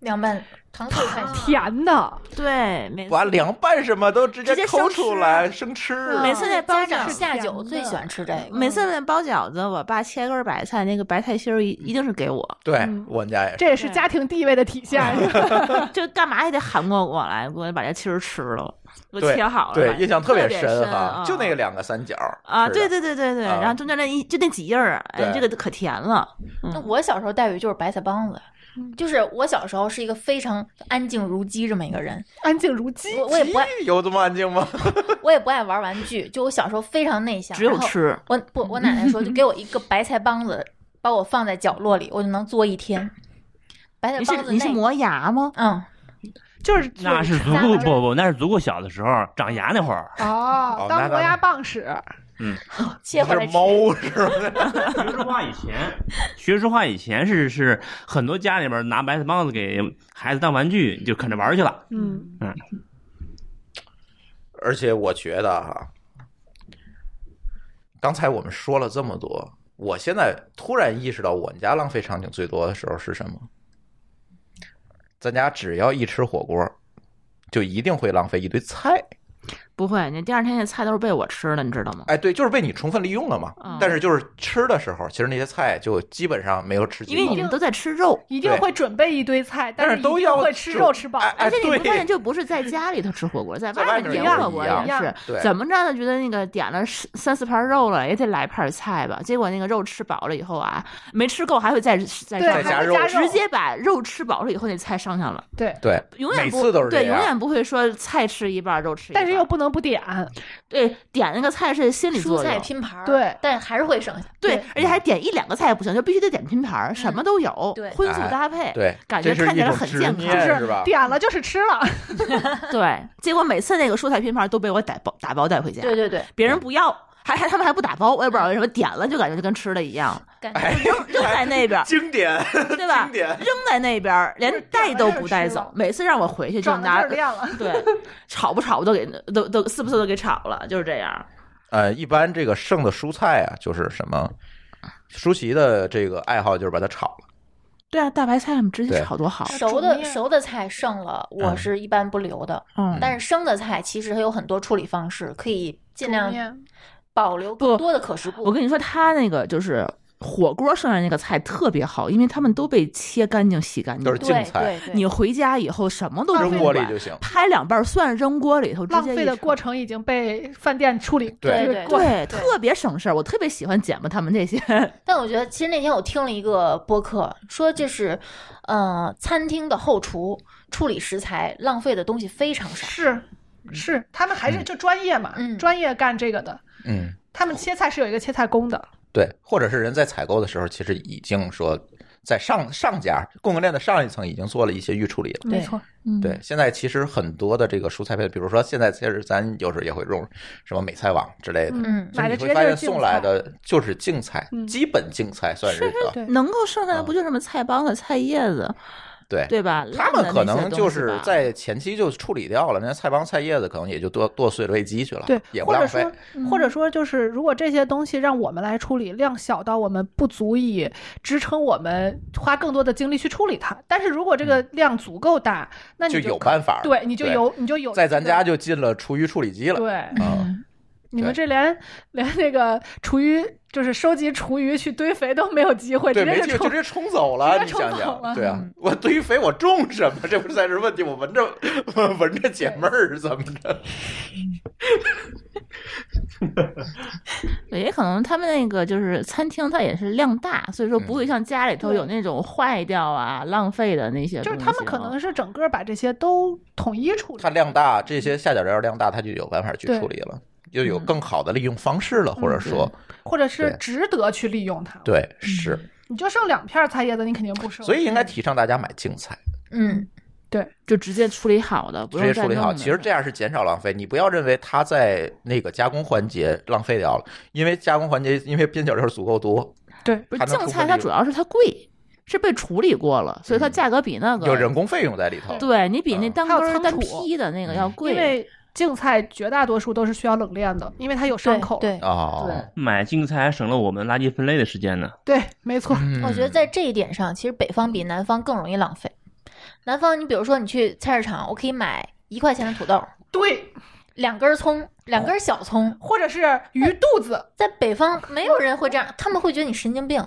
[SPEAKER 2] 凉拌糖醋菜啊心
[SPEAKER 3] 甜的，
[SPEAKER 4] 对，每
[SPEAKER 1] 把凉拌什么都直接
[SPEAKER 4] 直接
[SPEAKER 1] 抠
[SPEAKER 4] 生
[SPEAKER 1] 出
[SPEAKER 4] 吃
[SPEAKER 1] 来生
[SPEAKER 2] 嗯
[SPEAKER 1] 吃，
[SPEAKER 4] 每次那
[SPEAKER 2] 家
[SPEAKER 4] 包
[SPEAKER 2] 长
[SPEAKER 4] 饺
[SPEAKER 2] 吃
[SPEAKER 4] 子
[SPEAKER 2] 下
[SPEAKER 3] 甜
[SPEAKER 2] 酒最
[SPEAKER 3] 的
[SPEAKER 2] 喜欢吃这个，
[SPEAKER 4] 每
[SPEAKER 1] 嗯
[SPEAKER 4] 次那包饺子，我爸切根白菜，那个白菜心儿一一定是给我，
[SPEAKER 1] 对
[SPEAKER 3] 嗯
[SPEAKER 1] 我们家也是。
[SPEAKER 3] 这也是家庭地位的体现。
[SPEAKER 1] 嗯
[SPEAKER 4] 就干嘛也得喊过我来，给我把这心儿吃了，给我
[SPEAKER 1] 对
[SPEAKER 4] 切好了，
[SPEAKER 1] 对，印象特别
[SPEAKER 4] 深
[SPEAKER 1] 哈，就那个
[SPEAKER 4] 个
[SPEAKER 1] 两个三角
[SPEAKER 4] 啊，
[SPEAKER 1] 是
[SPEAKER 4] 对
[SPEAKER 1] 的
[SPEAKER 4] 对对对对，
[SPEAKER 1] 啊
[SPEAKER 4] 然后中间那一就那几页儿，哎，
[SPEAKER 1] 对
[SPEAKER 4] 这个可甜了，
[SPEAKER 2] 那我小时候待遇就是白菜帮子
[SPEAKER 3] 嗯。
[SPEAKER 2] 就是我小时候是一个非常安静如鸡这么一个人，
[SPEAKER 3] 安静如鸡，
[SPEAKER 2] 我我也不爱
[SPEAKER 1] 有这么安静吗？
[SPEAKER 2] 我也不爱玩玩具，就我小时候非常内向，
[SPEAKER 4] 只有
[SPEAKER 2] 然后
[SPEAKER 4] 吃，
[SPEAKER 2] 我不，我奶奶说，就给我一个白菜帮子，把我放在角落里，我就能作一天。白菜
[SPEAKER 4] 你
[SPEAKER 2] 帮
[SPEAKER 4] 是
[SPEAKER 2] 子
[SPEAKER 4] 你是
[SPEAKER 2] 那
[SPEAKER 4] 磨牙吗？
[SPEAKER 2] 嗯，
[SPEAKER 3] 就是
[SPEAKER 5] 那是足够不不，那是足够小的时候长牙那会儿，
[SPEAKER 3] 哦
[SPEAKER 1] 哦，那
[SPEAKER 3] 当磨牙
[SPEAKER 1] 咱
[SPEAKER 3] 棒使，
[SPEAKER 2] 切回来
[SPEAKER 1] 是
[SPEAKER 2] 吃
[SPEAKER 1] 猫是吧？
[SPEAKER 5] 学实话以前，学实话以前是是很多家里边拿白菜帮子给孩子当玩具，就啃着玩去了。
[SPEAKER 3] 嗯，
[SPEAKER 1] 而且我觉得哈，刚才我们说了这么多，我现在突然意识到，我们家浪费场景最多的时候是什么？咱家只要一吃火锅，就一定会浪费一堆菜。
[SPEAKER 4] 不会，你第二天那菜都是被我吃的，你知道吗？
[SPEAKER 1] 哎，对，就是被你充分利用了嘛。
[SPEAKER 4] 嗯
[SPEAKER 1] 但是就是吃的时候，其实那些菜就基本上没有吃进
[SPEAKER 4] 因
[SPEAKER 1] 去。
[SPEAKER 4] 为你们都在吃肉，
[SPEAKER 3] 一定
[SPEAKER 1] 对
[SPEAKER 3] 会准备一堆菜，
[SPEAKER 1] 但是
[SPEAKER 3] 是
[SPEAKER 1] 都
[SPEAKER 3] 一定
[SPEAKER 1] 要
[SPEAKER 3] 会吃
[SPEAKER 1] 煮
[SPEAKER 3] 肉吃饱。
[SPEAKER 1] 哎哎
[SPEAKER 4] 而且你会
[SPEAKER 1] 对
[SPEAKER 4] 发现，这不是在家里头吃火锅，在
[SPEAKER 1] 在外
[SPEAKER 4] 面
[SPEAKER 1] 面
[SPEAKER 4] 点
[SPEAKER 3] 也是
[SPEAKER 4] 火
[SPEAKER 1] 一
[SPEAKER 4] 锅
[SPEAKER 1] 样
[SPEAKER 4] 也是
[SPEAKER 1] 对，
[SPEAKER 4] 怎么着呢？觉得那个点了十三四盘肉了，也得来盘菜吧。结果那个肉吃饱了以后啊，没吃够还会再再
[SPEAKER 3] 对，
[SPEAKER 1] 哎再
[SPEAKER 3] 还
[SPEAKER 1] 加
[SPEAKER 3] 会
[SPEAKER 1] 肉
[SPEAKER 3] 加
[SPEAKER 4] 直接把肉吃饱了以后那菜上上了，
[SPEAKER 3] 对，
[SPEAKER 1] 对，
[SPEAKER 4] 永远
[SPEAKER 1] 每
[SPEAKER 4] 不
[SPEAKER 1] 次都是这
[SPEAKER 4] 对，
[SPEAKER 1] 样
[SPEAKER 4] 永远不会说菜吃一半肉吃一半，
[SPEAKER 3] 但是又不能不点，
[SPEAKER 1] 哎
[SPEAKER 4] 对点那个菜是心理
[SPEAKER 2] 蔬
[SPEAKER 4] 作
[SPEAKER 2] 菜
[SPEAKER 4] 用。
[SPEAKER 2] 拼盘儿，
[SPEAKER 3] 对
[SPEAKER 2] 但还是会剩下。
[SPEAKER 4] 对，而且还点一两个菜不行，就必须得点拼盘儿，什么
[SPEAKER 3] 嗯
[SPEAKER 4] 都有，
[SPEAKER 2] 对
[SPEAKER 4] 荤素搭配，
[SPEAKER 1] 哎对，
[SPEAKER 4] 感觉
[SPEAKER 1] 这是
[SPEAKER 4] 看起
[SPEAKER 1] 一
[SPEAKER 4] 来
[SPEAKER 1] 种
[SPEAKER 4] 很
[SPEAKER 1] 执
[SPEAKER 4] 健康
[SPEAKER 1] 念
[SPEAKER 3] 就是
[SPEAKER 1] 吧？
[SPEAKER 3] 点了就是吃了。
[SPEAKER 4] 对，结果每次那个蔬菜拼盘都被我打包打包带回家，
[SPEAKER 2] 对对对，
[SPEAKER 4] 别人不要，还还他们还不打包，我也不知道为什么，点了就感觉就跟吃的一样，
[SPEAKER 2] 感
[SPEAKER 1] 哎，
[SPEAKER 2] 觉
[SPEAKER 4] 扔在那边
[SPEAKER 1] 经典，
[SPEAKER 4] 对吧
[SPEAKER 1] 经？典
[SPEAKER 4] 扔在那边，连带都不带
[SPEAKER 3] 就是点了就是吃了
[SPEAKER 4] 走，每次让我回去就
[SPEAKER 3] 长得
[SPEAKER 4] 拿，
[SPEAKER 3] 就是亮了
[SPEAKER 4] 对，炒不炒不都给都都是不是都给炒了，就是这样。
[SPEAKER 1] 呃，一般这个剩的蔬菜啊，就是什么，舒淇的这个爱好就是把它炒了。
[SPEAKER 4] 对啊，大白菜我们直
[SPEAKER 1] 对
[SPEAKER 4] 接炒多好，
[SPEAKER 2] 熟
[SPEAKER 3] 煮
[SPEAKER 2] 的
[SPEAKER 3] 面
[SPEAKER 2] 熟的菜剩了，我
[SPEAKER 1] 嗯
[SPEAKER 2] 是一般不留的。
[SPEAKER 4] 嗯
[SPEAKER 2] 但是生的菜其实它有很多处理方式，可以尽量保留
[SPEAKER 4] 不
[SPEAKER 2] 更多的可食部
[SPEAKER 4] 我。跟你说，他那个就是火锅剩下那个菜特别好，因为他们都被切干净、洗干净。
[SPEAKER 1] 都是净
[SPEAKER 2] 对
[SPEAKER 1] 菜
[SPEAKER 2] 对对，
[SPEAKER 4] 你回家以后什么都
[SPEAKER 1] 扔
[SPEAKER 4] 不
[SPEAKER 1] 锅里
[SPEAKER 4] 管
[SPEAKER 1] 就行
[SPEAKER 4] 拍两瓣蒜扔锅里头，直
[SPEAKER 3] 浪
[SPEAKER 4] 接
[SPEAKER 3] 费
[SPEAKER 4] 一
[SPEAKER 3] 的
[SPEAKER 4] 炒
[SPEAKER 3] 过程已经被饭店处理
[SPEAKER 1] 对
[SPEAKER 3] 就是
[SPEAKER 2] 对
[SPEAKER 3] 过
[SPEAKER 2] 对
[SPEAKER 4] 对，特别省事儿。我特别喜欢剪吧他们这 些，
[SPEAKER 2] 但我觉得，其实那天我听了一个播客，说这是，呃，餐厅的后厨处理食材浪费的东西非常少。
[SPEAKER 3] 是是，他们还是就专业嘛
[SPEAKER 2] 嗯，
[SPEAKER 3] 专业干这个的，
[SPEAKER 1] 嗯，
[SPEAKER 3] 他们切菜是有一个切菜工的，
[SPEAKER 1] 对，或者是人在采购的时候，其实已经说在上上家供应链的上一层已经做了一些预处理了。
[SPEAKER 2] 对
[SPEAKER 3] 没错，
[SPEAKER 1] 对，现在其实很多的这个蔬菜配，比如说现在其实咱有时候也会用什么美菜网之类的，
[SPEAKER 2] 嗯
[SPEAKER 1] 就
[SPEAKER 3] 买
[SPEAKER 1] 你
[SPEAKER 3] 的直
[SPEAKER 1] 会
[SPEAKER 3] 接
[SPEAKER 1] 发
[SPEAKER 3] 就
[SPEAKER 1] 现
[SPEAKER 3] 是净
[SPEAKER 1] 送来
[SPEAKER 3] 菜。
[SPEAKER 1] 的就是净菜，
[SPEAKER 3] 嗯
[SPEAKER 1] 基本净菜算是一个。
[SPEAKER 3] 对
[SPEAKER 4] 能够
[SPEAKER 1] 啊
[SPEAKER 4] 剩下的不就什么菜帮子、菜叶子，
[SPEAKER 1] 对
[SPEAKER 4] 对吧？
[SPEAKER 1] 他
[SPEAKER 4] 烂
[SPEAKER 1] 们
[SPEAKER 4] 的
[SPEAKER 1] 可
[SPEAKER 4] 那些
[SPEAKER 1] 能就
[SPEAKER 4] 东西
[SPEAKER 1] 是
[SPEAKER 4] 吧
[SPEAKER 1] 在前期就处理掉了，那菜帮菜叶子可能也就剁剁碎了喂鸡去了，
[SPEAKER 3] 对，
[SPEAKER 1] 也不
[SPEAKER 3] 或者
[SPEAKER 1] 浪费
[SPEAKER 3] 说。，或者说，就是如果这些东西让我们来处理，量小到我们不足以支撑我们花更多的精力去处理它。但是如果这个量足够大，那你
[SPEAKER 1] 嗯就有
[SPEAKER 3] 可
[SPEAKER 1] 办法了
[SPEAKER 3] 对，你就
[SPEAKER 1] 对
[SPEAKER 3] 有，你就有
[SPEAKER 1] 在
[SPEAKER 3] 这
[SPEAKER 1] 咱
[SPEAKER 3] 个
[SPEAKER 1] 家就进了厨余处理机了。
[SPEAKER 3] 对，
[SPEAKER 1] 嗯，
[SPEAKER 3] 你
[SPEAKER 1] 对
[SPEAKER 3] 们这连连那个厨余，就是收集厨余去堆肥都没有机会，
[SPEAKER 1] 对，
[SPEAKER 3] 直
[SPEAKER 1] 没
[SPEAKER 3] 接
[SPEAKER 1] 机会
[SPEAKER 3] 就
[SPEAKER 1] 就
[SPEAKER 3] 冲
[SPEAKER 1] 直接冲走了。
[SPEAKER 3] 直
[SPEAKER 1] 你
[SPEAKER 3] 接
[SPEAKER 1] 想
[SPEAKER 3] 冲走
[SPEAKER 1] 想，
[SPEAKER 3] 了嗯
[SPEAKER 1] 对啊，我堆肥我种什么？这不是才是问题。我闻着闻着解闷儿怎么着？
[SPEAKER 4] 对也可能他们那个就是餐厅，它也是量大，所以说
[SPEAKER 1] 嗯
[SPEAKER 4] 不会像家里头有那种坏掉啊、浪费的那些
[SPEAKER 3] 就
[SPEAKER 4] 东
[SPEAKER 3] 是
[SPEAKER 4] 西啊。
[SPEAKER 3] 他们可能是整个把这些都统一处理
[SPEAKER 1] 它。量大，这些下脚料量大，它就有办法去
[SPEAKER 3] 对嗯
[SPEAKER 1] 处理了，就有更好的利用方式了，或者说，
[SPEAKER 3] 或者是
[SPEAKER 1] 对
[SPEAKER 3] 值得去利用它。，
[SPEAKER 1] 对，是，
[SPEAKER 3] 你就剩两片菜叶子，你肯定不剩。
[SPEAKER 1] 所以应该提倡大家买净菜，
[SPEAKER 2] 嗯，
[SPEAKER 4] 就直接处理好的，不
[SPEAKER 1] 直
[SPEAKER 4] 用
[SPEAKER 1] 接
[SPEAKER 4] 再
[SPEAKER 1] 处理好。
[SPEAKER 4] 弄的
[SPEAKER 1] 其实这样是减少浪费，你不要认为它在那个加工环节浪费掉了，因为加工环节因为边角料足够多，
[SPEAKER 3] 对，
[SPEAKER 4] 不是
[SPEAKER 1] 还能
[SPEAKER 4] 净
[SPEAKER 1] 出
[SPEAKER 4] 菜，
[SPEAKER 1] 分
[SPEAKER 4] 它
[SPEAKER 1] 利
[SPEAKER 4] 主
[SPEAKER 1] 润
[SPEAKER 4] 要是它贵，是被处理过了，所以它
[SPEAKER 1] 嗯
[SPEAKER 4] 价格比那个
[SPEAKER 1] 有人工费用在里头。
[SPEAKER 4] 对你比那
[SPEAKER 1] 嗯
[SPEAKER 4] 单
[SPEAKER 3] 还有
[SPEAKER 4] 根儿
[SPEAKER 3] 仓
[SPEAKER 4] 单
[SPEAKER 3] 储
[SPEAKER 4] 批的那个要贵。
[SPEAKER 3] 因为净菜绝大多数都是需要冷链的，因为它有伤
[SPEAKER 2] 对
[SPEAKER 3] 口。
[SPEAKER 2] 对，
[SPEAKER 1] 哦，
[SPEAKER 5] 买净菜还省了我们垃圾分类的时间呢。
[SPEAKER 3] 对，没错。
[SPEAKER 1] 嗯
[SPEAKER 2] 我觉得在这一点上，其实北方比南方更容易浪费。南方，你比如说你去菜市场，我可以买一块钱的土豆，
[SPEAKER 3] 对，
[SPEAKER 2] 两根葱，两根小葱。
[SPEAKER 3] 或者是鱼肚子，
[SPEAKER 2] 在北方，没有人会这样，他们会觉得你神经病。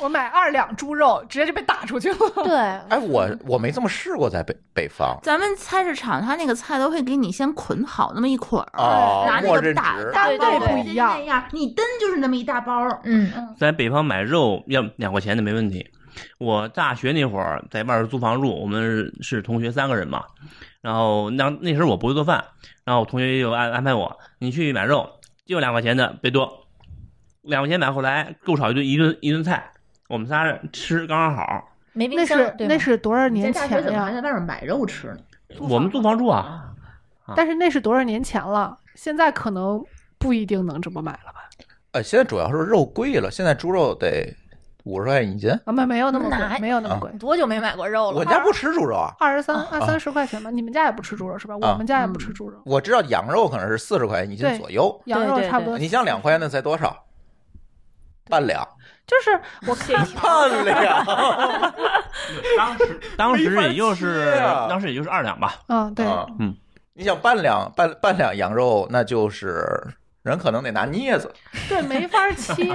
[SPEAKER 3] 我买二两猪肉，直接就被打出去了。
[SPEAKER 2] 对，
[SPEAKER 1] 哎，我我没这么试过，在北北方
[SPEAKER 4] 咱们菜市场，它那个菜都会给你先捆好那么一捆儿，
[SPEAKER 1] 哦
[SPEAKER 4] 拿，那
[SPEAKER 1] 默
[SPEAKER 4] 个
[SPEAKER 1] 认
[SPEAKER 4] 大
[SPEAKER 1] 值
[SPEAKER 4] 大
[SPEAKER 2] 对
[SPEAKER 4] 包
[SPEAKER 2] 对对
[SPEAKER 4] 就是
[SPEAKER 3] 不一样
[SPEAKER 4] 那样，你蹬就是那么一大包儿。
[SPEAKER 2] 嗯，
[SPEAKER 5] 在北方买肉要两块钱的没问题。我大学那会儿在外边租房住，我们是同学三个人嘛，然后那那时候我不会做饭，然后我同学就安安排我，你去买肉，就两块钱的，别多，两块钱买回来够炒一顿一顿一顿菜，我们仨人吃刚刚好。
[SPEAKER 2] 没
[SPEAKER 3] 那
[SPEAKER 2] 冰箱
[SPEAKER 3] 是，
[SPEAKER 2] 对吧
[SPEAKER 3] 那是多少年
[SPEAKER 4] 在大学
[SPEAKER 3] 前
[SPEAKER 4] 怎么还
[SPEAKER 3] 呀？
[SPEAKER 4] 在外面买肉吃呢？
[SPEAKER 5] 我们租房住啊，
[SPEAKER 3] 但是那是多少年前了，现在可能不一定能这么买了吧？
[SPEAKER 1] 呃，现在主要是肉贵了，现在猪肉得五十块钱一斤。
[SPEAKER 3] 啊，没没有那么
[SPEAKER 2] 哪
[SPEAKER 3] 贵，没有那么贵，
[SPEAKER 2] 多久没买过肉了？
[SPEAKER 1] 我家不吃猪肉啊，
[SPEAKER 3] 二十三二三十块钱吧。你们家也不吃猪肉是吧？我们家也不吃猪肉，
[SPEAKER 1] 我知道羊肉可能是四十块钱一斤
[SPEAKER 3] 对
[SPEAKER 1] 左右。
[SPEAKER 3] 羊
[SPEAKER 2] 对
[SPEAKER 3] 肉
[SPEAKER 2] 对
[SPEAKER 3] 差不多。
[SPEAKER 1] 你像两块钱那才多少？半 两，
[SPEAKER 3] 就是我看
[SPEAKER 1] 半两。
[SPEAKER 5] 当时当时也就
[SPEAKER 1] 没
[SPEAKER 5] 是
[SPEAKER 1] 法切啊
[SPEAKER 5] 当时也就是二两吧，
[SPEAKER 3] 嗯，对，
[SPEAKER 1] 啊
[SPEAKER 5] 嗯，
[SPEAKER 1] 你想半两半半两羊肉，那就是人可能得拿镊子。
[SPEAKER 3] 对，没法儿切。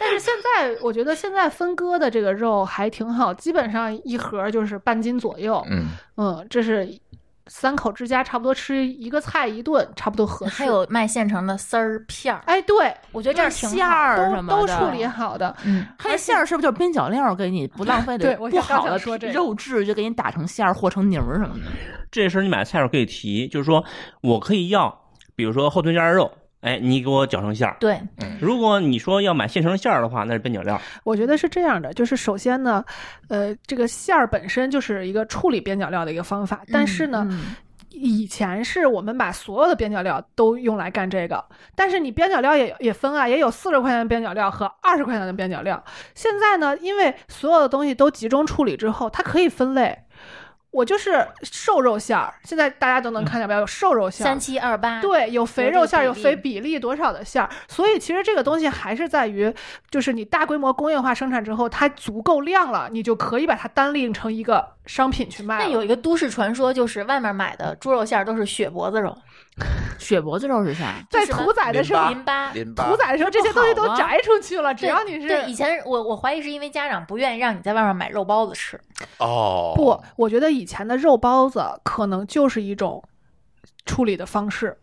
[SPEAKER 3] 但是现在，我觉得现在分割的这个肉还挺好，基本上一盒儿就是半斤左右。
[SPEAKER 1] 嗯，
[SPEAKER 3] 嗯，这是三口之家差不多吃一个菜一顿，差不多合适。
[SPEAKER 2] 还，有卖现成的丝儿片儿，
[SPEAKER 3] 哎，对，
[SPEAKER 2] 我觉得这样挺
[SPEAKER 4] 馅
[SPEAKER 2] 好。
[SPEAKER 4] 儿什
[SPEAKER 3] 都
[SPEAKER 4] 么
[SPEAKER 3] 都
[SPEAKER 4] 的
[SPEAKER 3] 处理好的。
[SPEAKER 2] 嗯，
[SPEAKER 4] 它那馅儿是不是就是边角料儿给你不浪费的
[SPEAKER 3] 对我
[SPEAKER 4] 不
[SPEAKER 3] 想刚
[SPEAKER 4] 好的
[SPEAKER 3] 想说这个
[SPEAKER 4] 肉质就给你打成馅儿和成泥儿什么的？
[SPEAKER 5] 这时候你买菜时候可以提，就是说我可以要，比如说后臀夹肉，哎，你给我绞成馅儿。
[SPEAKER 2] 对，
[SPEAKER 5] 如果你说要买现成馅儿的话，那是边角料。
[SPEAKER 3] 我觉得是这样的，就是首先呢，呃，这个馅儿本身就是一个处理边角料的一个方法，但是呢，
[SPEAKER 4] 嗯
[SPEAKER 3] 以前是我们把所有的边角料都用来干这个，但是你边角料也也分啊，也有四十块钱的边角料和二十块钱的边角料。现在呢，因为所有的东西都集中处理之后，它可以分类。我就是瘦肉馅儿，现在大家
[SPEAKER 4] 嗯
[SPEAKER 3] 都能看见没有？有瘦肉馅儿
[SPEAKER 2] 三，七二八，
[SPEAKER 3] 对，有肥肉馅儿，
[SPEAKER 2] 有
[SPEAKER 3] 有
[SPEAKER 2] 啊这个比例
[SPEAKER 3] 肥比例多少的馅儿，所以其实这个东西还是在于，就是你大规模工业化生产之后，它足够量了，你就可以把它单拎成一个商品去卖
[SPEAKER 2] 但
[SPEAKER 3] 了。
[SPEAKER 2] 有一个都市传说，就是外面买的猪肉馅儿都是血脖子肉，
[SPEAKER 4] 血脖子肉是啥？
[SPEAKER 3] 在
[SPEAKER 2] 就是
[SPEAKER 3] 屠宰的时候，
[SPEAKER 2] 淋巴。
[SPEAKER 1] 啊淋巴
[SPEAKER 3] 屠宰的时候这些东西
[SPEAKER 4] 不好
[SPEAKER 3] 都
[SPEAKER 4] 吗
[SPEAKER 3] 摘出去了，只
[SPEAKER 2] 对
[SPEAKER 3] 要你
[SPEAKER 2] 对以
[SPEAKER 3] 是。
[SPEAKER 2] 前我我怀疑是因为家长不愿意让你在外面买肉包子吃，
[SPEAKER 1] 哦，
[SPEAKER 3] 不，我觉得以前的肉包子可能就是一种处理的方式，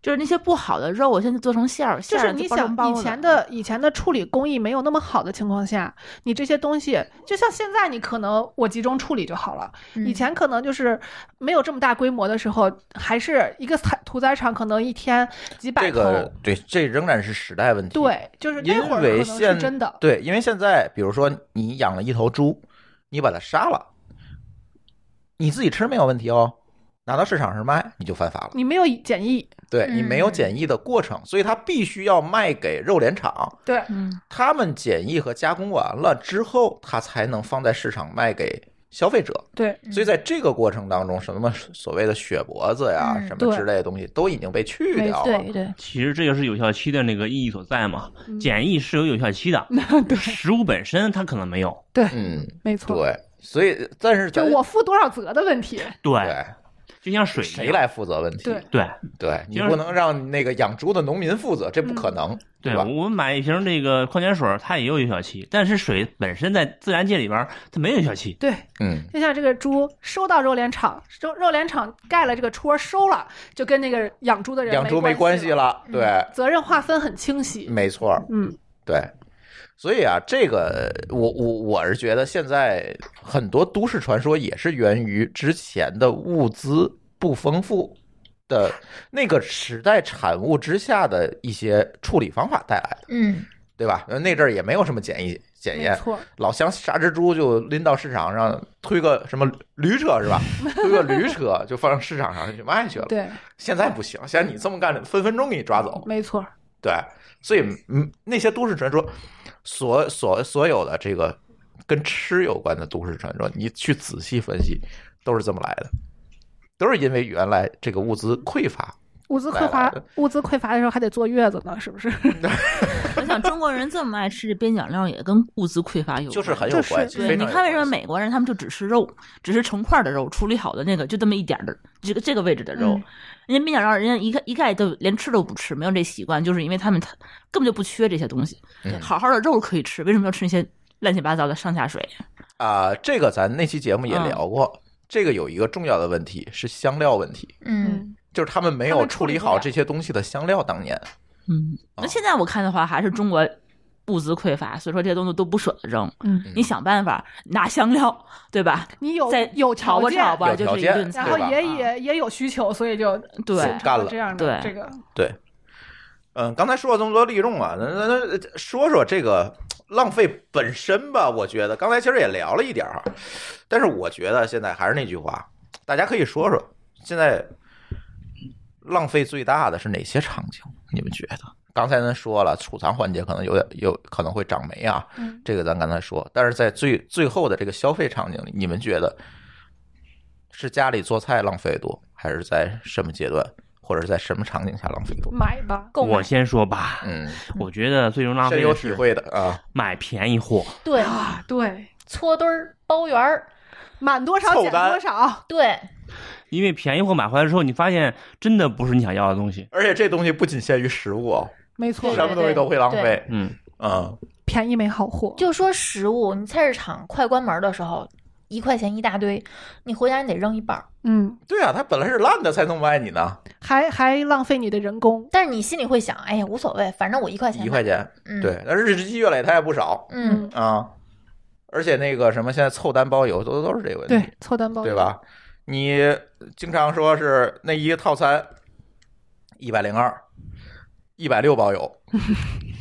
[SPEAKER 4] 就是那些不好的肉，我现在做成馅儿，
[SPEAKER 3] 就
[SPEAKER 4] 馅
[SPEAKER 3] 是
[SPEAKER 4] 儿
[SPEAKER 3] 你
[SPEAKER 4] 包
[SPEAKER 3] 想
[SPEAKER 4] 成包
[SPEAKER 3] 以
[SPEAKER 4] 子
[SPEAKER 3] 前的以前的处理工艺没有那么好的情况下，你这些东西就像现在你可能我集中处理就好了，
[SPEAKER 2] 嗯
[SPEAKER 3] 以前可能就是没有这么大规模的时候，还是一个采屠宰场可能一天几百
[SPEAKER 1] 这
[SPEAKER 3] 头，
[SPEAKER 1] 个对，这仍然是时代问题。
[SPEAKER 3] 对，就是
[SPEAKER 1] 因
[SPEAKER 3] 那会儿可
[SPEAKER 1] 为
[SPEAKER 3] 能是
[SPEAKER 1] 现
[SPEAKER 3] 真的，
[SPEAKER 1] 对，因为现在比如说你养了一头猪，你把它杀了，你自己吃没有问题哦，拿到市场上卖你就犯法了。
[SPEAKER 3] 你没有检疫，
[SPEAKER 1] 对你没有
[SPEAKER 2] 嗯
[SPEAKER 1] 检疫的过程，所以它必须要卖给肉联厂，
[SPEAKER 3] 对
[SPEAKER 4] 嗯，
[SPEAKER 1] 他们检疫和加工完了之后，它才能放在市场卖给消费者。
[SPEAKER 3] 对，
[SPEAKER 2] 嗯
[SPEAKER 1] 所以在这个过程当中，什么所谓的血脖子呀、
[SPEAKER 2] 嗯
[SPEAKER 1] 什么
[SPEAKER 3] 对
[SPEAKER 1] 之类的东西都已经被去
[SPEAKER 3] 没
[SPEAKER 1] 掉了。
[SPEAKER 2] 对对，
[SPEAKER 5] 其实这就是有效期的那个意义所在嘛。
[SPEAKER 3] 嗯
[SPEAKER 5] 检疫是有有效期的，食物本身它可能没有。
[SPEAKER 1] 嗯，
[SPEAKER 3] 没错，
[SPEAKER 1] 对，哎所以但是
[SPEAKER 3] 就
[SPEAKER 1] 咱
[SPEAKER 3] 我负多少责的问题，
[SPEAKER 5] 对，
[SPEAKER 1] 对
[SPEAKER 5] 就像水一
[SPEAKER 1] 谁
[SPEAKER 5] 样？
[SPEAKER 1] 来负责问题？
[SPEAKER 3] 对
[SPEAKER 5] 对
[SPEAKER 1] 对你
[SPEAKER 5] 就是
[SPEAKER 1] 不能让那个养猪的农民负责，这不可能，对
[SPEAKER 5] 对，
[SPEAKER 1] 吧？
[SPEAKER 5] 我们买一瓶这个矿泉水，它也有有效期，但是水本身在自然界里边它没有有效期。
[SPEAKER 3] 对，
[SPEAKER 1] 嗯，
[SPEAKER 3] 就像这个猪收到肉联厂，肉肉联厂盖了这个戳收了，就跟那个养猪的人
[SPEAKER 1] 养猪没关
[SPEAKER 3] 系
[SPEAKER 1] 系，了，
[SPEAKER 2] 嗯
[SPEAKER 1] 对，
[SPEAKER 3] 责任划分很清晰，
[SPEAKER 1] 没错，
[SPEAKER 3] 嗯，
[SPEAKER 1] 对。所以啊，这个我我我是觉得现在很多都市传说也是源于之前的物资不丰富的那个时代产物之下的一些处理方法带来的，
[SPEAKER 2] 嗯，
[SPEAKER 1] 对吧？呃那阵儿也没有什么检疫检
[SPEAKER 3] 没
[SPEAKER 1] 验，
[SPEAKER 3] 错，
[SPEAKER 1] 老乡杀只猪就拎到市场上，推个什么驴车是吧？ 推个驴车就放上市场上去卖去了。
[SPEAKER 3] 对，
[SPEAKER 1] 现在不行，现在你这么干，分分钟给你抓走。
[SPEAKER 3] 没错，
[SPEAKER 1] 对，所以嗯，那些都市传说，所所所有的这个跟吃有关的都市传说，你去仔细分析，都是这么来的，都是因为原来这个物资匮乏
[SPEAKER 3] 物资匮
[SPEAKER 1] 来
[SPEAKER 3] 乏
[SPEAKER 1] 来的，
[SPEAKER 3] 物资匮乏的时候还得坐月子呢，是不 是？
[SPEAKER 4] 我想中国人这么爱吃这边角料，也跟物资匮乏有关
[SPEAKER 1] 就是很有
[SPEAKER 3] 就是
[SPEAKER 1] 关系。
[SPEAKER 4] 对，
[SPEAKER 1] 非
[SPEAKER 4] 你
[SPEAKER 1] 常有
[SPEAKER 4] 看为什么
[SPEAKER 1] 关系
[SPEAKER 4] 美国人他们就只吃肉，只吃成块儿的肉，处理好的那个就这么一点儿的这个这个位置的肉，
[SPEAKER 2] 嗯
[SPEAKER 4] 人家没想到人家一概一概都连吃都不吃，没有这习惯，就是因为他们他根本就不缺这些东西，
[SPEAKER 1] 嗯
[SPEAKER 4] 好好的肉可以吃，为什么要吃那些乱七八糟的上下水？
[SPEAKER 1] 啊？这个咱那期节目也
[SPEAKER 4] 嗯
[SPEAKER 1] 聊过，这个有一个重要的问题是香料问题，
[SPEAKER 2] 嗯，
[SPEAKER 1] 就是他们没
[SPEAKER 3] 他
[SPEAKER 1] 有
[SPEAKER 3] 们处
[SPEAKER 1] 处
[SPEAKER 3] 理
[SPEAKER 1] 理
[SPEAKER 3] 不
[SPEAKER 1] 好
[SPEAKER 3] 了
[SPEAKER 1] 这些东西的香料。当年
[SPEAKER 4] 嗯，那
[SPEAKER 1] 哦
[SPEAKER 4] 现在我看的话，还是中国物资匮乏，所以说这些东西都不舍得扔，
[SPEAKER 3] 嗯
[SPEAKER 4] 你想办法拿香料，对吧？
[SPEAKER 3] 你有
[SPEAKER 4] 再
[SPEAKER 3] 有
[SPEAKER 4] 炒吧
[SPEAKER 3] 条件，
[SPEAKER 4] 炒吧，
[SPEAKER 1] 有
[SPEAKER 4] 就
[SPEAKER 1] 条
[SPEAKER 4] 是一
[SPEAKER 1] 件
[SPEAKER 4] 顿
[SPEAKER 3] 然
[SPEAKER 1] 对
[SPEAKER 3] 后
[SPEAKER 4] 菜
[SPEAKER 1] 吧啊
[SPEAKER 3] 也也也有需求，所以就
[SPEAKER 4] 对。
[SPEAKER 1] 干了
[SPEAKER 3] 这样的
[SPEAKER 4] 对
[SPEAKER 3] 这个
[SPEAKER 1] 对，嗯，刚才说了这么多利用啊，那那那那说说这个浪费本身吧，我觉得刚才其实也聊了一点儿哈，但是我觉得现在还是那句话，大家可以说说现在浪费最大的是哪些场景？你们觉得？刚才咱说了，储藏环节可能有点有可能会长霉啊，
[SPEAKER 3] 嗯
[SPEAKER 1] 这个咱刚才说，但是在最最后的这个消费场景里，你们觉得是家里做菜浪费多，还是在什么阶段，或者在什么场景下浪费多？
[SPEAKER 3] 买吧，
[SPEAKER 2] 购
[SPEAKER 5] 我
[SPEAKER 2] 买
[SPEAKER 5] 先说吧，
[SPEAKER 1] 嗯，
[SPEAKER 5] 我觉得最终浪
[SPEAKER 1] 深
[SPEAKER 5] 费
[SPEAKER 1] 有
[SPEAKER 5] 的
[SPEAKER 1] 体
[SPEAKER 5] 是
[SPEAKER 1] 会的啊，
[SPEAKER 5] 买便宜货。
[SPEAKER 2] 对，
[SPEAKER 3] 啊，对，
[SPEAKER 2] 搓堆儿、包圆儿，
[SPEAKER 3] 满多少
[SPEAKER 1] 凑
[SPEAKER 3] 减
[SPEAKER 1] 单
[SPEAKER 3] 多少，
[SPEAKER 2] 对，
[SPEAKER 5] 因为便宜货买回来之后，你发现真的不是你想要的东西。
[SPEAKER 1] 而且这东西不仅限于食物哦，
[SPEAKER 3] 没错
[SPEAKER 2] 对，
[SPEAKER 1] 什么东西都会浪费
[SPEAKER 2] 对。
[SPEAKER 5] 嗯，
[SPEAKER 1] 嗯，
[SPEAKER 3] 便宜没好货，
[SPEAKER 2] 就说食物，你菜市场快关门的时候，一块钱一大堆，你回家你得扔一半儿，
[SPEAKER 3] 嗯，
[SPEAKER 1] 对啊，它本来是烂的才能卖你呢，
[SPEAKER 3] 还还浪费你的人工，
[SPEAKER 2] 但是你心里会想，哎呀无所谓，反正我一块钱
[SPEAKER 1] 一块
[SPEAKER 2] 钱，
[SPEAKER 1] 钱。
[SPEAKER 2] 嗯，
[SPEAKER 1] 对，但是日积月累它也不少
[SPEAKER 2] 嗯，
[SPEAKER 1] 啊。而且那个什么，现在凑单包邮都都是这个问题，
[SPEAKER 3] 对，凑单包
[SPEAKER 1] 对？吧？你经常说是那一个套餐一百零二、一百六包 邮，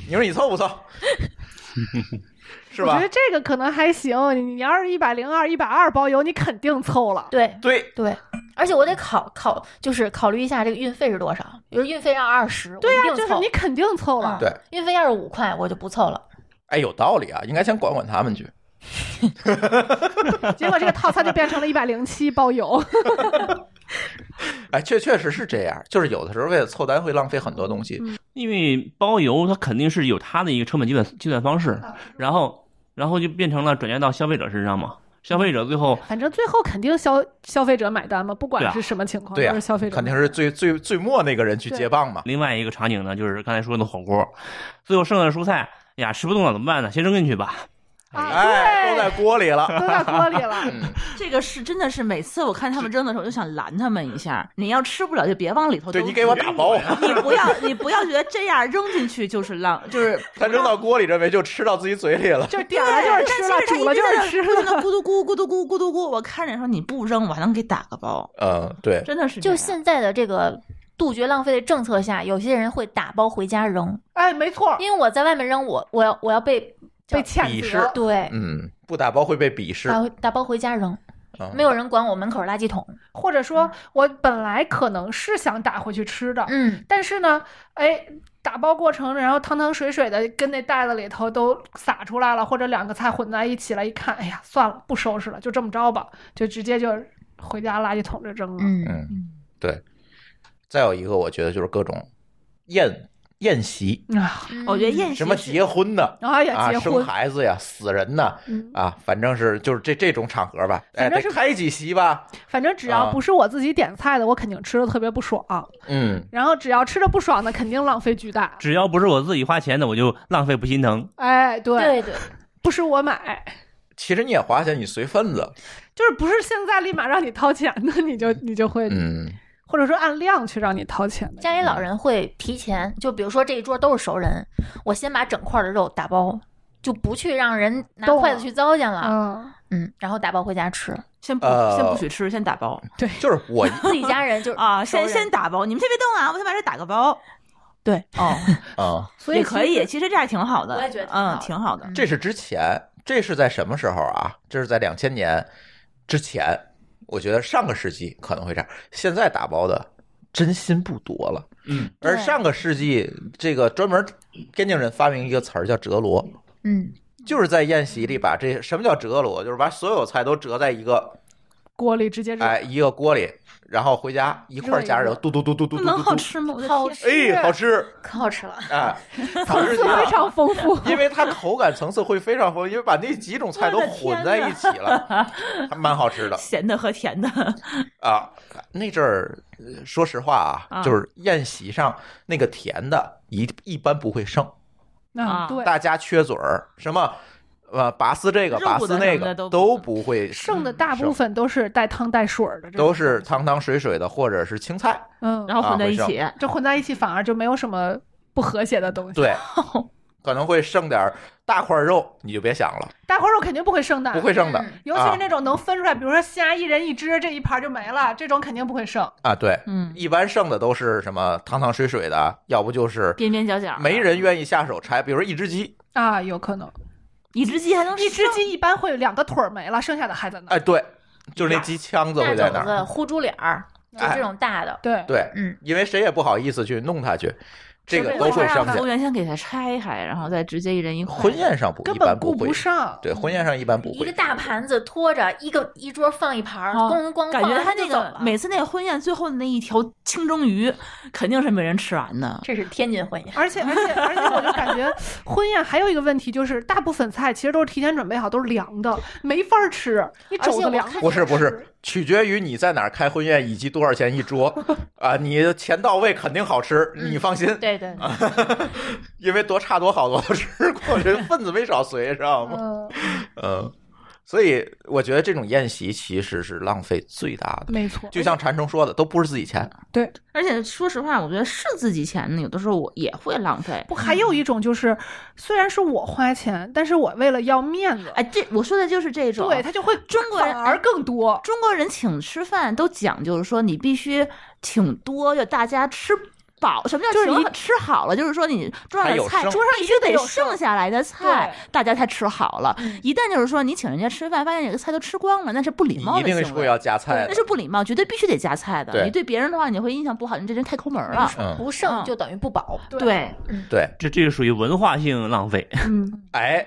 [SPEAKER 1] 你说你凑不凑？是
[SPEAKER 3] 我觉
[SPEAKER 1] 吧
[SPEAKER 3] 得？这个可能还行，你要是一百零二、一百二包邮，你肯定凑了。
[SPEAKER 2] 对
[SPEAKER 1] 对，
[SPEAKER 2] 对，而且我得考考，就是考虑一下这个运费是多少，比如运费要二十，
[SPEAKER 3] 对呀、
[SPEAKER 2] 呀、
[SPEAKER 3] 就是你肯定凑了。
[SPEAKER 2] 嗯
[SPEAKER 1] 对
[SPEAKER 2] 运费要是五块，我就不凑了。
[SPEAKER 1] 哎，有道理啊，应该先管管他们去。嗯
[SPEAKER 3] 结果这个套餐就变成了一百零七包邮。
[SPEAKER 1] 哎，确确实是这样，就是有的时候为了凑单会浪费很多东西。
[SPEAKER 5] 因为包邮它肯定是有它的一个成本计算计算方式，
[SPEAKER 3] 啊
[SPEAKER 5] 然后然后就变成了转嫁到消费者身上嘛。消费者最后
[SPEAKER 3] 反正最后肯定消消费者买单嘛，不
[SPEAKER 5] 对
[SPEAKER 3] 管
[SPEAKER 5] 啊
[SPEAKER 3] 是什么情况，
[SPEAKER 1] 对
[SPEAKER 3] 都
[SPEAKER 1] 呀、
[SPEAKER 3] 是消费者
[SPEAKER 1] 肯定
[SPEAKER 3] 买
[SPEAKER 1] 是
[SPEAKER 3] 单
[SPEAKER 1] 最最最末那个人去接棒嘛。
[SPEAKER 5] 另外一个场景呢，就是刚才说的火锅，最后剩下的蔬菜哎呀吃不动了怎么办呢？先扔进去吧。
[SPEAKER 3] 啊，
[SPEAKER 1] 哎，都在嗯锅里 了。
[SPEAKER 3] 都在锅里了。
[SPEAKER 4] 这个是真的是每次我看他们扔的时候，我就想拦他们一下。你要吃不了就别往里头
[SPEAKER 1] 对
[SPEAKER 4] 都
[SPEAKER 1] 你给我打包，
[SPEAKER 4] 你不要你不要觉得这样扔进去就是浪，就是
[SPEAKER 1] 他扔到锅里，认为就吃到自己嘴里了。
[SPEAKER 3] 就是点
[SPEAKER 4] 哎
[SPEAKER 3] 了就是吃了，煮了就是吃了。
[SPEAKER 4] 了，咕嘟咕咕嘟咕咕嘟咕。我看着说你不扔，我还能给打个包，
[SPEAKER 1] 嗯，对，
[SPEAKER 4] 真的是这
[SPEAKER 2] 就
[SPEAKER 4] 样
[SPEAKER 2] 现在的这个杜绝浪费的政策下，有些人会打包回家扔，
[SPEAKER 3] 哎，没错，
[SPEAKER 2] 因为我在外面扔，我我要我要被
[SPEAKER 3] 被谴
[SPEAKER 1] 鄙
[SPEAKER 3] 责
[SPEAKER 1] 视。
[SPEAKER 2] 对。
[SPEAKER 1] 嗯，不打包会被鄙视。
[SPEAKER 2] 打打包回家扔，
[SPEAKER 1] 嗯
[SPEAKER 2] 啊没有人管我门口垃圾桶。
[SPEAKER 3] 或者说我本来可能是想打回去吃的，
[SPEAKER 2] 嗯，
[SPEAKER 3] 但是呢，哎，打包过程，然后汤汤水水的跟那袋子里头都撒出来了，或者两个菜混在一起了，一看，哎呀，算了，不收拾了，就这么着吧，就直接就回家垃圾桶就扔了。
[SPEAKER 2] 嗯，
[SPEAKER 1] 嗯，对。再有一个，我觉得就是各种宴宴席，
[SPEAKER 3] 啊，
[SPEAKER 2] 嗯
[SPEAKER 4] 哦我觉得宴席
[SPEAKER 1] 什么
[SPEAKER 4] 是
[SPEAKER 1] 结婚的
[SPEAKER 3] 然后也
[SPEAKER 1] 啊，
[SPEAKER 3] 结
[SPEAKER 1] 生
[SPEAKER 3] 婚，
[SPEAKER 1] 孩子呀，死人呐
[SPEAKER 3] 嗯，
[SPEAKER 1] 啊，反正是就是这这种场合吧，哎，
[SPEAKER 3] 反
[SPEAKER 1] 得
[SPEAKER 3] 正是
[SPEAKER 1] 开几席吧。
[SPEAKER 3] 反正只要
[SPEAKER 1] 啊
[SPEAKER 3] 不是我自己点菜的，我肯定吃的特别不爽。
[SPEAKER 1] 嗯，
[SPEAKER 3] 然后只要吃的不爽的，肯定浪费巨大。
[SPEAKER 5] 只要不是我自己花钱的，我就浪费不心疼。
[SPEAKER 3] 哎，对，
[SPEAKER 2] 对对，
[SPEAKER 3] 不是我买，
[SPEAKER 1] 其实你也花钱，你随份子。
[SPEAKER 3] 就是不是现在立马让你掏钱的，你就你就会，
[SPEAKER 1] 嗯，
[SPEAKER 3] 或者说按量去让你掏钱的。
[SPEAKER 2] 家里老人会提前，就比如说这一桌都是熟人，我先把整块的肉打包，就不去让人拿
[SPEAKER 3] 动了
[SPEAKER 2] 筷子去糟践
[SPEAKER 4] 啊
[SPEAKER 2] 了。
[SPEAKER 3] 嗯，
[SPEAKER 2] 嗯，然后打包回家吃，
[SPEAKER 4] 先不
[SPEAKER 1] 呃
[SPEAKER 4] 先不许吃，先打包
[SPEAKER 1] 就是我
[SPEAKER 2] 自己家 人就
[SPEAKER 4] 啊，
[SPEAKER 2] 熟
[SPEAKER 4] 先
[SPEAKER 2] 人
[SPEAKER 4] 先打包。你们先别动啊，我先把这打个包。
[SPEAKER 2] 对
[SPEAKER 4] 哦，
[SPEAKER 1] 啊，
[SPEAKER 3] 所以
[SPEAKER 4] 也可
[SPEAKER 3] 其实
[SPEAKER 4] 以，其实这样挺好的，
[SPEAKER 2] 我也觉得挺好
[SPEAKER 4] 嗯
[SPEAKER 2] 的
[SPEAKER 4] 挺好的。
[SPEAKER 1] 这是之前，这是在什么时候啊？这是在两千年之前，我觉得上个世纪可能会这样。现在打包的真心不多了，
[SPEAKER 5] 嗯，
[SPEAKER 1] 而
[SPEAKER 2] 对
[SPEAKER 1] 上个世纪这个专门天津人发明一个词儿叫折罗，
[SPEAKER 2] 嗯，
[SPEAKER 1] 就是在宴席里把这什么叫折罗，就是把所有菜都折在一个哎
[SPEAKER 3] 锅里直接扔。
[SPEAKER 1] 哎一个锅里，然后回家一块儿加热，嘟嘟嘟嘟嘟
[SPEAKER 4] 那
[SPEAKER 1] 嘟
[SPEAKER 4] 能
[SPEAKER 1] 嘟
[SPEAKER 4] 好
[SPEAKER 1] 嘟，
[SPEAKER 4] 吃吗？我的
[SPEAKER 2] 好
[SPEAKER 4] 天，
[SPEAKER 1] 哎，好吃，
[SPEAKER 2] 可好吃了。
[SPEAKER 1] 哎，好
[SPEAKER 3] 层
[SPEAKER 1] 吃
[SPEAKER 3] 次非常 丰富。
[SPEAKER 1] 因为它口感层次会非常丰富，因为把那几种菜都混在一起了，还蛮好 吃的
[SPEAKER 4] 咸的和甜的，
[SPEAKER 1] 啊。那阵儿，呃说实话啊，
[SPEAKER 4] 啊
[SPEAKER 1] 就是宴席上那个甜的一一般不会剩，
[SPEAKER 3] 嗯，
[SPEAKER 4] 啊
[SPEAKER 3] 对，
[SPEAKER 1] 大家缺嘴儿，什么呃拔丝这个
[SPEAKER 4] 肉
[SPEAKER 1] 拔
[SPEAKER 4] 骨
[SPEAKER 1] 丝
[SPEAKER 4] 的
[SPEAKER 1] 那
[SPEAKER 4] 什
[SPEAKER 1] 个
[SPEAKER 4] 么的都不
[SPEAKER 1] 都不会
[SPEAKER 3] 剩的大部分都是带汤带水儿的这种，
[SPEAKER 1] 都是汤汤水水的，或者是青菜。
[SPEAKER 3] 嗯，
[SPEAKER 4] 然后混在一
[SPEAKER 1] 啊会
[SPEAKER 4] 起，
[SPEAKER 3] 这混在一起反而就没有什么不和谐的东西。，
[SPEAKER 1] 对，可能会剩点儿大块肉，你就别想了，
[SPEAKER 3] 大块肉肯定不会剩的，
[SPEAKER 1] 不会剩的
[SPEAKER 2] 嗯
[SPEAKER 3] 尤其是
[SPEAKER 1] 啊
[SPEAKER 3] 那种能分出来，比如说虾一人一只，这一盘就没了，这种肯定不会剩。
[SPEAKER 1] 啊。对，
[SPEAKER 4] 嗯，
[SPEAKER 1] 一般剩的都是什么汤汤水水的，要不就是
[SPEAKER 4] 边边角角，
[SPEAKER 1] 没人愿意下手拆，比如说一只鸡，
[SPEAKER 3] 啊，有可能
[SPEAKER 4] 一只鸡还能
[SPEAKER 3] 一只
[SPEAKER 4] 剩，
[SPEAKER 3] 鸡一般会两个腿儿没了，剩下的还在那儿。
[SPEAKER 1] 哎，对，就是那鸡腔子
[SPEAKER 2] 大
[SPEAKER 1] 会在那
[SPEAKER 2] 肘
[SPEAKER 1] 儿，
[SPEAKER 2] 子、烀猪脸儿，就
[SPEAKER 1] 哎
[SPEAKER 2] 这种大的。
[SPEAKER 3] 对，
[SPEAKER 1] 对，
[SPEAKER 2] 嗯，
[SPEAKER 1] 因为谁也不好意思去弄它去，这个
[SPEAKER 4] 是
[SPEAKER 1] 都会
[SPEAKER 4] 让
[SPEAKER 1] 上
[SPEAKER 4] 服务
[SPEAKER 1] 去。
[SPEAKER 4] 员先给它拆开，然后再直接一人一块。
[SPEAKER 1] 婚宴上不
[SPEAKER 3] 根
[SPEAKER 1] 一
[SPEAKER 3] 本
[SPEAKER 1] 般
[SPEAKER 3] 顾
[SPEAKER 1] 会
[SPEAKER 3] 不，上。
[SPEAKER 1] 对，婚宴上一般不
[SPEAKER 2] 一个
[SPEAKER 1] 会。
[SPEAKER 2] 大盘子拖着一个一桌放一盘儿，
[SPEAKER 4] 哦
[SPEAKER 2] 咣咣
[SPEAKER 4] 感觉
[SPEAKER 2] 他
[SPEAKER 4] 他那个每次那个婚宴最后的那一条清蒸鱼，肯定是没人吃完的。
[SPEAKER 2] 这是天津婚宴，
[SPEAKER 3] 而且而且而且，我就感觉婚宴还有一个问题，就是大部分菜其实都是提前准备好，都是凉的，没法吃。你
[SPEAKER 2] 而且
[SPEAKER 3] 肘子
[SPEAKER 2] 我
[SPEAKER 3] 凉
[SPEAKER 2] 看
[SPEAKER 3] 的
[SPEAKER 1] 不是不是，取决于你在哪儿开婚宴以及多少钱一桌啊！你钱到位肯定好吃，
[SPEAKER 2] 嗯
[SPEAKER 1] 你放心，
[SPEAKER 2] 对对，对
[SPEAKER 1] 因为多差多好多都吃过，人份子没少随，知道吗？
[SPEAKER 3] 嗯，
[SPEAKER 1] 嗯，所以我觉得这种宴席其实是浪费最大的。
[SPEAKER 3] 没错，
[SPEAKER 1] 就像馋虫说的，都不是自己钱，
[SPEAKER 4] 而且说实话，我觉得是自己钱的，有的时候我也会浪费。
[SPEAKER 3] 不还
[SPEAKER 2] 嗯
[SPEAKER 3] 有一种就是，虽然是我花钱，但是我为了要面子，
[SPEAKER 4] 哎，这我说的就是这种。
[SPEAKER 3] 对他就会
[SPEAKER 4] 中国人
[SPEAKER 3] 反而更多。
[SPEAKER 4] 中国人请吃饭都讲究说你必须请多，就大家吃饱。什么叫
[SPEAKER 3] 就是
[SPEAKER 4] 请
[SPEAKER 3] 一
[SPEAKER 4] 好吃好了？就是说你桌上
[SPEAKER 1] 还有
[SPEAKER 4] 的菜，
[SPEAKER 1] 剩嗯
[SPEAKER 4] 桌上必须得剩下来的菜，
[SPEAKER 3] 对
[SPEAKER 4] 大家才吃好了。一旦就是说你请人家吃饭，发现有个菜都吃光了，那是不礼
[SPEAKER 1] 你
[SPEAKER 4] 貌
[SPEAKER 1] 一
[SPEAKER 4] 的
[SPEAKER 1] 定
[SPEAKER 4] 行
[SPEAKER 1] 是会
[SPEAKER 4] 为。
[SPEAKER 1] 要加菜
[SPEAKER 4] 那
[SPEAKER 1] 的。
[SPEAKER 4] 是不礼貌，绝对必须得加菜的。
[SPEAKER 1] 对
[SPEAKER 4] 你对别人的话，你会印象不好，你这人太抠门了。
[SPEAKER 1] 嗯，
[SPEAKER 2] 不剩就等于不饱。
[SPEAKER 4] 对，
[SPEAKER 1] 对，
[SPEAKER 5] 这这个属于文化性浪费。
[SPEAKER 4] 嗯，
[SPEAKER 1] 哎，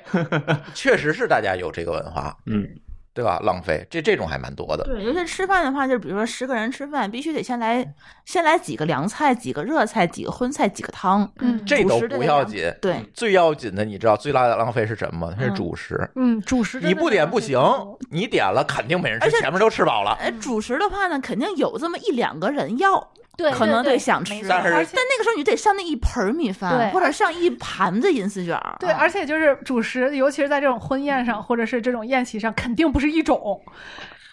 [SPEAKER 1] 确实是大家有这个文化，
[SPEAKER 5] 嗯，
[SPEAKER 1] 对吧？浪费这这种还蛮多的，
[SPEAKER 4] 对，尤其吃饭的话，就是比如说十个人吃饭，必须得先来先来几个凉菜，几个热菜，几个荤菜，几个汤。
[SPEAKER 3] 嗯
[SPEAKER 1] 这都
[SPEAKER 4] 主食的
[SPEAKER 1] 不
[SPEAKER 4] 那
[SPEAKER 1] 要
[SPEAKER 4] 两
[SPEAKER 1] 紧。
[SPEAKER 4] 对，
[SPEAKER 1] 最要紧的，你知道最大的浪费是什么吗？是主食。
[SPEAKER 3] 嗯，主食真
[SPEAKER 1] 你
[SPEAKER 3] 的
[SPEAKER 1] 不
[SPEAKER 3] 是
[SPEAKER 1] 点
[SPEAKER 3] 浪
[SPEAKER 1] 不
[SPEAKER 3] 费
[SPEAKER 1] 行
[SPEAKER 3] 太多，
[SPEAKER 1] 你点了肯定没人吃
[SPEAKER 4] 而，且
[SPEAKER 1] 前面都吃饱了。
[SPEAKER 4] 呃，
[SPEAKER 2] 嗯
[SPEAKER 4] 主食的话呢，肯定有这么一两个人要，
[SPEAKER 2] 对，
[SPEAKER 4] 可能
[SPEAKER 2] 对
[SPEAKER 4] 得
[SPEAKER 2] 对
[SPEAKER 4] 想
[SPEAKER 2] 没
[SPEAKER 4] 吃，
[SPEAKER 1] 但
[SPEAKER 2] 错
[SPEAKER 1] 是
[SPEAKER 3] 而且
[SPEAKER 4] 但那个时候你得上那一盆儿米
[SPEAKER 2] 对
[SPEAKER 4] 饭，或者上一盘子银丝卷儿。
[SPEAKER 1] 啊
[SPEAKER 3] 对，而且就是主食，尤其是在这种婚宴
[SPEAKER 2] 嗯
[SPEAKER 3] 上，或者是这种宴席上，肯定不是一种，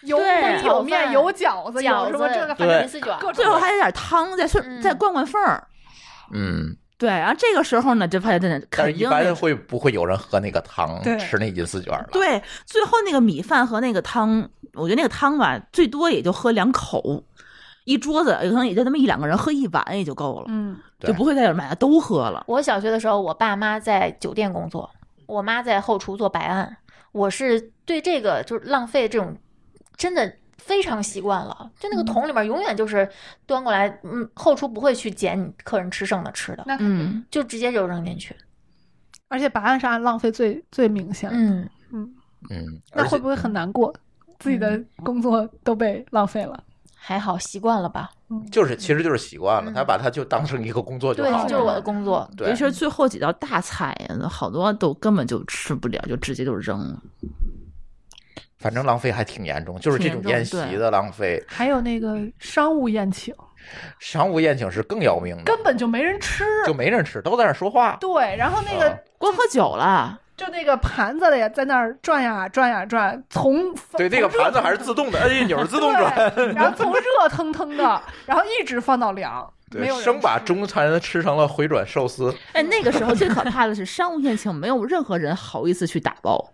[SPEAKER 3] 有
[SPEAKER 2] 对
[SPEAKER 3] 米有面，
[SPEAKER 2] 炒饭
[SPEAKER 3] 有饺子，有
[SPEAKER 2] 饺
[SPEAKER 3] 什
[SPEAKER 2] 子
[SPEAKER 3] 么这个，反
[SPEAKER 1] 对
[SPEAKER 3] 正
[SPEAKER 2] 银丝卷儿，
[SPEAKER 3] 各种
[SPEAKER 4] 最后还有点汤，再顺、
[SPEAKER 2] 嗯
[SPEAKER 4] 再灌灌缝儿。
[SPEAKER 1] 嗯，
[SPEAKER 4] 对，然后这个时候呢，就发现真的
[SPEAKER 1] 但
[SPEAKER 4] 肯
[SPEAKER 1] 是一
[SPEAKER 4] 定得
[SPEAKER 1] 般会不会有人喝那个汤
[SPEAKER 3] 对，
[SPEAKER 1] 吃那银丝卷了？
[SPEAKER 4] 对，最后那个米饭和那个汤，我觉得那个汤吧，最多也就喝两口，一桌子有可能也就那么一两个人喝一碗也就够了，
[SPEAKER 3] 嗯，
[SPEAKER 1] 对
[SPEAKER 4] 就不会再有人把它都喝了。
[SPEAKER 2] 我小学的时候，我爸妈在酒店工作，我妈在后厨做白案。我是对这个就是浪费这种真的非常习惯了，就那个桶里面永远就是端过来，嗯，后厨不会去捡你客人吃剩的吃的，
[SPEAKER 3] 那
[SPEAKER 4] 嗯，
[SPEAKER 2] 就直接就扔进去。
[SPEAKER 3] 而且白案是按浪费最最明显的，
[SPEAKER 2] 嗯，
[SPEAKER 1] 嗯，
[SPEAKER 3] 那
[SPEAKER 1] 而且
[SPEAKER 3] 会不会很难过？自己
[SPEAKER 2] 嗯
[SPEAKER 3] 的工作都被浪费了，嗯
[SPEAKER 2] 还好习惯了吧？
[SPEAKER 1] 就是其实就是习惯了，
[SPEAKER 2] 嗯
[SPEAKER 1] 他把它就当成一个工作就
[SPEAKER 2] 对，
[SPEAKER 1] 好
[SPEAKER 2] 这
[SPEAKER 1] 了。
[SPEAKER 2] 就是我的工作。
[SPEAKER 1] 对
[SPEAKER 4] 尤其是最后几道大菜，好多都根本就吃不了，就直接就扔了。
[SPEAKER 1] 反正浪费还挺严重，就是这
[SPEAKER 4] 挺
[SPEAKER 1] 种
[SPEAKER 4] 严重
[SPEAKER 1] 宴席的浪费，
[SPEAKER 3] 还有那个商务宴请，
[SPEAKER 1] 嗯商务宴请是更要命的
[SPEAKER 3] 根，本就没人吃。啊
[SPEAKER 1] 就没人吃，都在那儿说话。
[SPEAKER 3] 对，然后那
[SPEAKER 1] 啊
[SPEAKER 3] 个
[SPEAKER 4] 光喝酒了，
[SPEAKER 3] 就那个盘子的也在那儿转呀转呀转，从
[SPEAKER 1] 对，那个
[SPEAKER 3] 从热
[SPEAKER 1] 盘子还是
[SPEAKER 3] 腾腾
[SPEAKER 1] 自动的，按钮儿自动转。
[SPEAKER 3] 对，然后从热腾腾的，然后一直放到凉，没
[SPEAKER 1] 对
[SPEAKER 3] 有，人
[SPEAKER 1] 生把
[SPEAKER 3] 吃
[SPEAKER 1] 中餐吃成了回转寿司，
[SPEAKER 4] 哎，那个时候最可怕的是商务宴请，没有任何人好意思去打包。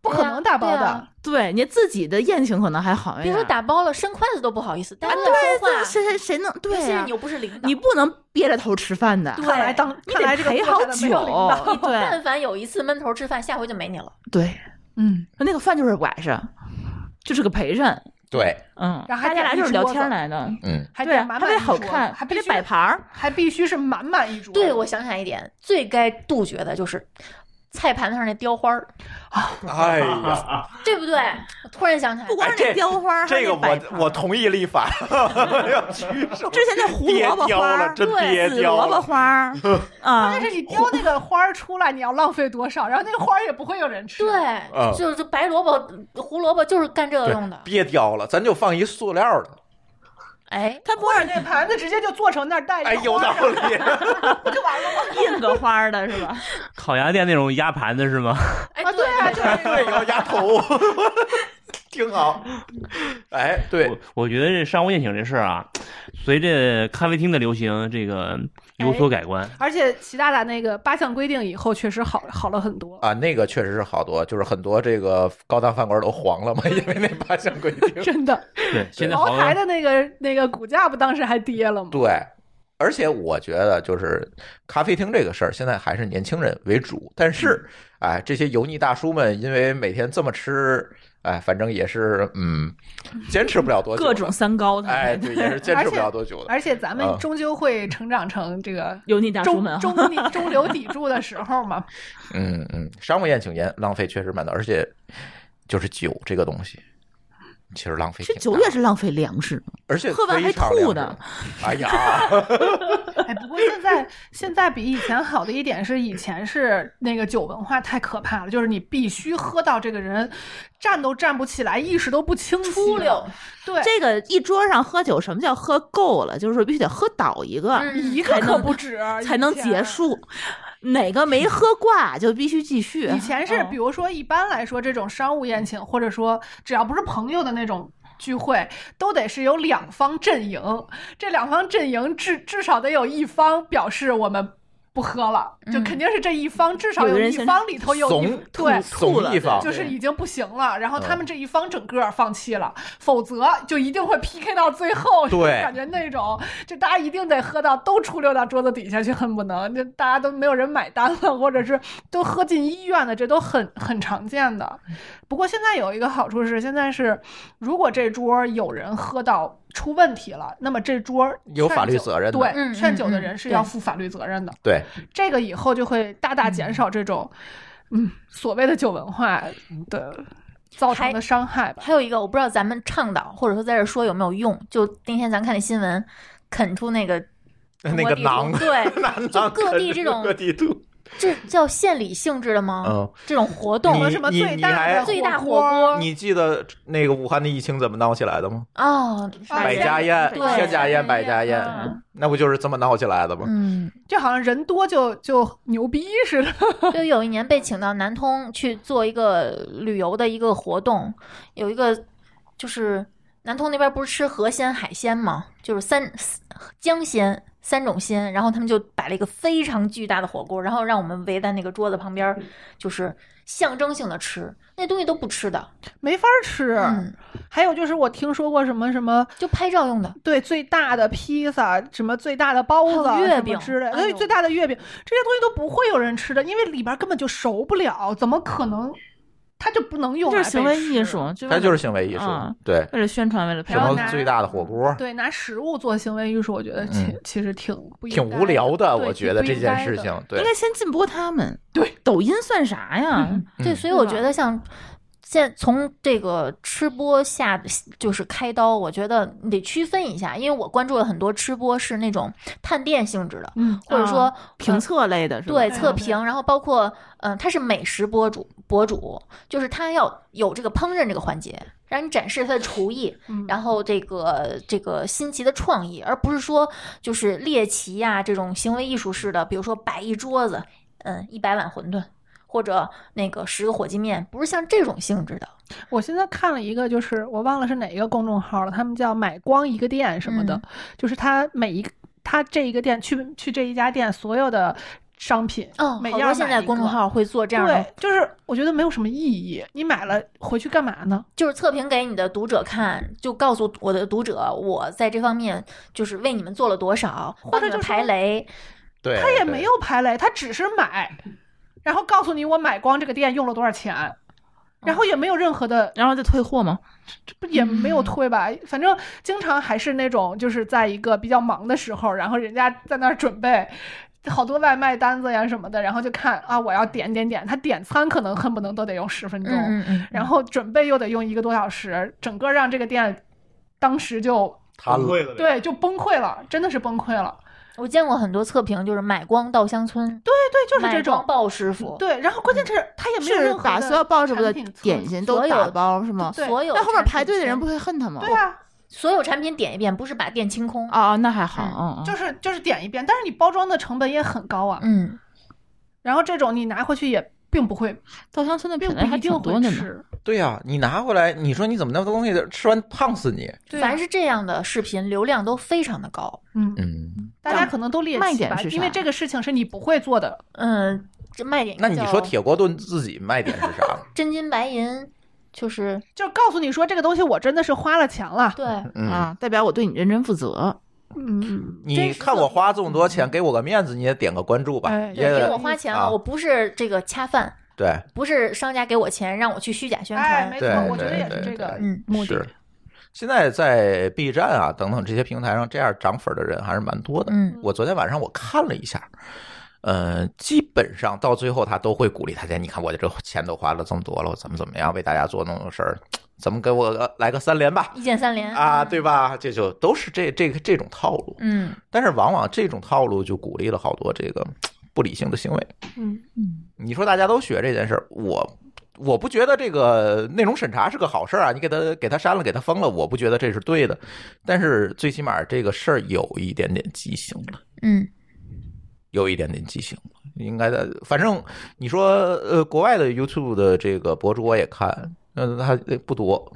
[SPEAKER 3] 不可
[SPEAKER 2] 对啊
[SPEAKER 3] 能打包
[SPEAKER 2] 对
[SPEAKER 3] 的
[SPEAKER 2] 啊，
[SPEAKER 4] 对，你自己的宴请可能还好一
[SPEAKER 2] 别
[SPEAKER 4] 点，
[SPEAKER 2] 说打包了，伸筷子都不好意思，大
[SPEAKER 4] 啊，
[SPEAKER 2] 家都在说
[SPEAKER 4] 对，
[SPEAKER 2] 话
[SPEAKER 4] 这，谁谁谁能
[SPEAKER 2] 尤
[SPEAKER 4] 对
[SPEAKER 2] 其
[SPEAKER 4] 呀、
[SPEAKER 2] 是你又不是领导，
[SPEAKER 4] 你不能憋着头吃饭的，
[SPEAKER 3] 看来当
[SPEAKER 4] 你
[SPEAKER 3] 看
[SPEAKER 4] 得
[SPEAKER 3] 来这个
[SPEAKER 4] 陪
[SPEAKER 3] 做
[SPEAKER 4] 好
[SPEAKER 3] 菜的没有领导
[SPEAKER 4] 久，对
[SPEAKER 2] 但凡有一次闷头吃饭，下回就没你了。
[SPEAKER 4] 对，
[SPEAKER 3] 嗯，
[SPEAKER 4] 那个饭就是晚上，就是个陪衬，
[SPEAKER 1] 对，
[SPEAKER 4] 嗯，
[SPEAKER 3] 然后还
[SPEAKER 4] 大家来就
[SPEAKER 3] 点一
[SPEAKER 4] 是聊
[SPEAKER 3] 桌子
[SPEAKER 4] 天来的，
[SPEAKER 1] 嗯，
[SPEAKER 3] 还
[SPEAKER 4] 对
[SPEAKER 3] 得
[SPEAKER 4] 啊，
[SPEAKER 3] 满
[SPEAKER 4] 还
[SPEAKER 3] 满一
[SPEAKER 4] 得好
[SPEAKER 3] 桌
[SPEAKER 4] 看，
[SPEAKER 3] 还
[SPEAKER 4] 还
[SPEAKER 3] 必
[SPEAKER 4] 得
[SPEAKER 3] 须
[SPEAKER 4] 摆盘儿，
[SPEAKER 3] 还必须是满满一桌。
[SPEAKER 2] 对，我想想一点，最该杜绝的就是菜盘子上那雕花儿，
[SPEAKER 1] 哎呀，
[SPEAKER 2] 对不对？我突然想起来
[SPEAKER 4] 不，光是
[SPEAKER 1] 哎这
[SPEAKER 4] 那雕花儿，还
[SPEAKER 1] 这
[SPEAKER 4] 有
[SPEAKER 1] 个
[SPEAKER 4] 那摆
[SPEAKER 1] 我
[SPEAKER 4] 盘
[SPEAKER 1] 我同意立法，我要举手。
[SPEAKER 4] 之前那胡
[SPEAKER 1] 别
[SPEAKER 4] 萝卜
[SPEAKER 1] 雕
[SPEAKER 4] 花
[SPEAKER 1] 了，
[SPEAKER 4] 儿、
[SPEAKER 1] 真
[SPEAKER 2] 对
[SPEAKER 1] 别
[SPEAKER 4] 紫
[SPEAKER 1] 雕
[SPEAKER 4] 萝卜
[SPEAKER 1] 了。
[SPEAKER 4] 花儿啊
[SPEAKER 3] 但，是你雕那个花儿出来，你要浪费多少？然后那个花儿也不会有人吃。
[SPEAKER 1] 嗯
[SPEAKER 2] 对，就就白萝卜、胡萝卜就是干这个
[SPEAKER 1] 对
[SPEAKER 2] 用的。
[SPEAKER 1] 别雕了，咱就放一塑料的。
[SPEAKER 2] 哎，
[SPEAKER 4] 它不
[SPEAKER 3] 或者那盘子直接就做成那儿带着
[SPEAKER 1] 哎，有
[SPEAKER 3] 花
[SPEAKER 1] 道
[SPEAKER 3] 儿
[SPEAKER 1] 理。
[SPEAKER 3] 不就完了吗？
[SPEAKER 4] 是印个花儿的是吧？
[SPEAKER 5] 烤鸭店那种压盘子是吗？
[SPEAKER 2] 哎，
[SPEAKER 3] 啊，对啊，就是那
[SPEAKER 1] 对，
[SPEAKER 3] 个
[SPEAKER 1] 摇鸭头， 挺好。哎，对
[SPEAKER 5] 我，我觉得这商务宴请这事儿啊，随着咖啡厅的流行，这个有
[SPEAKER 3] 哎
[SPEAKER 5] 所改观。
[SPEAKER 3] 而且习大大那个八项规定以后，确实好好了很多。
[SPEAKER 1] 啊，那个确实是好多，就是很多这个高档饭馆都黄了嘛，因为那八项规定。
[SPEAKER 3] 真的，
[SPEAKER 5] 对，现在好
[SPEAKER 3] 茅
[SPEAKER 5] 像
[SPEAKER 3] 台的那个那个股价不当时还跌了吗？
[SPEAKER 1] 对，而且我觉得就是咖啡厅这个事儿，现在还是年轻人为主。但是，
[SPEAKER 4] 嗯
[SPEAKER 1] 哎，这些油腻大叔们因为每天这么吃，哎，反正也是 嗯，坚持不了多久。
[SPEAKER 4] 各种三高，它
[SPEAKER 1] 哎，对，也是坚持不了多久的。
[SPEAKER 3] 而且咱
[SPEAKER 5] 啊
[SPEAKER 3] 们终究会成长成这个
[SPEAKER 4] 油腻大叔
[SPEAKER 3] 中
[SPEAKER 4] 们啊，
[SPEAKER 3] 中底中流砥柱的时候嘛。
[SPEAKER 1] 嗯嗯，商务宴请宴浪费确实蛮大，而且就是酒这个东西，其实浪费
[SPEAKER 4] 这
[SPEAKER 1] 挺
[SPEAKER 4] 酒
[SPEAKER 1] 大
[SPEAKER 4] 也是浪费粮食，
[SPEAKER 1] 而且
[SPEAKER 4] 喝完
[SPEAKER 1] 非
[SPEAKER 4] 还
[SPEAKER 1] 常
[SPEAKER 4] 吐
[SPEAKER 1] 良
[SPEAKER 4] 的
[SPEAKER 1] 知。哎 呀，
[SPEAKER 3] 哎，不过现在现在比以前好的一点是，以前是那个酒文化太可怕了，就是你必须喝到这个人站都站不起来，意识都不清晰，
[SPEAKER 2] 出溜，
[SPEAKER 3] 对，
[SPEAKER 4] 这个一桌上喝酒，什么叫喝够了？就是说必须得喝倒一个、
[SPEAKER 2] 嗯
[SPEAKER 3] 一个可不止，
[SPEAKER 4] 才能
[SPEAKER 3] 以前
[SPEAKER 4] 结。束，哪个没喝挂就必须继续。
[SPEAKER 3] 以前是，
[SPEAKER 4] 嗯
[SPEAKER 3] 比如说，一般来说，这种商务宴请，或者说只要不是朋友的那种聚会，都得是有两方阵营，这两方阵营至至少得有一方表示我们不喝了，就
[SPEAKER 2] 嗯
[SPEAKER 3] 肯定是这一方，至少
[SPEAKER 4] 有
[SPEAKER 3] 有
[SPEAKER 4] 个人
[SPEAKER 3] 一
[SPEAKER 4] 先
[SPEAKER 3] 方里头有一
[SPEAKER 1] 怂
[SPEAKER 3] 对
[SPEAKER 4] 吐
[SPEAKER 1] 怂
[SPEAKER 4] 了
[SPEAKER 1] 一方嗯
[SPEAKER 3] 就是
[SPEAKER 4] 对
[SPEAKER 3] 已经不行了，然后他们这一方整个放弃了，否则就一定会 PK 到最后。
[SPEAKER 1] 对
[SPEAKER 3] 就感觉那种就大家一定得喝到都出溜到桌子底下去，恨不能就大家都没有人买单了，或者是都喝进医院的，这都很很常见的。
[SPEAKER 2] 嗯
[SPEAKER 3] 不过现在有一个好处是，现在是如果这桌有人喝到。出问题了，那么这桌
[SPEAKER 1] 有法律
[SPEAKER 3] 劝酒
[SPEAKER 1] 责任的
[SPEAKER 3] 对，
[SPEAKER 2] 嗯
[SPEAKER 3] 劝
[SPEAKER 2] 嗯
[SPEAKER 3] 酒的
[SPEAKER 2] 嗯
[SPEAKER 3] 人是
[SPEAKER 2] 对
[SPEAKER 3] 要负法律责任的。
[SPEAKER 1] 对，
[SPEAKER 3] 这个以后就会大大减少这种，嗯，所谓的酒文化的造成的伤害吧。
[SPEAKER 2] 还有一个，我不知道咱们倡导或者说在这说有没有用。就那天咱看那新闻，啃出那个 中
[SPEAKER 1] 那
[SPEAKER 2] 国
[SPEAKER 1] 个
[SPEAKER 2] 地图
[SPEAKER 1] 囊，
[SPEAKER 2] 对，
[SPEAKER 1] 就
[SPEAKER 2] 各地这种
[SPEAKER 1] 各地图，
[SPEAKER 2] 这叫献礼性质的吗？
[SPEAKER 1] 嗯，
[SPEAKER 2] 这种活
[SPEAKER 1] 你
[SPEAKER 2] 动啊
[SPEAKER 3] 和什么最大
[SPEAKER 1] 你你还
[SPEAKER 3] 的
[SPEAKER 2] 最大火
[SPEAKER 3] 火
[SPEAKER 2] 锅
[SPEAKER 1] 你记得那个武汉的疫情怎么闹起来的吗？
[SPEAKER 2] 哦，
[SPEAKER 3] 啊
[SPEAKER 1] 百家宴、
[SPEAKER 2] 对
[SPEAKER 1] 千家宴、百家宴
[SPEAKER 3] 嗯，
[SPEAKER 1] 那不就是这么闹起来的吗？
[SPEAKER 2] 嗯，
[SPEAKER 3] 就好像人多就就牛逼似的。
[SPEAKER 2] 就有一年被请到南通去做一个旅游的一个活动，有一个就是南通那边不是吃河鲜海鲜吗？就是三四江鲜三种鲜，然后他们就摆了一个非常巨大的火锅，然后让我们围在那个桌子旁边，就是象征性的吃，那东西都不吃的，
[SPEAKER 3] 没法吃。
[SPEAKER 2] 嗯，
[SPEAKER 3] 还有就是我听说过什么什么，
[SPEAKER 2] 就拍照用的，
[SPEAKER 3] 对最大的披萨，什么最大的包子、啊
[SPEAKER 2] 还有月
[SPEAKER 3] 什么
[SPEAKER 2] 饼
[SPEAKER 3] 之类的，
[SPEAKER 2] 哎
[SPEAKER 3] 对
[SPEAKER 2] 呦
[SPEAKER 3] 最大的月饼，这些东西都不会有人吃的，因为里边根本就熟不了，怎么可能？它就不能用
[SPEAKER 4] 这
[SPEAKER 3] 来
[SPEAKER 4] 就
[SPEAKER 3] 被
[SPEAKER 4] 是
[SPEAKER 3] 吃，
[SPEAKER 4] 行为艺术，
[SPEAKER 1] 它就是行为艺术
[SPEAKER 4] 嗯，
[SPEAKER 1] 对，
[SPEAKER 4] 为了宣传，为了
[SPEAKER 1] 什
[SPEAKER 3] 然后
[SPEAKER 1] 么
[SPEAKER 3] 拿
[SPEAKER 1] 最大的火锅，
[SPEAKER 3] 对，拿食物做行为艺术，我觉得其、
[SPEAKER 1] 嗯
[SPEAKER 3] 其实挺不应
[SPEAKER 1] 挺
[SPEAKER 3] 该
[SPEAKER 1] 无聊的，
[SPEAKER 3] 的，
[SPEAKER 1] 我
[SPEAKER 3] 对
[SPEAKER 1] 觉得这件事。
[SPEAKER 3] 挺不应该的嗯
[SPEAKER 1] 情，
[SPEAKER 4] 应
[SPEAKER 1] 对
[SPEAKER 4] 该，先进播他们。
[SPEAKER 3] 对，
[SPEAKER 4] 抖音算啥呀？
[SPEAKER 2] 对，
[SPEAKER 1] 嗯
[SPEAKER 2] 所以我
[SPEAKER 3] 对
[SPEAKER 2] 觉
[SPEAKER 3] 吧
[SPEAKER 2] 得像现从这个吃播下就是开刀，我觉得你得区分一下，因为我关注了很多吃播是那种探店性质的，
[SPEAKER 3] 嗯，
[SPEAKER 2] 或者说、呃
[SPEAKER 4] 啊评测类的是吧？
[SPEAKER 2] 对
[SPEAKER 3] 对
[SPEAKER 2] 测
[SPEAKER 3] 对
[SPEAKER 2] 评，然后包括嗯、呃他是美食博主博主，就是他要有这个烹饪这个环节，让你展示他的厨艺，
[SPEAKER 3] 嗯
[SPEAKER 2] 然后这个这个新奇的创意，而不是说就是猎奇呀、这种行为艺术式的，比如说摆一桌子，嗯，一百碗馄饨。或者那个十个火鸡面，不是像这种性质的，
[SPEAKER 3] 我现在看了一个，就是我忘了是哪一个公众号了，他们叫“买光一个店”什么的，
[SPEAKER 2] 嗯
[SPEAKER 3] 就是他每一个他这一个店去去这一家店所有的商品，
[SPEAKER 2] 嗯，
[SPEAKER 3] 哦每
[SPEAKER 2] 好
[SPEAKER 3] 样
[SPEAKER 2] 多现
[SPEAKER 3] 买
[SPEAKER 2] 在
[SPEAKER 3] 一
[SPEAKER 2] 公众
[SPEAKER 3] 个。
[SPEAKER 2] 号会做这样
[SPEAKER 3] 对
[SPEAKER 2] 的，，
[SPEAKER 3] 就是我觉得没有什么意义。你买了回去干嘛呢？
[SPEAKER 2] 就是测评给你的读者看，就告诉我的读者，我在这方面就是为你们做了多少，
[SPEAKER 3] 或者
[SPEAKER 2] 帮你们
[SPEAKER 3] 就
[SPEAKER 2] 排
[SPEAKER 3] 说
[SPEAKER 2] 雷，
[SPEAKER 1] 对，
[SPEAKER 3] 他
[SPEAKER 1] 对
[SPEAKER 3] 也没有排雷，他只是买，然后告诉你我买光这个店用了多少钱，然后也没有任何的
[SPEAKER 4] 然后再退货吗？
[SPEAKER 3] 这不也没有退吧，哎反正经常还是那种，就是在一个比较忙的时候，然后人家在那儿准备。好多外卖单子呀什么的，然后就看啊，我要点点点，他点餐可能恨不能都得用十分钟，
[SPEAKER 2] 嗯嗯，
[SPEAKER 3] 然后准备又得用一个多小时，整个让这个店当时就
[SPEAKER 1] 贪了，
[SPEAKER 5] 了，
[SPEAKER 3] 对就崩溃了，真的是崩溃了。
[SPEAKER 2] 我见过很多测评，就是买光稻香村，
[SPEAKER 3] 对对，就是
[SPEAKER 2] 买
[SPEAKER 3] 这
[SPEAKER 2] 光
[SPEAKER 3] 种。
[SPEAKER 2] 鲍师傅，
[SPEAKER 3] 对，然后关键是他也没有
[SPEAKER 4] 是
[SPEAKER 3] 任何
[SPEAKER 4] 把
[SPEAKER 3] 的
[SPEAKER 4] 所有鲍师傅的
[SPEAKER 3] 产品存
[SPEAKER 4] 点心都
[SPEAKER 2] 所有
[SPEAKER 4] 打包是吗？
[SPEAKER 3] 对
[SPEAKER 2] 所有
[SPEAKER 4] 那后面
[SPEAKER 2] 产品
[SPEAKER 4] 排队的人
[SPEAKER 2] 全
[SPEAKER 4] 不会恨他吗？
[SPEAKER 3] 对啊，
[SPEAKER 2] 所有产品点一遍，不是把店清空。
[SPEAKER 4] 啊，那还好，嗯嗯，
[SPEAKER 3] 就是就是点一遍，但是你包装的成本也很高啊。
[SPEAKER 2] 嗯，
[SPEAKER 3] 然后这种你拿回去也并不会，
[SPEAKER 4] 稻香村的
[SPEAKER 3] 并
[SPEAKER 4] 品
[SPEAKER 3] 不
[SPEAKER 4] 类还
[SPEAKER 3] 一
[SPEAKER 4] 挺
[SPEAKER 3] 定
[SPEAKER 4] 多
[SPEAKER 3] 会
[SPEAKER 4] 的呢。
[SPEAKER 3] 吃。
[SPEAKER 1] 对呀、你拿回来，你说你怎么那么多东西吃完胖死你？
[SPEAKER 3] 对啊
[SPEAKER 2] 凡是这样的视频流量都非常的高。
[SPEAKER 3] 嗯，
[SPEAKER 1] 嗯，
[SPEAKER 3] 大家可能都猎
[SPEAKER 4] 卖
[SPEAKER 3] 奇
[SPEAKER 4] 点
[SPEAKER 3] 吧，
[SPEAKER 4] 是
[SPEAKER 3] 因为
[SPEAKER 4] 啥
[SPEAKER 3] 这个事情是你不会做的。
[SPEAKER 2] 嗯，这卖点
[SPEAKER 1] 那你说
[SPEAKER 2] 叫
[SPEAKER 1] 铁锅炖自己卖点是啥？
[SPEAKER 2] 真金白银，就是
[SPEAKER 3] 就是告诉你说这个东西我真的是花了钱了，
[SPEAKER 2] 对，
[SPEAKER 1] 嗯，
[SPEAKER 4] 啊，代表我对你认真负责。
[SPEAKER 3] 嗯，
[SPEAKER 1] 你看我花这么多钱，给我个面子，你也点个关注吧，
[SPEAKER 3] 哎
[SPEAKER 1] 也
[SPEAKER 2] 给
[SPEAKER 1] 得
[SPEAKER 2] 我花钱
[SPEAKER 1] 啊
[SPEAKER 2] 了，我不是这个恰饭，
[SPEAKER 1] 对，
[SPEAKER 2] 不是商家给我钱让我去虚假宣
[SPEAKER 3] 哎，
[SPEAKER 2] 传
[SPEAKER 3] 没。错
[SPEAKER 1] 对，
[SPEAKER 3] 我觉得
[SPEAKER 1] 对
[SPEAKER 3] 也是
[SPEAKER 1] 对
[SPEAKER 3] 这个
[SPEAKER 1] 对
[SPEAKER 2] 嗯目的
[SPEAKER 1] 是。现在在 B 站啊等等这些平台上，这样涨粉的人还是蛮多的。
[SPEAKER 2] 嗯，
[SPEAKER 1] 我昨天晚上我看了一下，呃，基本上到最后他都会鼓励大家，你看我这钱都花了这么多了，我怎么怎么样为大家做那种事儿，怎么给我个来个三连吧，
[SPEAKER 2] 一键三连
[SPEAKER 1] 啊，对？吧？这就都是这这个这种套路，
[SPEAKER 2] 嗯，
[SPEAKER 1] 但是往往这种套路就鼓励了好多这个不理性的行为。
[SPEAKER 3] 嗯
[SPEAKER 1] 你说大家都学这件事儿，我我不觉得这个内容审查是个好事儿啊，你给他给他删了，给他封了，我不觉得这是对的。但是最起码这个事儿有一点点畸形了，
[SPEAKER 2] 嗯
[SPEAKER 1] 有一点点畸形了。应该的，反正你说呃，国外的 YouTube 的这个博主我也看，嗯、呃，他不多，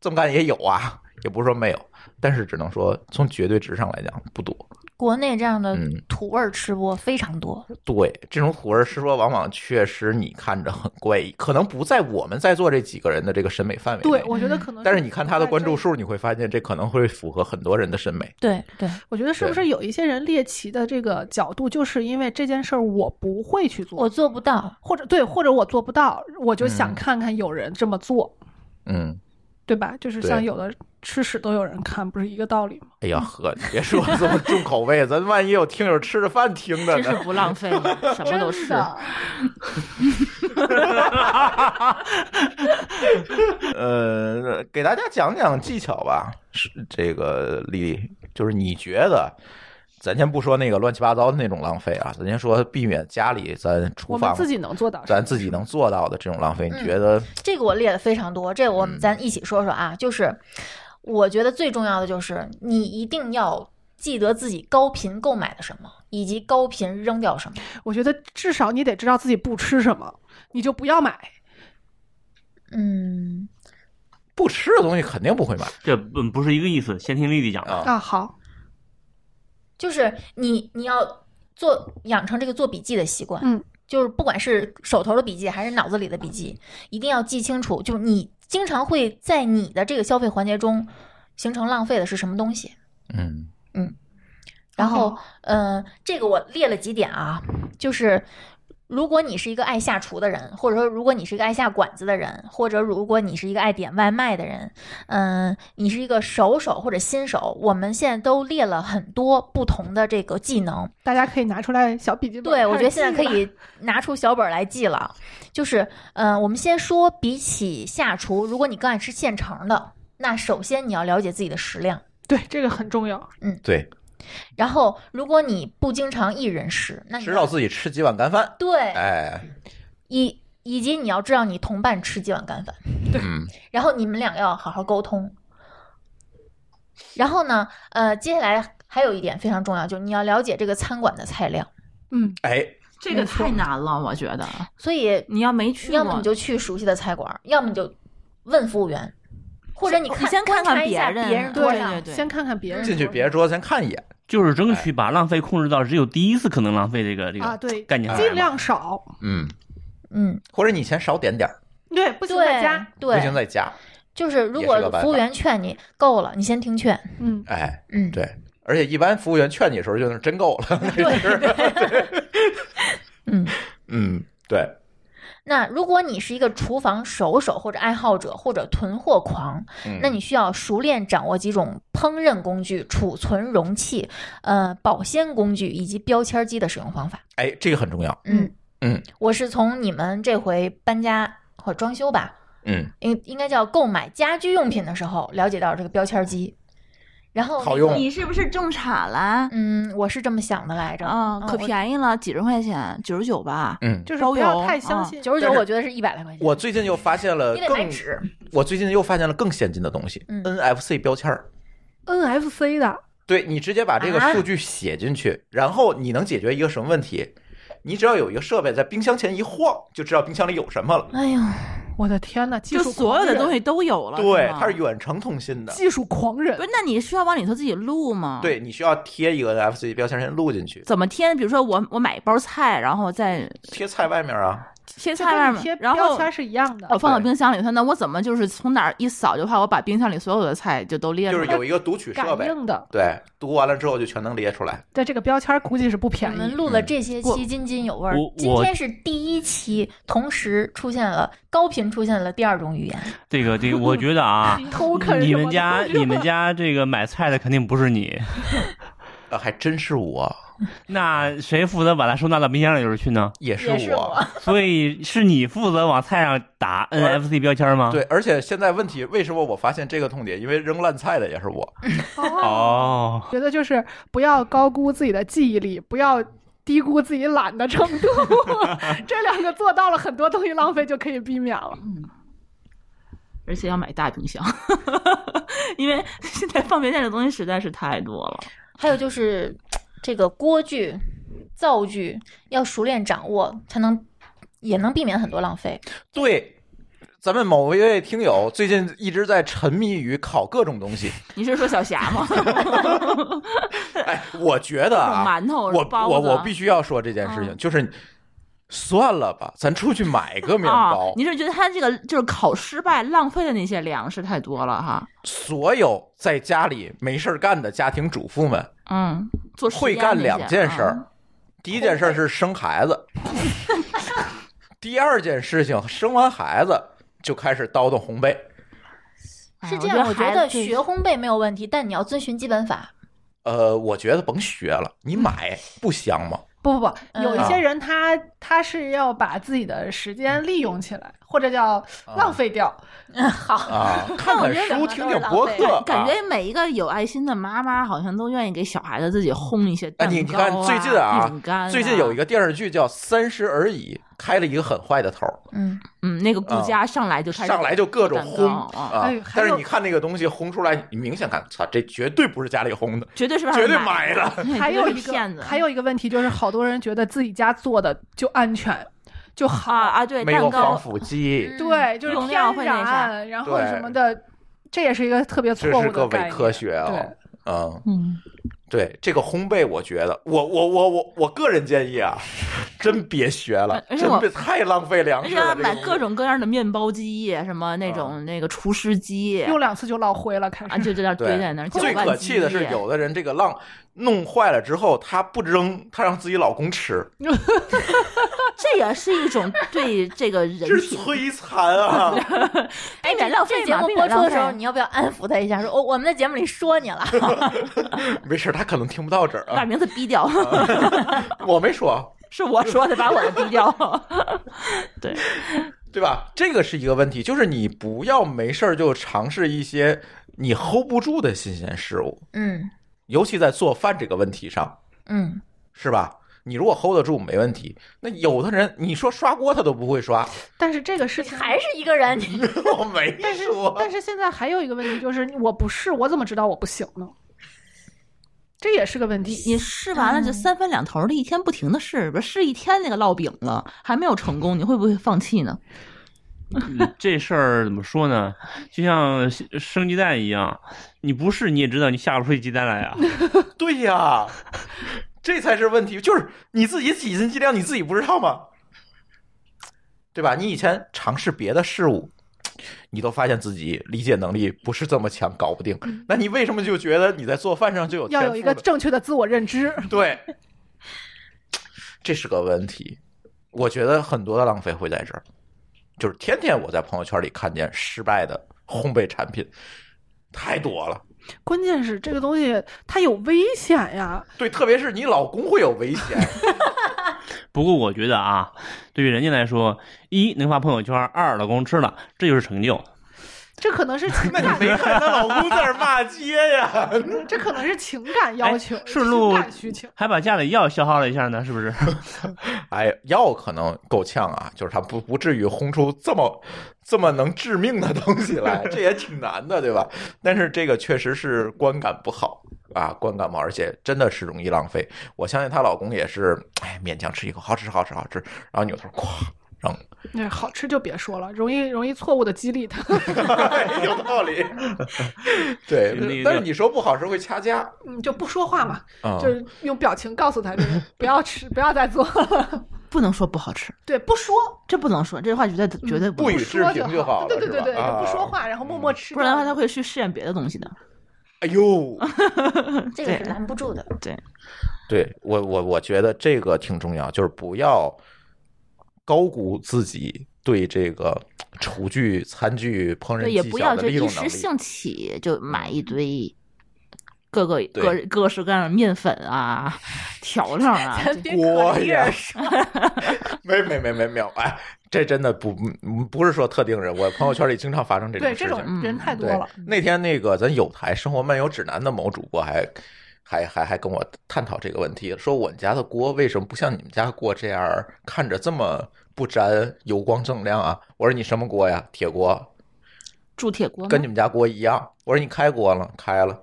[SPEAKER 1] 这么干也有啊，也不是说没有，但是只能说从绝对值上来讲不多。
[SPEAKER 2] 国内这样的
[SPEAKER 1] 嗯
[SPEAKER 2] 土味儿吃播非常多。
[SPEAKER 1] 对，这种土味是说，往往确实你看着很怪异，可能不在我们在座这几个人的这个审美范围
[SPEAKER 3] 对，
[SPEAKER 1] 内
[SPEAKER 3] 我觉
[SPEAKER 4] 嗯
[SPEAKER 3] 得可能。
[SPEAKER 1] 嗯但是你看他的关注，数，你会发现这可能会符合很多人的审美。
[SPEAKER 2] 对对，
[SPEAKER 1] 嗯
[SPEAKER 3] 我觉得是不是有一些人猎奇的这个角度，就是因为这件事儿我不会去
[SPEAKER 2] 我
[SPEAKER 3] 做，
[SPEAKER 2] 做不到。
[SPEAKER 3] 或者对，或者我做不到，我就
[SPEAKER 1] 嗯
[SPEAKER 3] 想看看有人这么做，
[SPEAKER 1] 嗯，
[SPEAKER 3] 对吧？就是
[SPEAKER 1] 对
[SPEAKER 3] 像有的吃屎都有人看，不是一个道理吗？
[SPEAKER 1] 哎呀呵，你别说这么重口味，咱万一有听友吃着饭听着
[SPEAKER 4] 真是
[SPEAKER 1] 呢。
[SPEAKER 4] 不浪 费，什么都是。
[SPEAKER 1] 呃，给大家讲讲技巧吧。是这个丽丽，就是你觉得，咱先不说那个乱七八糟的那种浪费啊，咱先说避免家里咱厨
[SPEAKER 3] 我们
[SPEAKER 1] 房
[SPEAKER 3] 自己能做到什么，
[SPEAKER 1] 咱自己能做到的这种浪费，你
[SPEAKER 2] 嗯
[SPEAKER 1] 觉得？
[SPEAKER 2] 这个我列的非常多，这个我们
[SPEAKER 1] 嗯
[SPEAKER 2] 咱一起说说啊，就是我觉得最重要的就是你一定要记得自己高频购买的什么，以及高频扔掉什么。
[SPEAKER 3] 我觉得至少你得知道自己不吃什么，你就不要买。
[SPEAKER 2] 嗯，
[SPEAKER 1] 不吃的东西肯定不会买
[SPEAKER 5] 这不不是一个意思。先听丽丽讲吧。
[SPEAKER 1] 啊。
[SPEAKER 3] 啊，好，
[SPEAKER 2] 就是你你要做养成这个做笔记的习惯，
[SPEAKER 3] 嗯，
[SPEAKER 2] 就是不管是手头的笔记还是脑子里的笔记，一定要记清楚，就是你经常会在你的这个消费环节中形成浪费的是什么东西。
[SPEAKER 1] 嗯
[SPEAKER 2] 然后
[SPEAKER 3] 哦，
[SPEAKER 2] 嗯、这个我列了几点啊，就是如果你是一个爱下厨的人，或者说如果你是一个爱下馆子的人，或者如果你是一个爱点外卖的人，嗯、你是一个熟手或者新手，我们现在都列了很多不同的这个技能。
[SPEAKER 3] 大家可以拿出来小笔记本。
[SPEAKER 2] 对，我觉得现在可。以 拿出小本儿来记了。就是，呃，我们先说，比起下厨，如果你更爱吃现成的，那首先你要了解自己的食量。
[SPEAKER 3] 对，这个很重要。，
[SPEAKER 1] 对，
[SPEAKER 2] 然后，如果你不经常一人食，那你
[SPEAKER 1] 知
[SPEAKER 2] 要
[SPEAKER 1] 道自己吃几碗干饭，
[SPEAKER 2] 对，
[SPEAKER 1] 哎，
[SPEAKER 2] 以以及你要知道你同伴吃几碗干饭，
[SPEAKER 1] 嗯
[SPEAKER 2] 然后你们两个要好好沟通。然后呢，呃，接下来还有一点非常重要，就是你要了解这个餐馆的菜量。
[SPEAKER 3] 嗯，
[SPEAKER 1] 哎，
[SPEAKER 4] 这个太难了，我觉得。
[SPEAKER 2] 所以
[SPEAKER 4] 你要没去过，
[SPEAKER 2] 要么你就去熟悉的菜馆，要么你就问服务员，或者你看
[SPEAKER 4] 你先看看
[SPEAKER 2] 观察一下
[SPEAKER 4] 别人
[SPEAKER 2] 别人
[SPEAKER 4] 对
[SPEAKER 2] 桌上
[SPEAKER 4] 对对
[SPEAKER 3] 先看看别人
[SPEAKER 1] 进去
[SPEAKER 3] 说
[SPEAKER 1] 别桌先看一眼，
[SPEAKER 5] 就是争取把浪费控制到只有第一次可能浪费这个这
[SPEAKER 3] 啊，
[SPEAKER 5] 个
[SPEAKER 3] 对，
[SPEAKER 5] 概念范围嘛。
[SPEAKER 3] 尽量少。
[SPEAKER 1] 嗯，
[SPEAKER 2] 嗯，
[SPEAKER 1] 或者你先少点点儿，
[SPEAKER 3] 对，不行在
[SPEAKER 2] 对
[SPEAKER 3] 家。
[SPEAKER 1] 不行
[SPEAKER 2] 对，
[SPEAKER 1] 再加，
[SPEAKER 2] 就是如
[SPEAKER 1] 也是
[SPEAKER 2] 果
[SPEAKER 1] 个办
[SPEAKER 2] 服务
[SPEAKER 1] 法
[SPEAKER 2] 员劝你够了，你先听劝，
[SPEAKER 3] 嗯，
[SPEAKER 1] 哎，
[SPEAKER 2] 嗯，
[SPEAKER 1] 对，而且一般服务员劝你的时候，就是真够了，
[SPEAKER 2] 对，嗯，
[SPEAKER 1] 嗯，对，
[SPEAKER 2] 那如果你是一个厨房熟手或者爱好者或者囤货狂，
[SPEAKER 1] 嗯
[SPEAKER 2] 那你需要熟练掌握几种烹饪工具、储存容器、呃保鲜工具以及标签机的使用方法。
[SPEAKER 1] 哎，这个很重要。
[SPEAKER 2] 嗯
[SPEAKER 1] 嗯，
[SPEAKER 2] 我是从你们这回搬家或者装修吧，
[SPEAKER 1] 嗯，
[SPEAKER 2] 应应该叫购买家居用品的时候了解到这个标签机，然后那个
[SPEAKER 1] 好用
[SPEAKER 4] 你是不是中傻了？
[SPEAKER 2] 嗯，我是这么想的来着，嗯
[SPEAKER 4] 啊，可
[SPEAKER 2] 宜。
[SPEAKER 4] 便宜了，几十块钱，九十九吧。
[SPEAKER 1] 嗯，
[SPEAKER 3] 就是
[SPEAKER 4] 包
[SPEAKER 3] 不要
[SPEAKER 4] 邮
[SPEAKER 3] 太相
[SPEAKER 4] 啊
[SPEAKER 3] 信。
[SPEAKER 2] 九十九，
[SPEAKER 1] 但是
[SPEAKER 2] 我觉得是一百来块钱。
[SPEAKER 1] 我最近又发现了
[SPEAKER 2] 你得买
[SPEAKER 1] 更，
[SPEAKER 2] 纸，
[SPEAKER 1] 我最近又发现了更先进的东西
[SPEAKER 2] 嗯
[SPEAKER 1] ，NFC 标签儿。
[SPEAKER 3] NFC 的，
[SPEAKER 1] 对你直接把这个
[SPEAKER 2] 啊
[SPEAKER 1] 数据写进去，然后你能解决一个什么问题？你只要有一个设备在冰箱前一晃，就知道冰箱里有什么了。
[SPEAKER 2] 哎呦，
[SPEAKER 3] 我的天呐，技
[SPEAKER 4] 就
[SPEAKER 3] 术
[SPEAKER 4] 所有的东
[SPEAKER 3] 西，
[SPEAKER 4] 西都有了，
[SPEAKER 1] 对，
[SPEAKER 4] 吗
[SPEAKER 1] 它是远程通信的。
[SPEAKER 3] 技术狂人
[SPEAKER 4] 不是？那你需要往里头自己录吗？，
[SPEAKER 1] 对你需要贴一个 NFC 标签先录进去，
[SPEAKER 4] 怎么贴呢？比如说我我买一包菜，然后再
[SPEAKER 1] 贴菜外面 啊。
[SPEAKER 4] 切
[SPEAKER 3] 就
[SPEAKER 4] 菜外
[SPEAKER 3] 跟你贴
[SPEAKER 4] 面，然后
[SPEAKER 3] 标签是一样的
[SPEAKER 5] 哦
[SPEAKER 4] 我。放到
[SPEAKER 1] 对
[SPEAKER 4] 冰箱里头，那我怎么就是从哪儿一扫就怕我把冰箱里所有的菜就都列出
[SPEAKER 1] 就是
[SPEAKER 4] 来？
[SPEAKER 1] 有一个读取设
[SPEAKER 3] 感
[SPEAKER 1] 备，
[SPEAKER 3] 应的，
[SPEAKER 1] 对，读完了之后就全能列出来。
[SPEAKER 3] 但这个标签估计是不
[SPEAKER 2] 我
[SPEAKER 3] 便
[SPEAKER 2] 们
[SPEAKER 3] 宜。，
[SPEAKER 2] 录了这些
[SPEAKER 4] 嗯我
[SPEAKER 2] 期津津有味儿
[SPEAKER 5] 我。
[SPEAKER 2] 今
[SPEAKER 5] 我
[SPEAKER 2] 天是第一期，同时出现了高频出现了第二种语言。
[SPEAKER 5] 这个这个，我觉得啊
[SPEAKER 3] 偷啃
[SPEAKER 5] 你
[SPEAKER 3] 什么
[SPEAKER 5] 们
[SPEAKER 3] 的
[SPEAKER 5] 家
[SPEAKER 3] 我觉得
[SPEAKER 5] 你们家这个买菜的肯定不是你，
[SPEAKER 1] 啊，还真是我，
[SPEAKER 5] 那谁负责把它收纳到冰箱里头去呢？
[SPEAKER 1] 也是
[SPEAKER 2] 也是我
[SPEAKER 5] 所以是你负责往菜上打 NFC 标签吗？
[SPEAKER 1] 对，，而且现在问题，为什么我发现这个痛点？因为扔烂菜的也是我。
[SPEAKER 3] 哦，
[SPEAKER 5] 哦，
[SPEAKER 3] 觉得就是不要高估自己的记忆力，不要低估自己懒的程度， 这两个做到了，很多东西浪费就可以避免了。
[SPEAKER 4] 而且要买大冰箱， 因为现在方便面的东西实在是太多了。
[SPEAKER 2] 还有就是这个锅具、灶具要熟练掌握，才能也能避免很多浪费。
[SPEAKER 1] 对，咱们某一位听友最近一直在沉迷于烤各种东西。
[SPEAKER 4] 你是说小霞 吗？
[SPEAKER 1] 哎，我觉得啊，
[SPEAKER 4] 馒头、
[SPEAKER 1] 我
[SPEAKER 4] 包子，嗯
[SPEAKER 1] 我我必须要说这件事情，就是算了吧，咱出去买个 面包。
[SPEAKER 4] 啊！你是觉得他这个就是烤失败、浪费的那些粮食太多了哈？
[SPEAKER 1] 所有在家里没事儿干的家庭主妇们
[SPEAKER 4] 嗯，做实
[SPEAKER 1] 会
[SPEAKER 4] 验
[SPEAKER 1] 干
[SPEAKER 4] 那
[SPEAKER 1] 两
[SPEAKER 4] 些
[SPEAKER 1] 件事
[SPEAKER 4] 嗯
[SPEAKER 1] 儿，第一件事儿是生孩子，第二件事情生完孩子就开始叨叨烘焙。
[SPEAKER 4] 哎
[SPEAKER 2] 是这啊样，我觉
[SPEAKER 4] 孩
[SPEAKER 2] 得
[SPEAKER 4] 子 对
[SPEAKER 2] 学烘焙没有问题，但你要遵循基本法。
[SPEAKER 1] 呃，我觉得甭学了，你买不香吗？
[SPEAKER 3] 不不不，
[SPEAKER 2] 嗯
[SPEAKER 3] 有一些人他、他是要把自己的时间利用起来，或者叫浪费掉。
[SPEAKER 2] 好，
[SPEAKER 1] 啊，看看书，听听博
[SPEAKER 2] 那我觉得两个都是
[SPEAKER 1] 客
[SPEAKER 2] 浪，
[SPEAKER 4] 感
[SPEAKER 1] 啊
[SPEAKER 4] 觉每一个有爱心的妈妈好像都愿意给小孩子自己烘一些
[SPEAKER 1] 哎
[SPEAKER 4] 蛋糕、
[SPEAKER 1] 你你看最近啊
[SPEAKER 4] 饼干、
[SPEAKER 1] 最近有一
[SPEAKER 4] 个，
[SPEAKER 1] 个电视剧叫《三十而已》，开了一个很坏的头儿，
[SPEAKER 2] 嗯，
[SPEAKER 4] 嗯，那个顾佳上来就开始
[SPEAKER 1] 上来就各种
[SPEAKER 4] 蛋糕
[SPEAKER 1] 烘
[SPEAKER 4] 啊，
[SPEAKER 1] 啊
[SPEAKER 3] 哎。还
[SPEAKER 1] 但是
[SPEAKER 3] 有
[SPEAKER 1] 你看那个东西烘出来，你明显看，操，这绝对不是家里烘的，
[SPEAKER 4] 绝对是不是
[SPEAKER 1] 绝对
[SPEAKER 4] 买
[SPEAKER 1] 买的。
[SPEAKER 4] 对
[SPEAKER 3] 还有
[SPEAKER 4] 绝
[SPEAKER 3] 一
[SPEAKER 4] 对是
[SPEAKER 3] 个
[SPEAKER 4] 骗子，啊
[SPEAKER 3] 还有一个问题就是，好多人觉得自己家做的就安全就好，
[SPEAKER 4] 啊啊，对，
[SPEAKER 1] 没
[SPEAKER 4] 蛋
[SPEAKER 1] 有防
[SPEAKER 4] 糕
[SPEAKER 1] 腐剂，
[SPEAKER 3] 对，就是
[SPEAKER 4] 用
[SPEAKER 3] 天
[SPEAKER 4] 料会那啥
[SPEAKER 3] 然，然后
[SPEAKER 1] 对
[SPEAKER 3] 什么的，这也是一个特别错
[SPEAKER 1] 这
[SPEAKER 3] 误
[SPEAKER 1] 是
[SPEAKER 3] 的
[SPEAKER 1] 个
[SPEAKER 3] 概
[SPEAKER 1] 伪
[SPEAKER 3] 念
[SPEAKER 1] 科学啊、
[SPEAKER 3] 对
[SPEAKER 1] 嗯，
[SPEAKER 4] 嗯，
[SPEAKER 1] 对，这个烘焙，我觉得，我我我我我个人建议啊，真别学了，
[SPEAKER 4] 而
[SPEAKER 1] 真
[SPEAKER 4] 且我
[SPEAKER 1] 别太浪费粮
[SPEAKER 4] 而
[SPEAKER 1] 食
[SPEAKER 4] 且
[SPEAKER 1] 了。
[SPEAKER 4] 要
[SPEAKER 1] 这个
[SPEAKER 4] 哎买
[SPEAKER 1] 东西
[SPEAKER 4] 各种各样的面包机，什么
[SPEAKER 1] 嗯
[SPEAKER 4] 那种那个厨师机
[SPEAKER 3] 用两次就落灰了，开
[SPEAKER 4] 啊，就
[SPEAKER 3] 始。
[SPEAKER 4] 在那儿堆
[SPEAKER 1] 对
[SPEAKER 4] 在那儿。
[SPEAKER 1] 最
[SPEAKER 4] 搅拌
[SPEAKER 1] 可气的是，
[SPEAKER 4] 机
[SPEAKER 1] 有的人这个浪弄坏了之后，她不扔，她让自己老公吃，
[SPEAKER 4] 这也是一种对这个人
[SPEAKER 1] 这是
[SPEAKER 4] 体
[SPEAKER 1] 摧残啊！
[SPEAKER 2] 哎，这
[SPEAKER 4] 免浪费
[SPEAKER 2] 这节
[SPEAKER 4] 嘛
[SPEAKER 2] 目
[SPEAKER 4] 避
[SPEAKER 2] 播出
[SPEAKER 4] 免
[SPEAKER 2] 的
[SPEAKER 4] 浪
[SPEAKER 2] 时候，
[SPEAKER 4] 费
[SPEAKER 2] 嗯哎你要不要安抚他一下？说，哦，我们在节目里说你了。
[SPEAKER 1] 没事，她可能听不到这儿
[SPEAKER 4] 把
[SPEAKER 1] 啊，
[SPEAKER 4] 名字逼掉，
[SPEAKER 1] 我没说，
[SPEAKER 4] 是我说的，把我的逼 掉。对，
[SPEAKER 1] 对吧？这个是一个问题，就是你不要没事儿就尝试一些你 hold 不住的新鲜事物，
[SPEAKER 2] 嗯
[SPEAKER 1] 尤其在做饭这个问题上，
[SPEAKER 2] 嗯，
[SPEAKER 1] 是吧？你如果 hold 得住没问题，那有的人你说刷锅他都不会刷，
[SPEAKER 3] 但是这个事情
[SPEAKER 2] 还是一个人， 你
[SPEAKER 1] 我没
[SPEAKER 3] 但是
[SPEAKER 1] 说。
[SPEAKER 3] 但是现在还有一个问题就是，我不试，我怎么知道我不行呢？这也是个问
[SPEAKER 4] 你
[SPEAKER 3] 题。
[SPEAKER 4] 你试完了就三分两头的，一天不停的试，不是试一天那个烙饼了，还没有成功，你会不会放弃呢？
[SPEAKER 5] 嗯这事儿怎么说呢？就像生鸡蛋一样，你不是你也知道你下不出一鸡蛋来啊。
[SPEAKER 1] 对呀、这才是问题，就是你自己几斤几两你自己不知道吗？对吧？你以前尝试别的事物，你都发现自己理解能力不是这么强，搞不定。那你为什么就觉得你在做饭上就有天
[SPEAKER 3] 嗯要
[SPEAKER 1] 赋
[SPEAKER 3] 有一个
[SPEAKER 1] 呢
[SPEAKER 3] 正确的自我认知。
[SPEAKER 1] 对，这是个问题。我觉得很多的浪费会在这儿，就是天天我在朋友圈里看见失败的烘焙产品太多了。
[SPEAKER 3] 关键是这个东西它有危险呀，
[SPEAKER 1] 对，特别是你老公会有危险，
[SPEAKER 5] 不过我觉得啊，对于人家来说，一能发朋友圈，二老公吃了，这就是成就。
[SPEAKER 3] 这可能是情
[SPEAKER 1] 那你
[SPEAKER 3] 感，
[SPEAKER 1] 没看她老公在那儿骂街呀？
[SPEAKER 3] 这可能是情感要求，
[SPEAKER 5] 顺路
[SPEAKER 3] 情感需求。
[SPEAKER 5] 还把家里药消耗了一下呢，是 不是？
[SPEAKER 1] 哎，药可能够呛啊，就是他不不至于轰出这么这么能致命的东西来，这也挺难的，对吧？但是这个确实是观感不好啊，观感不好，而且真的是容易浪费。我相信她老公也是，哎，勉强吃一口，好吃好吃好吃，然后扭头咵 扔了，
[SPEAKER 3] 那好吃就别说了，容易容易错误的激励他。
[SPEAKER 1] 哎有道理。 对
[SPEAKER 5] 那，
[SPEAKER 1] 但是你说不好吃会掐架，
[SPEAKER 3] 嗯，就不说话嘛，
[SPEAKER 1] 嗯
[SPEAKER 3] 就是用表情告诉他，就是不要吃，不要再做了。
[SPEAKER 4] 不能说不好吃，
[SPEAKER 3] 对，不说，
[SPEAKER 4] 这不能说，这话绝对绝对
[SPEAKER 1] 不
[SPEAKER 4] 能
[SPEAKER 1] 与
[SPEAKER 3] 不
[SPEAKER 1] 置
[SPEAKER 3] 说
[SPEAKER 1] 评
[SPEAKER 3] 就
[SPEAKER 1] 就好了
[SPEAKER 3] 对对对对，
[SPEAKER 1] 是吧
[SPEAKER 3] 就不说
[SPEAKER 1] 啊
[SPEAKER 3] 话，然后默默吃掉。
[SPEAKER 4] 不然的话他会去试验别的东西的。
[SPEAKER 1] 哎呦，
[SPEAKER 2] 这个是
[SPEAKER 4] 对
[SPEAKER 2] 拦不住的。
[SPEAKER 1] 啊对我我我觉得这个挺重要，就是不要高估自己对这个厨具、餐具、烹饪
[SPEAKER 4] 对，也
[SPEAKER 1] 技
[SPEAKER 4] 不
[SPEAKER 1] 巧
[SPEAKER 4] 要
[SPEAKER 1] 的
[SPEAKER 4] 就
[SPEAKER 1] 利
[SPEAKER 4] 一
[SPEAKER 1] 用能
[SPEAKER 4] 时
[SPEAKER 1] 力。嗯
[SPEAKER 4] 兴起就买一堆各个
[SPEAKER 1] 对
[SPEAKER 4] 各各式各样的面粉啊、调 料啊。
[SPEAKER 2] 咱
[SPEAKER 4] 这
[SPEAKER 2] 别可
[SPEAKER 1] 锅
[SPEAKER 2] 一
[SPEAKER 1] 呀
[SPEAKER 2] 人说，
[SPEAKER 1] 没没没没没有，哎，这真的不嗯不是说特定人，我朋友圈里经常发生这
[SPEAKER 3] 对
[SPEAKER 1] 事
[SPEAKER 3] 这
[SPEAKER 1] 情。
[SPEAKER 3] 种人太多
[SPEAKER 1] 对
[SPEAKER 3] 了，，嗯
[SPEAKER 1] 那天那个咱有台《生活漫游指南》的某主播还。还还还跟我探讨这个问题，说我们家的锅为什么不像你们家锅这样看着这么不沾油光锃亮啊？我说你什么锅呀？铁锅，
[SPEAKER 4] 铸铁
[SPEAKER 3] 嗯
[SPEAKER 4] 锅吗
[SPEAKER 1] 跟你们家锅一样。我说你开锅了，开了。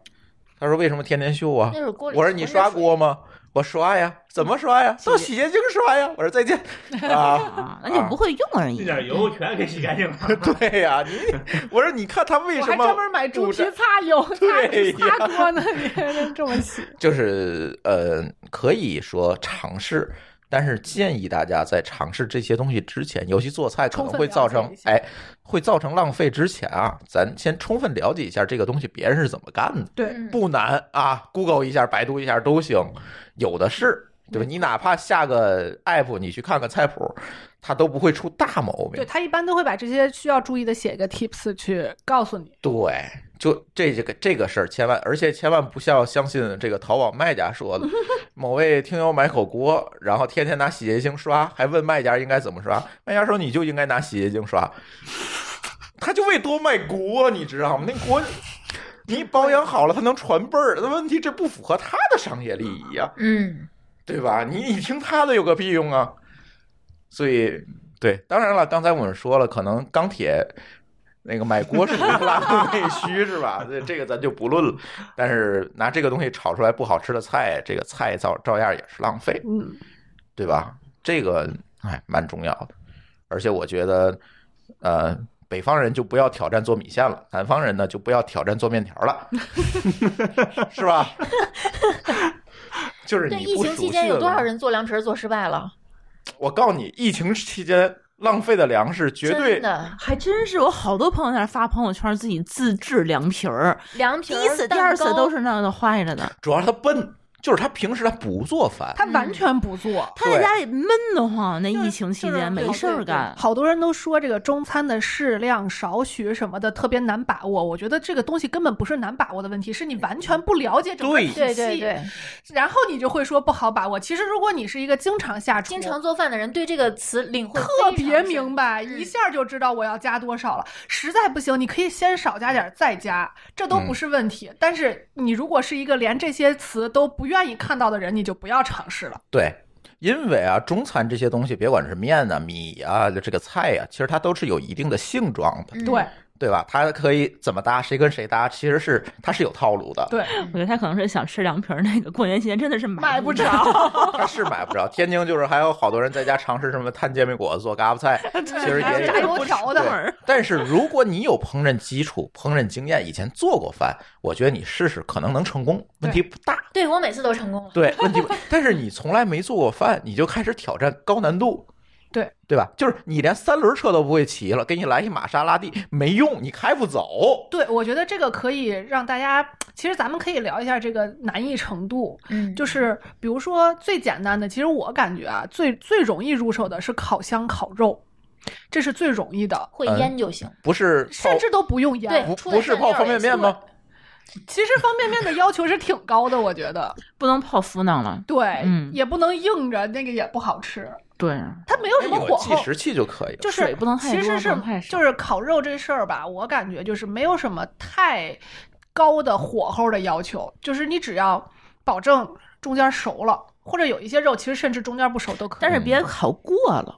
[SPEAKER 1] 他说为什么天天秀啊
[SPEAKER 3] 嗯
[SPEAKER 2] 那？是锅里
[SPEAKER 1] 我说你刷锅吗？我刷呀，怎么刷
[SPEAKER 3] 嗯
[SPEAKER 1] 呀？到洗洁精刷呀。我说 再见啊。
[SPEAKER 4] 啊，那就不会用而已。
[SPEAKER 5] 全给洗干净了。
[SPEAKER 1] 对呀、你我说你看他为
[SPEAKER 3] 我
[SPEAKER 1] 什
[SPEAKER 3] 还
[SPEAKER 1] 么
[SPEAKER 3] 专门买猪
[SPEAKER 1] 不
[SPEAKER 3] 皮
[SPEAKER 1] 沾
[SPEAKER 3] 擦油
[SPEAKER 1] 对呀
[SPEAKER 3] 擦擦锅呢，你还真这么洗。
[SPEAKER 1] 就是呃，可以说尝试，但是建议大家在尝试这些东西之前，尤其做菜可
[SPEAKER 3] 充
[SPEAKER 1] 能
[SPEAKER 3] 分
[SPEAKER 1] 会
[SPEAKER 3] 了
[SPEAKER 1] 造
[SPEAKER 3] 解
[SPEAKER 1] 成
[SPEAKER 3] 一下
[SPEAKER 1] 哎，会造成浪费之前啊，咱先充分了解一下这个东西别人是怎么干的。
[SPEAKER 3] 对，
[SPEAKER 2] 嗯
[SPEAKER 1] 不难啊，Google 一下、百度一下都行，有的是，对吧？你哪怕下个 app，你去看看菜谱，它都不会出大毛
[SPEAKER 3] 对
[SPEAKER 1] 病。
[SPEAKER 3] 他一般都会把这些需要注意的写一个 tips 去告诉你。
[SPEAKER 1] 对，就这这个这个事儿，千万而且千万不要相信这个淘宝卖家说的。某位听友买口锅，然后天天拿洗洁精刷，还问卖家应该怎么刷，卖家说你就应该拿洗洁精刷，他就为多卖锅，你知道吗？那锅。你保养好了，它能传辈儿。但问题这不符合他的商业利益啊呀、
[SPEAKER 2] 嗯，
[SPEAKER 1] 对吧？你你听他的有个屁用啊！所以，对，当然了，刚才我们说了，可能钢铁那个买锅属于拉动内需是吧？这这个咱就不论了。但是拿这个东西炒出来不好吃的菜，这个菜照照样也是浪费，
[SPEAKER 3] 嗯，
[SPEAKER 1] 对吧？这个哎，蛮重要的。而且我觉得，呃，北方人就不要挑战做米线了，南方人呢就不要挑战做面条 了，是吧？ 就是
[SPEAKER 2] 对，
[SPEAKER 1] 你
[SPEAKER 2] 疫
[SPEAKER 1] 不
[SPEAKER 2] 情
[SPEAKER 1] 熟
[SPEAKER 2] 期
[SPEAKER 1] 悉
[SPEAKER 2] 间有
[SPEAKER 1] 的
[SPEAKER 2] 多
[SPEAKER 1] 东
[SPEAKER 2] 少
[SPEAKER 1] 西
[SPEAKER 2] 人做凉皮儿做失败了？
[SPEAKER 1] 我告诉你，疫情期间浪费的粮食绝对
[SPEAKER 2] 真的
[SPEAKER 4] 啊还真是，我好多朋友在那儿发朋友圈自己自制凉皮儿，
[SPEAKER 2] 凉皮
[SPEAKER 4] 第
[SPEAKER 2] 儿、
[SPEAKER 4] 一次、第
[SPEAKER 2] 蛋
[SPEAKER 4] 二次
[SPEAKER 2] 糕
[SPEAKER 4] 都是那样的坏着的。
[SPEAKER 1] 主要是他笨，就是他平时他不做饭，
[SPEAKER 3] 他完全不做。
[SPEAKER 4] 他在家里闷得慌，那疫情期间
[SPEAKER 3] 就是
[SPEAKER 4] 没事儿干。
[SPEAKER 3] 好多人都说这个中餐的适量、少许什么的特别难把握。我觉得这个东西根本不是难把握的问题，是你完全不了解整个
[SPEAKER 1] 对
[SPEAKER 3] 体系，
[SPEAKER 2] 对对对，
[SPEAKER 3] 然后你就会说不好把握。其实如果你是一个经常下厨、
[SPEAKER 2] 经常做饭的人对这个词领会
[SPEAKER 3] 特
[SPEAKER 2] 非常
[SPEAKER 3] 别
[SPEAKER 2] 深
[SPEAKER 3] 明白，
[SPEAKER 2] 嗯
[SPEAKER 3] 一下就知道我要加多少了。实在不行，你可以先少加点儿，再加，这都
[SPEAKER 1] 嗯
[SPEAKER 3] 不是问题。但是你如果是一个连这些词都不愿意看到的人，你就不要尝试了。
[SPEAKER 1] 对。因为啊，中餐这些东西，别管是面啊、米啊、这个菜呀、其实它都是有一定的性状的，
[SPEAKER 2] 嗯
[SPEAKER 3] 对
[SPEAKER 1] 对吧？它可以怎么搭，谁跟谁搭，其实是它是有套路的，
[SPEAKER 3] 对，
[SPEAKER 4] 我觉得他可能是想吃凉皮儿，那个过年期间真的是
[SPEAKER 3] 买不
[SPEAKER 4] 不
[SPEAKER 3] 着。
[SPEAKER 1] 它是买不着。天津就是还有好多人在家尝试什么摊煎饼果子、做嘎巴菜，其实
[SPEAKER 3] 还
[SPEAKER 1] 也有
[SPEAKER 3] 有炸油条的，
[SPEAKER 1] 对，但是如果你有烹饪基础、烹饪经验，以前做过饭，我觉得你试试可能能成功，问题不大。
[SPEAKER 2] 对 我每次都成功了。
[SPEAKER 1] 对，问题不。但是你从来没做过饭，你就开始挑战高难度，
[SPEAKER 3] 对
[SPEAKER 1] 对吧？就是你连三轮车都不会骑了，给你来一玛莎拉蒂没用，你开不走。
[SPEAKER 3] 对，我觉得这个可以让大家，其实咱们可以聊一下这个难易程度。
[SPEAKER 2] 嗯，
[SPEAKER 3] 就是比如说最简单的，其实我感觉啊，最最容易入手的是烤箱烤肉，这是最容易的，
[SPEAKER 2] 会
[SPEAKER 4] 呃
[SPEAKER 1] 嗯
[SPEAKER 2] 腌就行。
[SPEAKER 1] 不是泡，
[SPEAKER 3] 甚至都不用腌。
[SPEAKER 2] 对
[SPEAKER 1] 不
[SPEAKER 2] 出
[SPEAKER 1] 不
[SPEAKER 2] 来
[SPEAKER 1] 是
[SPEAKER 2] 蘸料
[SPEAKER 1] 泡
[SPEAKER 2] 也
[SPEAKER 1] 方便面吗？
[SPEAKER 3] 其实方便面的要求是挺高的，我觉 得。
[SPEAKER 4] 不能泡芙囊了。
[SPEAKER 3] 对，
[SPEAKER 4] 嗯
[SPEAKER 3] 也不能硬着，那个也不好吃，
[SPEAKER 4] 对，啊
[SPEAKER 1] 嗯
[SPEAKER 3] 它没有什么
[SPEAKER 1] 有
[SPEAKER 3] 火
[SPEAKER 1] 计
[SPEAKER 3] 候。
[SPEAKER 1] 时器就可以了。
[SPEAKER 3] 就是
[SPEAKER 4] 水不能太
[SPEAKER 3] 其
[SPEAKER 4] 多
[SPEAKER 3] 实
[SPEAKER 4] 不
[SPEAKER 3] 是
[SPEAKER 4] 能太少
[SPEAKER 3] 就是烤肉这事儿吧，我感觉就是没有什么太高的火候的要求，就是你只要保证中间熟了，或者有一些肉其实甚至中间不熟都可以。
[SPEAKER 4] 但是别烤过了。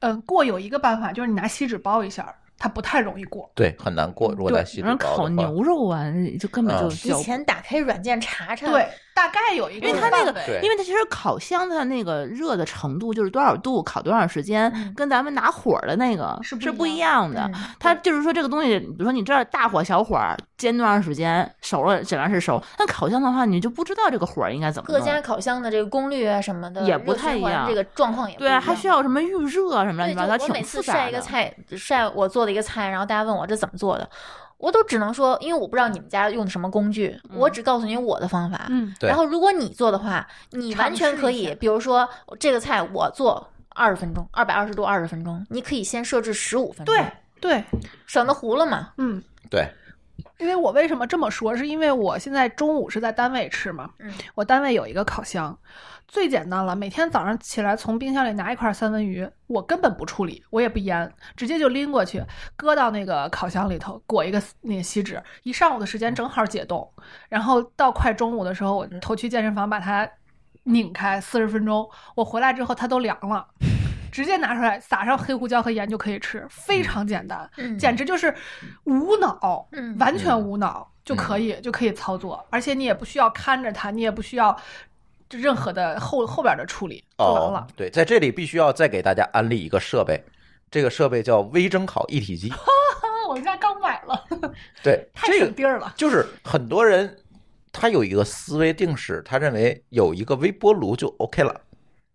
[SPEAKER 3] 嗯，过有一个办法就是你拿锡纸包一下，它不太容易过。
[SPEAKER 1] 对，很难过。如果在西
[SPEAKER 4] 对，人烤牛肉啊，就根本就
[SPEAKER 1] 嗯
[SPEAKER 2] 提
[SPEAKER 4] 叫不
[SPEAKER 2] 前打开软件查查，
[SPEAKER 3] 对，大概有一个
[SPEAKER 4] 因为它
[SPEAKER 3] 范
[SPEAKER 4] 那
[SPEAKER 3] 围，
[SPEAKER 4] 个
[SPEAKER 1] 对
[SPEAKER 4] 因为它其实烤箱它那个热的程度就是多少度，烤多长时间，
[SPEAKER 2] 嗯
[SPEAKER 4] 跟咱们拿火的那个
[SPEAKER 2] 是不
[SPEAKER 4] 是
[SPEAKER 2] 一
[SPEAKER 4] 不一样的。
[SPEAKER 2] 嗯
[SPEAKER 4] 它就是说这个东西，比如说你这儿大火小火煎多长时间，熟了怎样是熟。但烤箱的话，你就不知道这个火应该怎么
[SPEAKER 2] 各
[SPEAKER 4] 弄。
[SPEAKER 2] 家烤箱的这个功率啊什么的
[SPEAKER 4] 也不
[SPEAKER 2] 热循
[SPEAKER 4] 太一
[SPEAKER 2] 环
[SPEAKER 4] 样
[SPEAKER 2] 这个状况也不
[SPEAKER 4] 对
[SPEAKER 2] 一
[SPEAKER 4] 啊，
[SPEAKER 2] 样
[SPEAKER 4] 还需。要什么预热什么
[SPEAKER 2] 对，
[SPEAKER 4] 乱七
[SPEAKER 2] 就
[SPEAKER 4] 八糟，
[SPEAKER 2] 我
[SPEAKER 4] 挺
[SPEAKER 2] 每次
[SPEAKER 4] 复
[SPEAKER 2] 晒
[SPEAKER 4] 杂
[SPEAKER 2] 一个
[SPEAKER 4] 的。
[SPEAKER 2] 菜，晒我做的一个菜，然后大家问我这怎么做的，我都只能说，因为我不知道你们家用的什么工具，
[SPEAKER 4] 嗯
[SPEAKER 2] 我只告诉你我的方法。
[SPEAKER 3] 嗯，
[SPEAKER 1] 对
[SPEAKER 2] 然后如果你做的话，你完全可
[SPEAKER 3] 尝试一
[SPEAKER 2] 以，
[SPEAKER 3] 下
[SPEAKER 2] 比如说这个菜我做二十分钟，二百二十度二十分钟，你可以先设置十五分钟，
[SPEAKER 3] 对，对，
[SPEAKER 2] 省得糊了嘛。
[SPEAKER 3] 嗯。
[SPEAKER 1] 对，
[SPEAKER 3] 因为我为什么这么说，是因为我现在中午是在单位吃嘛，
[SPEAKER 2] 嗯
[SPEAKER 3] 我单位有一个烤箱，最简单了，每天早上起来从冰箱里拿一块三文鱼，我根本不处理，我也不腌，直接就拎过去，搁到那个烤箱里头，裹一个那个锡纸，一上午的时间正好解冻，然后到快中午的时候，我头去健身房把它拧开四十分钟，我回来之后它都凉了，直接拿出来撒上黑胡椒和盐就可以吃，非常简单。
[SPEAKER 2] 嗯，
[SPEAKER 3] 简直就是无脑，
[SPEAKER 2] 嗯
[SPEAKER 3] 完全无脑
[SPEAKER 1] 嗯
[SPEAKER 3] 就可以、就可以操作，而且你也不需要看着它，你也不需要任何的后后边的处理，做完
[SPEAKER 1] 哦
[SPEAKER 3] 了。，
[SPEAKER 1] 对，在这里必须要再给大家安利一个设备，这个设备叫微蒸烤一 体机。
[SPEAKER 3] 啊，我们家刚买了，
[SPEAKER 1] 对，
[SPEAKER 3] 太
[SPEAKER 1] 这
[SPEAKER 3] 省
[SPEAKER 1] 个
[SPEAKER 3] 地儿了。
[SPEAKER 1] 就是很多人他有一个思维定式，他认为有一个微波炉就 OK 了，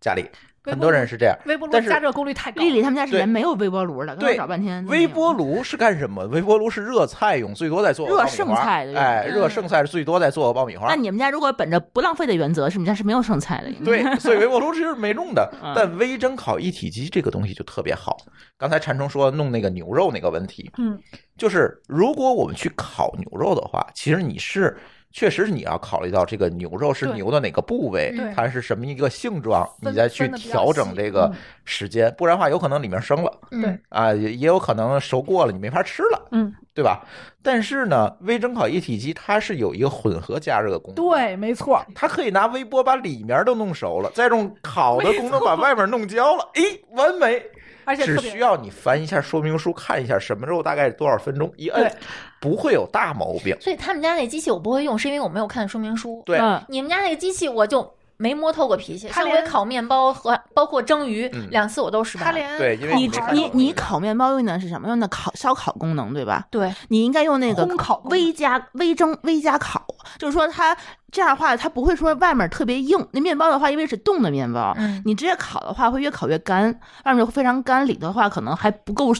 [SPEAKER 1] 家里
[SPEAKER 3] 微波炉
[SPEAKER 1] 很多人是这样。
[SPEAKER 3] 微波炉
[SPEAKER 1] 但是
[SPEAKER 3] 加热功率太高，
[SPEAKER 4] 丽丽他们家之
[SPEAKER 1] 对
[SPEAKER 4] 前没有微波炉的，刚才
[SPEAKER 1] 对
[SPEAKER 4] 找半天都没
[SPEAKER 1] 微
[SPEAKER 4] 有。
[SPEAKER 1] 波炉是干什么？微波炉是热菜用，最多再做个爆米花
[SPEAKER 4] 热剩菜的
[SPEAKER 1] 哎，
[SPEAKER 4] 嗯
[SPEAKER 1] 热剩菜最多再做个爆米花。
[SPEAKER 4] 那你们家如果本着不浪费的原则，是你们家是没有剩菜的。应该
[SPEAKER 1] 嗯对， 所以微波炉其实是没用的
[SPEAKER 4] 嗯，
[SPEAKER 1] 但微蒸烤一体机这个东西就特别好。刚才馋虫说弄那个牛肉那个问题，
[SPEAKER 3] 嗯，
[SPEAKER 1] 就是如果我们去烤牛肉的话，其实你是确实你要考虑到这个牛肉是
[SPEAKER 3] 对
[SPEAKER 1] 牛的哪个部位
[SPEAKER 3] 对，
[SPEAKER 1] 它是什么一个性状，
[SPEAKER 3] 分
[SPEAKER 1] 你再去调整这
[SPEAKER 3] 嗯
[SPEAKER 1] 个时间，不然的话有可能里面生了
[SPEAKER 2] 嗯
[SPEAKER 1] 啊，也也有可能熟过了，你没法吃了。
[SPEAKER 3] 嗯，
[SPEAKER 1] 对吧？但是呢，微蒸烤一体机它是有一个混合加热功能，
[SPEAKER 3] 对，没错，
[SPEAKER 1] 它可以拿微波把里面都弄熟了，再用烤的功能把外面弄焦 了，哎，完美。
[SPEAKER 3] 而且
[SPEAKER 1] 只
[SPEAKER 3] 特
[SPEAKER 1] 需
[SPEAKER 3] 别
[SPEAKER 1] 要你翻一下说明书，看一下什么肉大概多少分钟，一摁
[SPEAKER 3] 对，
[SPEAKER 1] 不会有大毛病。
[SPEAKER 2] 所以他们家那机器我不会用，是因为我没有看说明书。
[SPEAKER 1] 对，
[SPEAKER 4] 嗯，
[SPEAKER 2] 你们家那个机器我就没摸透过脾气，
[SPEAKER 3] 他
[SPEAKER 2] 上
[SPEAKER 3] 连
[SPEAKER 2] 回烤面包和包括蒸鱼
[SPEAKER 1] 嗯
[SPEAKER 2] 两次我都失败
[SPEAKER 3] 它
[SPEAKER 2] 了。
[SPEAKER 3] 连
[SPEAKER 1] 对因为
[SPEAKER 3] 烤
[SPEAKER 4] 你
[SPEAKER 1] 没
[SPEAKER 3] 盘
[SPEAKER 1] 看
[SPEAKER 3] 儿
[SPEAKER 1] 到
[SPEAKER 4] 你
[SPEAKER 1] 过这
[SPEAKER 4] 你
[SPEAKER 1] 个
[SPEAKER 4] 烤面包用的是什么？用的烤烧烤功能对吧？
[SPEAKER 2] 对，
[SPEAKER 4] 你应该用那个
[SPEAKER 3] 烘烤功能
[SPEAKER 4] 微加微蒸微加烤，就是说它这样的话，它不会说外面特别硬。那面包的话，因为是冻的面包，
[SPEAKER 2] 嗯
[SPEAKER 4] 你直接烤的话会越烤越干，外面会非常干，里头的话可能还不够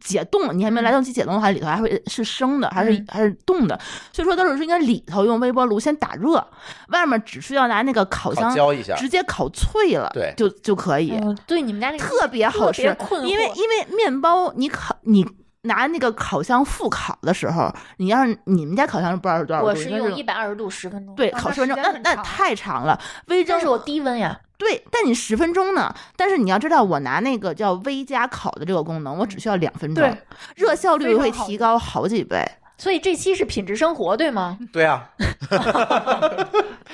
[SPEAKER 4] 解冻，你还
[SPEAKER 3] 嗯
[SPEAKER 4] 没来得及解冻的话，里头还会是生的，还是、
[SPEAKER 2] 嗯
[SPEAKER 4] 还是冻的。所以说，到时候是应该里头用微波炉先打热，外面只需要拿那个烤
[SPEAKER 1] 烤
[SPEAKER 4] 箱
[SPEAKER 1] 焦一下，
[SPEAKER 4] 直接烤脆了，
[SPEAKER 1] 对
[SPEAKER 4] 就就可
[SPEAKER 3] 哦
[SPEAKER 4] 以。
[SPEAKER 2] 嗯，对，你们家那个
[SPEAKER 4] 特别好
[SPEAKER 2] 特
[SPEAKER 4] 吃
[SPEAKER 2] 别困，惑
[SPEAKER 4] 因为因为面包你烤你拿那个烤箱复烤的时候，你要是你们家烤箱是不知道是多少度，
[SPEAKER 2] 我是
[SPEAKER 4] 应该
[SPEAKER 2] 用一百二十度十分钟，
[SPEAKER 4] 对
[SPEAKER 3] 啊
[SPEAKER 4] 烤
[SPEAKER 3] 那
[SPEAKER 4] 十分钟，
[SPEAKER 3] 时
[SPEAKER 4] 那
[SPEAKER 3] 间很
[SPEAKER 4] 那
[SPEAKER 3] 长
[SPEAKER 4] 太长了。微
[SPEAKER 2] 这
[SPEAKER 4] 蒸
[SPEAKER 2] 是我低温呀。
[SPEAKER 4] 对，但你十分钟呢？但是你要知道，我拿那个叫微加烤的这个功能，我只需要两分钟
[SPEAKER 3] 对，
[SPEAKER 4] 热效率
[SPEAKER 3] 非
[SPEAKER 4] 会
[SPEAKER 3] 常好
[SPEAKER 4] 提高好几倍。
[SPEAKER 2] 所以这期是品质生活，对吗？
[SPEAKER 3] 嗯
[SPEAKER 1] 对啊，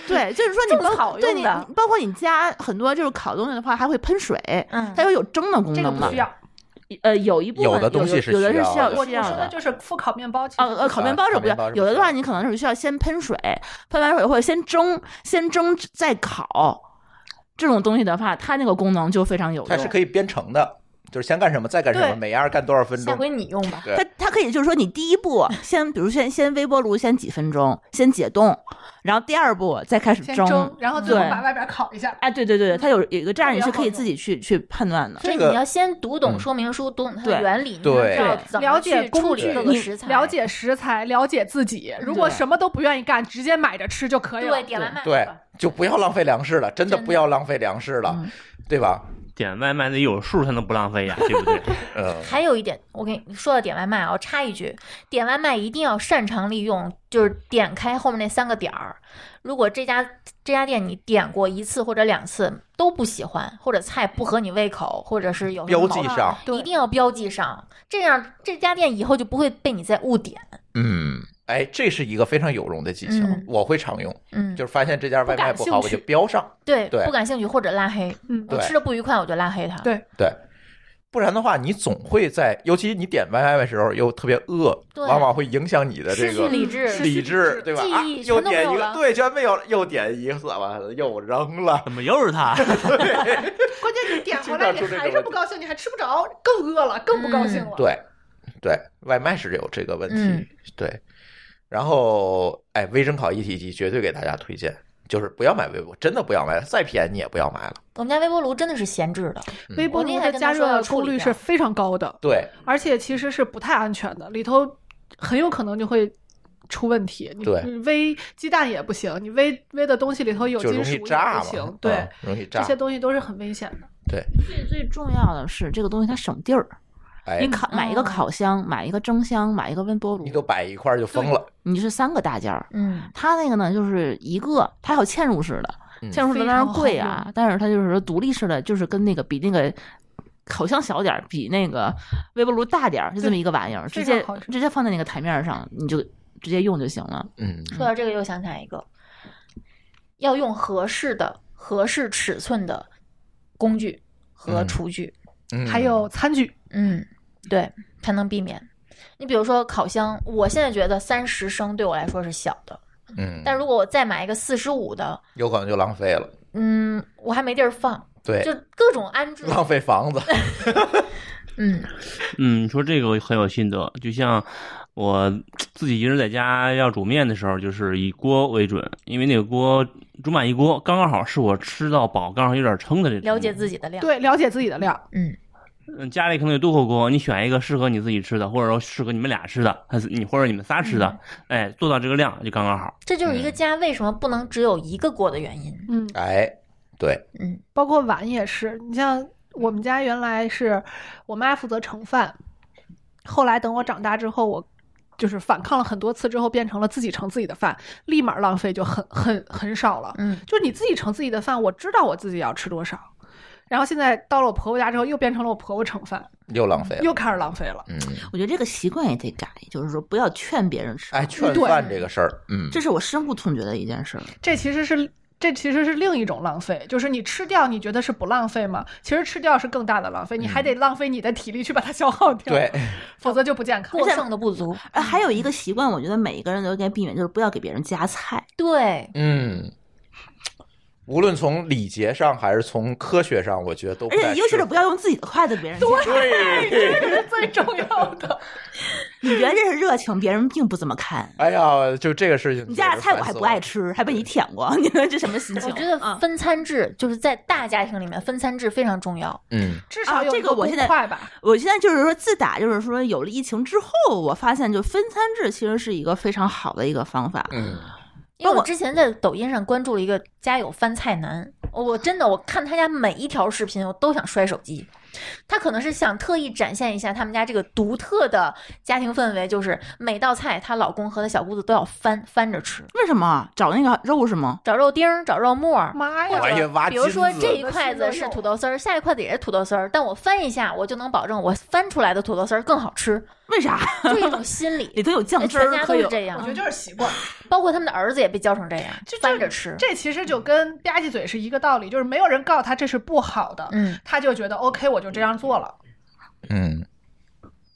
[SPEAKER 4] 对，就是说
[SPEAKER 2] 种
[SPEAKER 4] 你包
[SPEAKER 2] 草
[SPEAKER 4] 对
[SPEAKER 2] 用
[SPEAKER 4] 你
[SPEAKER 2] 的
[SPEAKER 4] 你包括你家很多就是烤东西的话，还会喷水，
[SPEAKER 2] 嗯
[SPEAKER 4] 它又有蒸的功
[SPEAKER 3] 这个
[SPEAKER 4] 能
[SPEAKER 3] 不
[SPEAKER 4] 嘛
[SPEAKER 3] 需。要，
[SPEAKER 4] 呃，有一部分
[SPEAKER 1] 有的东西是
[SPEAKER 4] 有的
[SPEAKER 1] 需
[SPEAKER 4] 是
[SPEAKER 1] 要
[SPEAKER 4] 需要
[SPEAKER 1] 的
[SPEAKER 3] 我我
[SPEAKER 4] 需要
[SPEAKER 3] 说
[SPEAKER 4] 的
[SPEAKER 3] 的。就是复烤面包，其实
[SPEAKER 4] 呃呃，烤面包是不
[SPEAKER 1] 啊烤面包
[SPEAKER 4] 要，
[SPEAKER 1] 是不
[SPEAKER 4] 有的
[SPEAKER 1] 需
[SPEAKER 4] 的话
[SPEAKER 1] 要
[SPEAKER 4] 你可能是需要先喷水，喷完水或者先蒸，先蒸再烤，这种东西的话，它那个功能就非常有
[SPEAKER 1] 它是
[SPEAKER 4] 用。
[SPEAKER 1] 可以编程的，就是先干什么，再干什么，
[SPEAKER 2] 对
[SPEAKER 1] 每样干多少分
[SPEAKER 2] 下
[SPEAKER 1] 钟。
[SPEAKER 2] 回你用吧。
[SPEAKER 1] 对
[SPEAKER 4] 它它可以就是说，你第 一步先，比如先先微波炉先几分钟，先解冻，然后第二步再开始
[SPEAKER 3] 先
[SPEAKER 4] 蒸。
[SPEAKER 3] 蒸，然后最后
[SPEAKER 4] 对
[SPEAKER 3] 把外边烤一下。
[SPEAKER 4] 哎，对对对对，它有有一个这样，
[SPEAKER 3] 比
[SPEAKER 4] 你
[SPEAKER 3] 较
[SPEAKER 4] 是可以
[SPEAKER 3] 好
[SPEAKER 4] 自己去去判断的。
[SPEAKER 2] 所以
[SPEAKER 1] 这个
[SPEAKER 2] 你要先读懂
[SPEAKER 1] 嗯
[SPEAKER 2] 说明书，读懂它
[SPEAKER 4] 对
[SPEAKER 2] 的原理，你
[SPEAKER 1] 对
[SPEAKER 2] 才知道怎
[SPEAKER 3] 了
[SPEAKER 2] 么
[SPEAKER 3] 解
[SPEAKER 2] 去
[SPEAKER 3] 工
[SPEAKER 2] 处
[SPEAKER 3] 具
[SPEAKER 2] 理各，个
[SPEAKER 3] 你
[SPEAKER 2] 食材，
[SPEAKER 3] 了解食材，了解自己。如果
[SPEAKER 4] 对
[SPEAKER 3] 什么都不愿意干，直接买着吃就可以了
[SPEAKER 2] 对。点外卖
[SPEAKER 1] 对，就不要浪费粮食了，真的
[SPEAKER 2] 真的
[SPEAKER 1] 不要浪费粮食了
[SPEAKER 4] 嗯，
[SPEAKER 1] 对吧？
[SPEAKER 5] 点外卖得有数才能不浪费呀，对不对？
[SPEAKER 1] 嗯，
[SPEAKER 2] 还有一点，我跟你说到点外卖啊，我插一句，点外卖一定要擅长利用，就是点开后面那三个点儿。如果这家这家店你点过一次或者两次都不喜欢，或者菜不合你胃口，或者是有什
[SPEAKER 1] 标
[SPEAKER 2] 么
[SPEAKER 1] 记
[SPEAKER 2] 毛病
[SPEAKER 1] 上，
[SPEAKER 3] 啊对
[SPEAKER 2] 一定要标记上，这样这家店以后就不会被你再误点。
[SPEAKER 1] 嗯，哎，这是一个非常有用的技巧
[SPEAKER 2] 嗯，
[SPEAKER 1] 我会常用。
[SPEAKER 2] 嗯，
[SPEAKER 1] 就是发现这家外卖不好，
[SPEAKER 3] 不感
[SPEAKER 1] 我
[SPEAKER 3] 兴趣
[SPEAKER 1] 就标上。
[SPEAKER 2] 对，
[SPEAKER 1] 对
[SPEAKER 2] 不感兴趣或者拉黑，
[SPEAKER 3] 嗯
[SPEAKER 2] 我
[SPEAKER 1] 对
[SPEAKER 2] 吃的不愉快我就拉黑他。
[SPEAKER 3] 对
[SPEAKER 1] 对，不然的话，你总会在，尤其你点外卖的时候又特别饿，
[SPEAKER 2] 对
[SPEAKER 1] 往往会影响你的这
[SPEAKER 2] 失去
[SPEAKER 1] 个
[SPEAKER 2] 理智，
[SPEAKER 3] 嗯是
[SPEAKER 1] 理智，对吧？啊，
[SPEAKER 2] 记忆
[SPEAKER 1] 又
[SPEAKER 2] 全都没
[SPEAKER 1] 点
[SPEAKER 2] 有
[SPEAKER 1] 一个，
[SPEAKER 2] 了
[SPEAKER 1] 对，全没有了，又点一个，完了又扔了。
[SPEAKER 5] 怎么又是他？
[SPEAKER 3] 关键你点回
[SPEAKER 1] 经
[SPEAKER 3] 来
[SPEAKER 1] 常
[SPEAKER 3] 你
[SPEAKER 1] 出这
[SPEAKER 3] 还
[SPEAKER 1] 种
[SPEAKER 3] 是
[SPEAKER 1] 问
[SPEAKER 3] 不
[SPEAKER 1] 题
[SPEAKER 3] 高兴，你还吃不着，更饿了，更不高兴了。
[SPEAKER 1] 对，对，外卖是有这个问题，
[SPEAKER 2] 嗯
[SPEAKER 1] 对。然后，哎，微生烤一体机绝对给大家推荐，就是不要买微波，真的不要买，再便宜你也不要买了。
[SPEAKER 2] 我们家微波炉真的是闲置的，
[SPEAKER 1] 嗯
[SPEAKER 3] 微波炉的加热功率是非常高的，
[SPEAKER 1] 对，
[SPEAKER 3] 而且其实是不太安全的，里头很有可能就会出问题。你
[SPEAKER 1] 对
[SPEAKER 3] 你煨鸡蛋也不行，你煨煨的东西里头有
[SPEAKER 1] 就
[SPEAKER 3] 金
[SPEAKER 1] 容
[SPEAKER 3] 属
[SPEAKER 1] 易
[SPEAKER 3] 也
[SPEAKER 1] 炸
[SPEAKER 3] 不
[SPEAKER 1] 嘛
[SPEAKER 3] 行，，对
[SPEAKER 1] 嗯，容易
[SPEAKER 3] 这
[SPEAKER 1] 炸
[SPEAKER 3] 些。东西都是很危险的。
[SPEAKER 1] 对，
[SPEAKER 4] 最最重要的是，这个东西它省地儿。嗯
[SPEAKER 1] 哎
[SPEAKER 4] 你，烤买一个烤箱，买一个蒸箱，买一个微波炉
[SPEAKER 1] 你，都摆一块儿就疯了。
[SPEAKER 4] 你是三个大件儿。
[SPEAKER 2] 嗯，
[SPEAKER 4] 它那个呢，就是一个，它还有嵌入式的，
[SPEAKER 1] 嗯
[SPEAKER 4] 嵌入式的当然贵啊，但是它就是说独立式的，就是跟那个比那个烤箱小点儿，比那个微波炉大点儿，就这么一个玩意儿，直
[SPEAKER 3] 非常
[SPEAKER 4] 接
[SPEAKER 3] 好吃
[SPEAKER 4] 直接放在那个台面上，你就直接用就行了。
[SPEAKER 1] 嗯，
[SPEAKER 2] 说到这个又想起来一个，要用合适的、合适尺寸的工具和
[SPEAKER 1] 嗯
[SPEAKER 2] 厨具，
[SPEAKER 1] 嗯
[SPEAKER 3] 还有餐具，
[SPEAKER 2] 嗯对，才能避免。你比如说烤箱，我现在觉得三十升对我来说是小的，
[SPEAKER 1] 嗯，
[SPEAKER 2] 但如果我再买一个四十五的，
[SPEAKER 1] 有可能就浪费了，
[SPEAKER 2] 嗯，我还没地儿放，
[SPEAKER 1] 对，
[SPEAKER 2] 就各种安置，
[SPEAKER 1] 浪费房 子。
[SPEAKER 2] 嗯，
[SPEAKER 5] 嗯，你说这个我很有心得，就像我自己一个人在家要煮面的时候，就是以锅为准，因为那个锅煮满一锅，刚好是我吃到饱，刚好有点撑的这种。
[SPEAKER 2] 了解自己的量，
[SPEAKER 3] 对，了解自己的量，
[SPEAKER 2] 嗯，
[SPEAKER 5] 嗯，家里可能有多口锅，你选一个适合你自己吃的，或者说适合你们俩吃的，还是你或者你们仨吃的，
[SPEAKER 2] 嗯
[SPEAKER 5] 哎，做到这个量就刚刚好。
[SPEAKER 2] 这就是一个家为什么不能只有一个锅的原因，
[SPEAKER 3] 嗯，
[SPEAKER 1] 哎，对，
[SPEAKER 2] 嗯
[SPEAKER 3] 包括碗也是。你像我们家原来是我妈负责盛饭，后来等我长大之后，我就是反抗了很多次之后，变成了自己盛自己的饭，立马浪费就很很很少了。
[SPEAKER 2] 嗯，
[SPEAKER 3] 就是你自己盛自己的饭，我知道我自己要吃多少。然后现在到了我婆婆家之后，又变成了我婆婆盛饭，
[SPEAKER 1] 又浪费了。
[SPEAKER 3] 又开始浪费了。
[SPEAKER 1] 嗯，
[SPEAKER 4] 我觉得这个习惯也得改，就是说不要劝别人吃，
[SPEAKER 1] 哎，劝饭这个事儿，嗯，
[SPEAKER 4] 这是我深恶痛绝的一件事儿。
[SPEAKER 3] 这其实是这其实是另一种浪费，就是你吃掉，你觉得是不浪费吗？其实吃掉是更大的浪费，你还得浪费你的体力去把它消耗掉，
[SPEAKER 1] 对，
[SPEAKER 3] 否则就不健康。
[SPEAKER 2] 过剩的不足，
[SPEAKER 4] 哎，还有一个习惯，我觉得每一个人都应该避免，就是不要给别人夹菜。
[SPEAKER 2] 对，
[SPEAKER 1] 嗯。无论从礼节上还是从科学上，我觉得都不
[SPEAKER 4] 而且
[SPEAKER 1] 太
[SPEAKER 4] 尤其
[SPEAKER 1] 适
[SPEAKER 4] 是
[SPEAKER 1] 合
[SPEAKER 4] 哎不要用自己的筷子，别人夹。
[SPEAKER 1] 对。
[SPEAKER 3] 这是最重要的。
[SPEAKER 4] 你觉得这是热情，别人并不这么看。
[SPEAKER 1] 哎呀，就这个事情，
[SPEAKER 4] 你家的菜我还不爱，吃，还被你舔过，你说这什么心情？
[SPEAKER 2] 我觉得
[SPEAKER 4] 啊，
[SPEAKER 2] 分餐制、就是在大家庭里面分餐制非常重要。
[SPEAKER 1] 嗯，
[SPEAKER 3] 至少有
[SPEAKER 4] 这
[SPEAKER 3] 一
[SPEAKER 4] 个我
[SPEAKER 3] 公
[SPEAKER 4] 现在
[SPEAKER 3] 筷吧，
[SPEAKER 4] 我现在就是说，自打就是说有了疫情之后，我发现就分餐制其实是一个非常好的一个方法。
[SPEAKER 1] 嗯，
[SPEAKER 2] 因为
[SPEAKER 4] 包
[SPEAKER 2] 我
[SPEAKER 4] 括
[SPEAKER 2] 之前在抖音上关注了一个家有翻菜男，我真的我看他家每一条视频，我都想摔手机。他可能是想特意展现一下他们家这个独特的家庭氛围，就是每道菜她老公和她小姑子都要翻翻着吃，
[SPEAKER 4] 为什么找那个肉是吗？
[SPEAKER 2] 找肉丁儿，找肉末儿。
[SPEAKER 4] 哎
[SPEAKER 3] 妈
[SPEAKER 1] 我
[SPEAKER 3] 呀！
[SPEAKER 1] 也挖
[SPEAKER 2] 比如说
[SPEAKER 1] 金子
[SPEAKER 2] 这一筷子是土豆丝儿，下一筷子也是土豆丝儿，但我翻一下，我就能保证我翻出来的土豆丝儿更好吃，
[SPEAKER 4] 为啥
[SPEAKER 2] 就一种心
[SPEAKER 4] 里
[SPEAKER 2] 理。
[SPEAKER 4] 头有酱
[SPEAKER 2] 那
[SPEAKER 4] 汁
[SPEAKER 2] 全
[SPEAKER 4] 儿
[SPEAKER 2] 家
[SPEAKER 4] 可
[SPEAKER 2] 都
[SPEAKER 4] 以
[SPEAKER 2] 是？这样，
[SPEAKER 3] 我觉得就是习惯，
[SPEAKER 2] 包括他们的儿子也被教成这样，
[SPEAKER 3] 这
[SPEAKER 2] 翻着吃。
[SPEAKER 3] 这其实就跟吧唧嘴是一个道理，就是没有人告诉他这是不好的，
[SPEAKER 2] 嗯，
[SPEAKER 3] 他就觉得 OK，我就这样做了。
[SPEAKER 1] 嗯，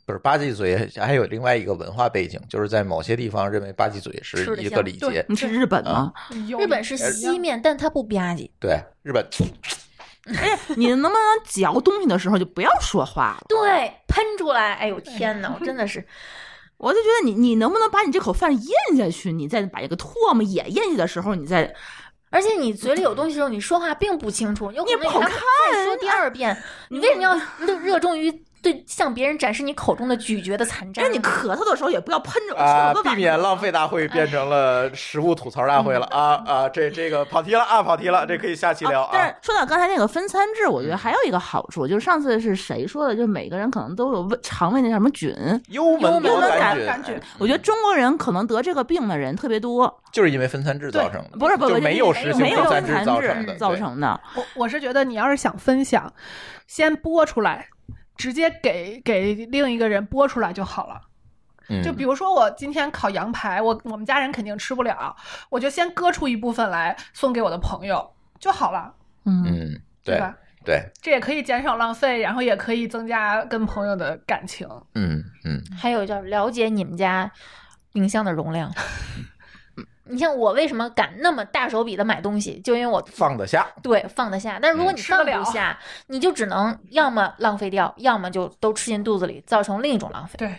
[SPEAKER 1] 不是吧唧嘴，还有另外一个文化背景，就是在某些地方认为吧唧嘴
[SPEAKER 2] 吃
[SPEAKER 1] 是
[SPEAKER 2] 得
[SPEAKER 1] 一个
[SPEAKER 2] 香
[SPEAKER 1] 礼
[SPEAKER 3] 对
[SPEAKER 1] 节，
[SPEAKER 3] 嗯
[SPEAKER 4] 你是日本吗？
[SPEAKER 3] 有
[SPEAKER 2] 呃日本是西面，但它不吧唧。
[SPEAKER 1] 对，日本
[SPEAKER 4] 哎，你能不能嚼东西的时候就不要说话了？
[SPEAKER 2] 对，喷出来，哎呦天哪，我真的 是，
[SPEAKER 4] 我就觉得你你能不能把你这口饭咽下去？你再把这个唾沫也咽下的时候，你再
[SPEAKER 2] 而且你嘴里有东西的时候，你说话并不清楚，有可
[SPEAKER 4] 也
[SPEAKER 2] 能你
[SPEAKER 4] 不好
[SPEAKER 2] 还要再说第二 遍，你为什么要热热衷于对向别人展示你口中的咀嚼的残渣
[SPEAKER 4] 让
[SPEAKER 2] 呢？
[SPEAKER 4] 你咳嗽的时候也不要喷着我，
[SPEAKER 1] 啊，
[SPEAKER 4] 我都把
[SPEAKER 1] 避免浪费大会变成了食物吐槽大会了啊啊！这这个跑题了啊，跑题了，这可以下期聊
[SPEAKER 4] 啊
[SPEAKER 1] 啊
[SPEAKER 4] 但
[SPEAKER 1] 嗯
[SPEAKER 4] 是。说到刚才那个分餐制，我觉得还有一个好处，就是上次是谁说的？就是每个人可能都有胃肠胃那叫什么菌，
[SPEAKER 1] 幽门
[SPEAKER 4] 幽
[SPEAKER 1] 螺
[SPEAKER 4] 门
[SPEAKER 1] 杆
[SPEAKER 4] 杆
[SPEAKER 1] 菌，
[SPEAKER 3] 杆菌
[SPEAKER 4] 我
[SPEAKER 1] 嗯
[SPEAKER 4] 觉得中国人可能得这个病的人特别多，
[SPEAKER 1] 就是因为分餐制造成的，
[SPEAKER 4] 不是不是
[SPEAKER 1] 就没有
[SPEAKER 4] 没
[SPEAKER 1] 实
[SPEAKER 4] 有
[SPEAKER 1] 行
[SPEAKER 4] 没有
[SPEAKER 1] 分
[SPEAKER 4] 分
[SPEAKER 1] 餐制
[SPEAKER 4] 餐
[SPEAKER 1] 造成的，
[SPEAKER 4] 制造成的。
[SPEAKER 3] 我我是觉得，你要是想分享，先播出来，直接给给另一个人播出来就好了。
[SPEAKER 4] 嗯
[SPEAKER 1] 对
[SPEAKER 3] 就比如说，我今天烤羊排，我我们家人肯定吃不了，我就先割出一部分来送给我的朋友就好了，
[SPEAKER 4] 嗯，
[SPEAKER 1] 嗯，
[SPEAKER 3] 对
[SPEAKER 1] 对
[SPEAKER 3] 吧？
[SPEAKER 1] 对，
[SPEAKER 3] 这也可以减少浪费，然后也可以增加跟朋友的感情。
[SPEAKER 1] 嗯嗯，
[SPEAKER 2] 还有叫了解你们家冰箱的容 量。你像我为什么敢那么大手笔的买东西，就因为我
[SPEAKER 1] 放得下，
[SPEAKER 2] 对放得下。但如果你
[SPEAKER 3] 嗯吃得
[SPEAKER 2] 放
[SPEAKER 3] 了
[SPEAKER 2] 不下，你就只能要么浪费掉，要么就都吃进肚子里，造成另一种浪费。
[SPEAKER 3] 对，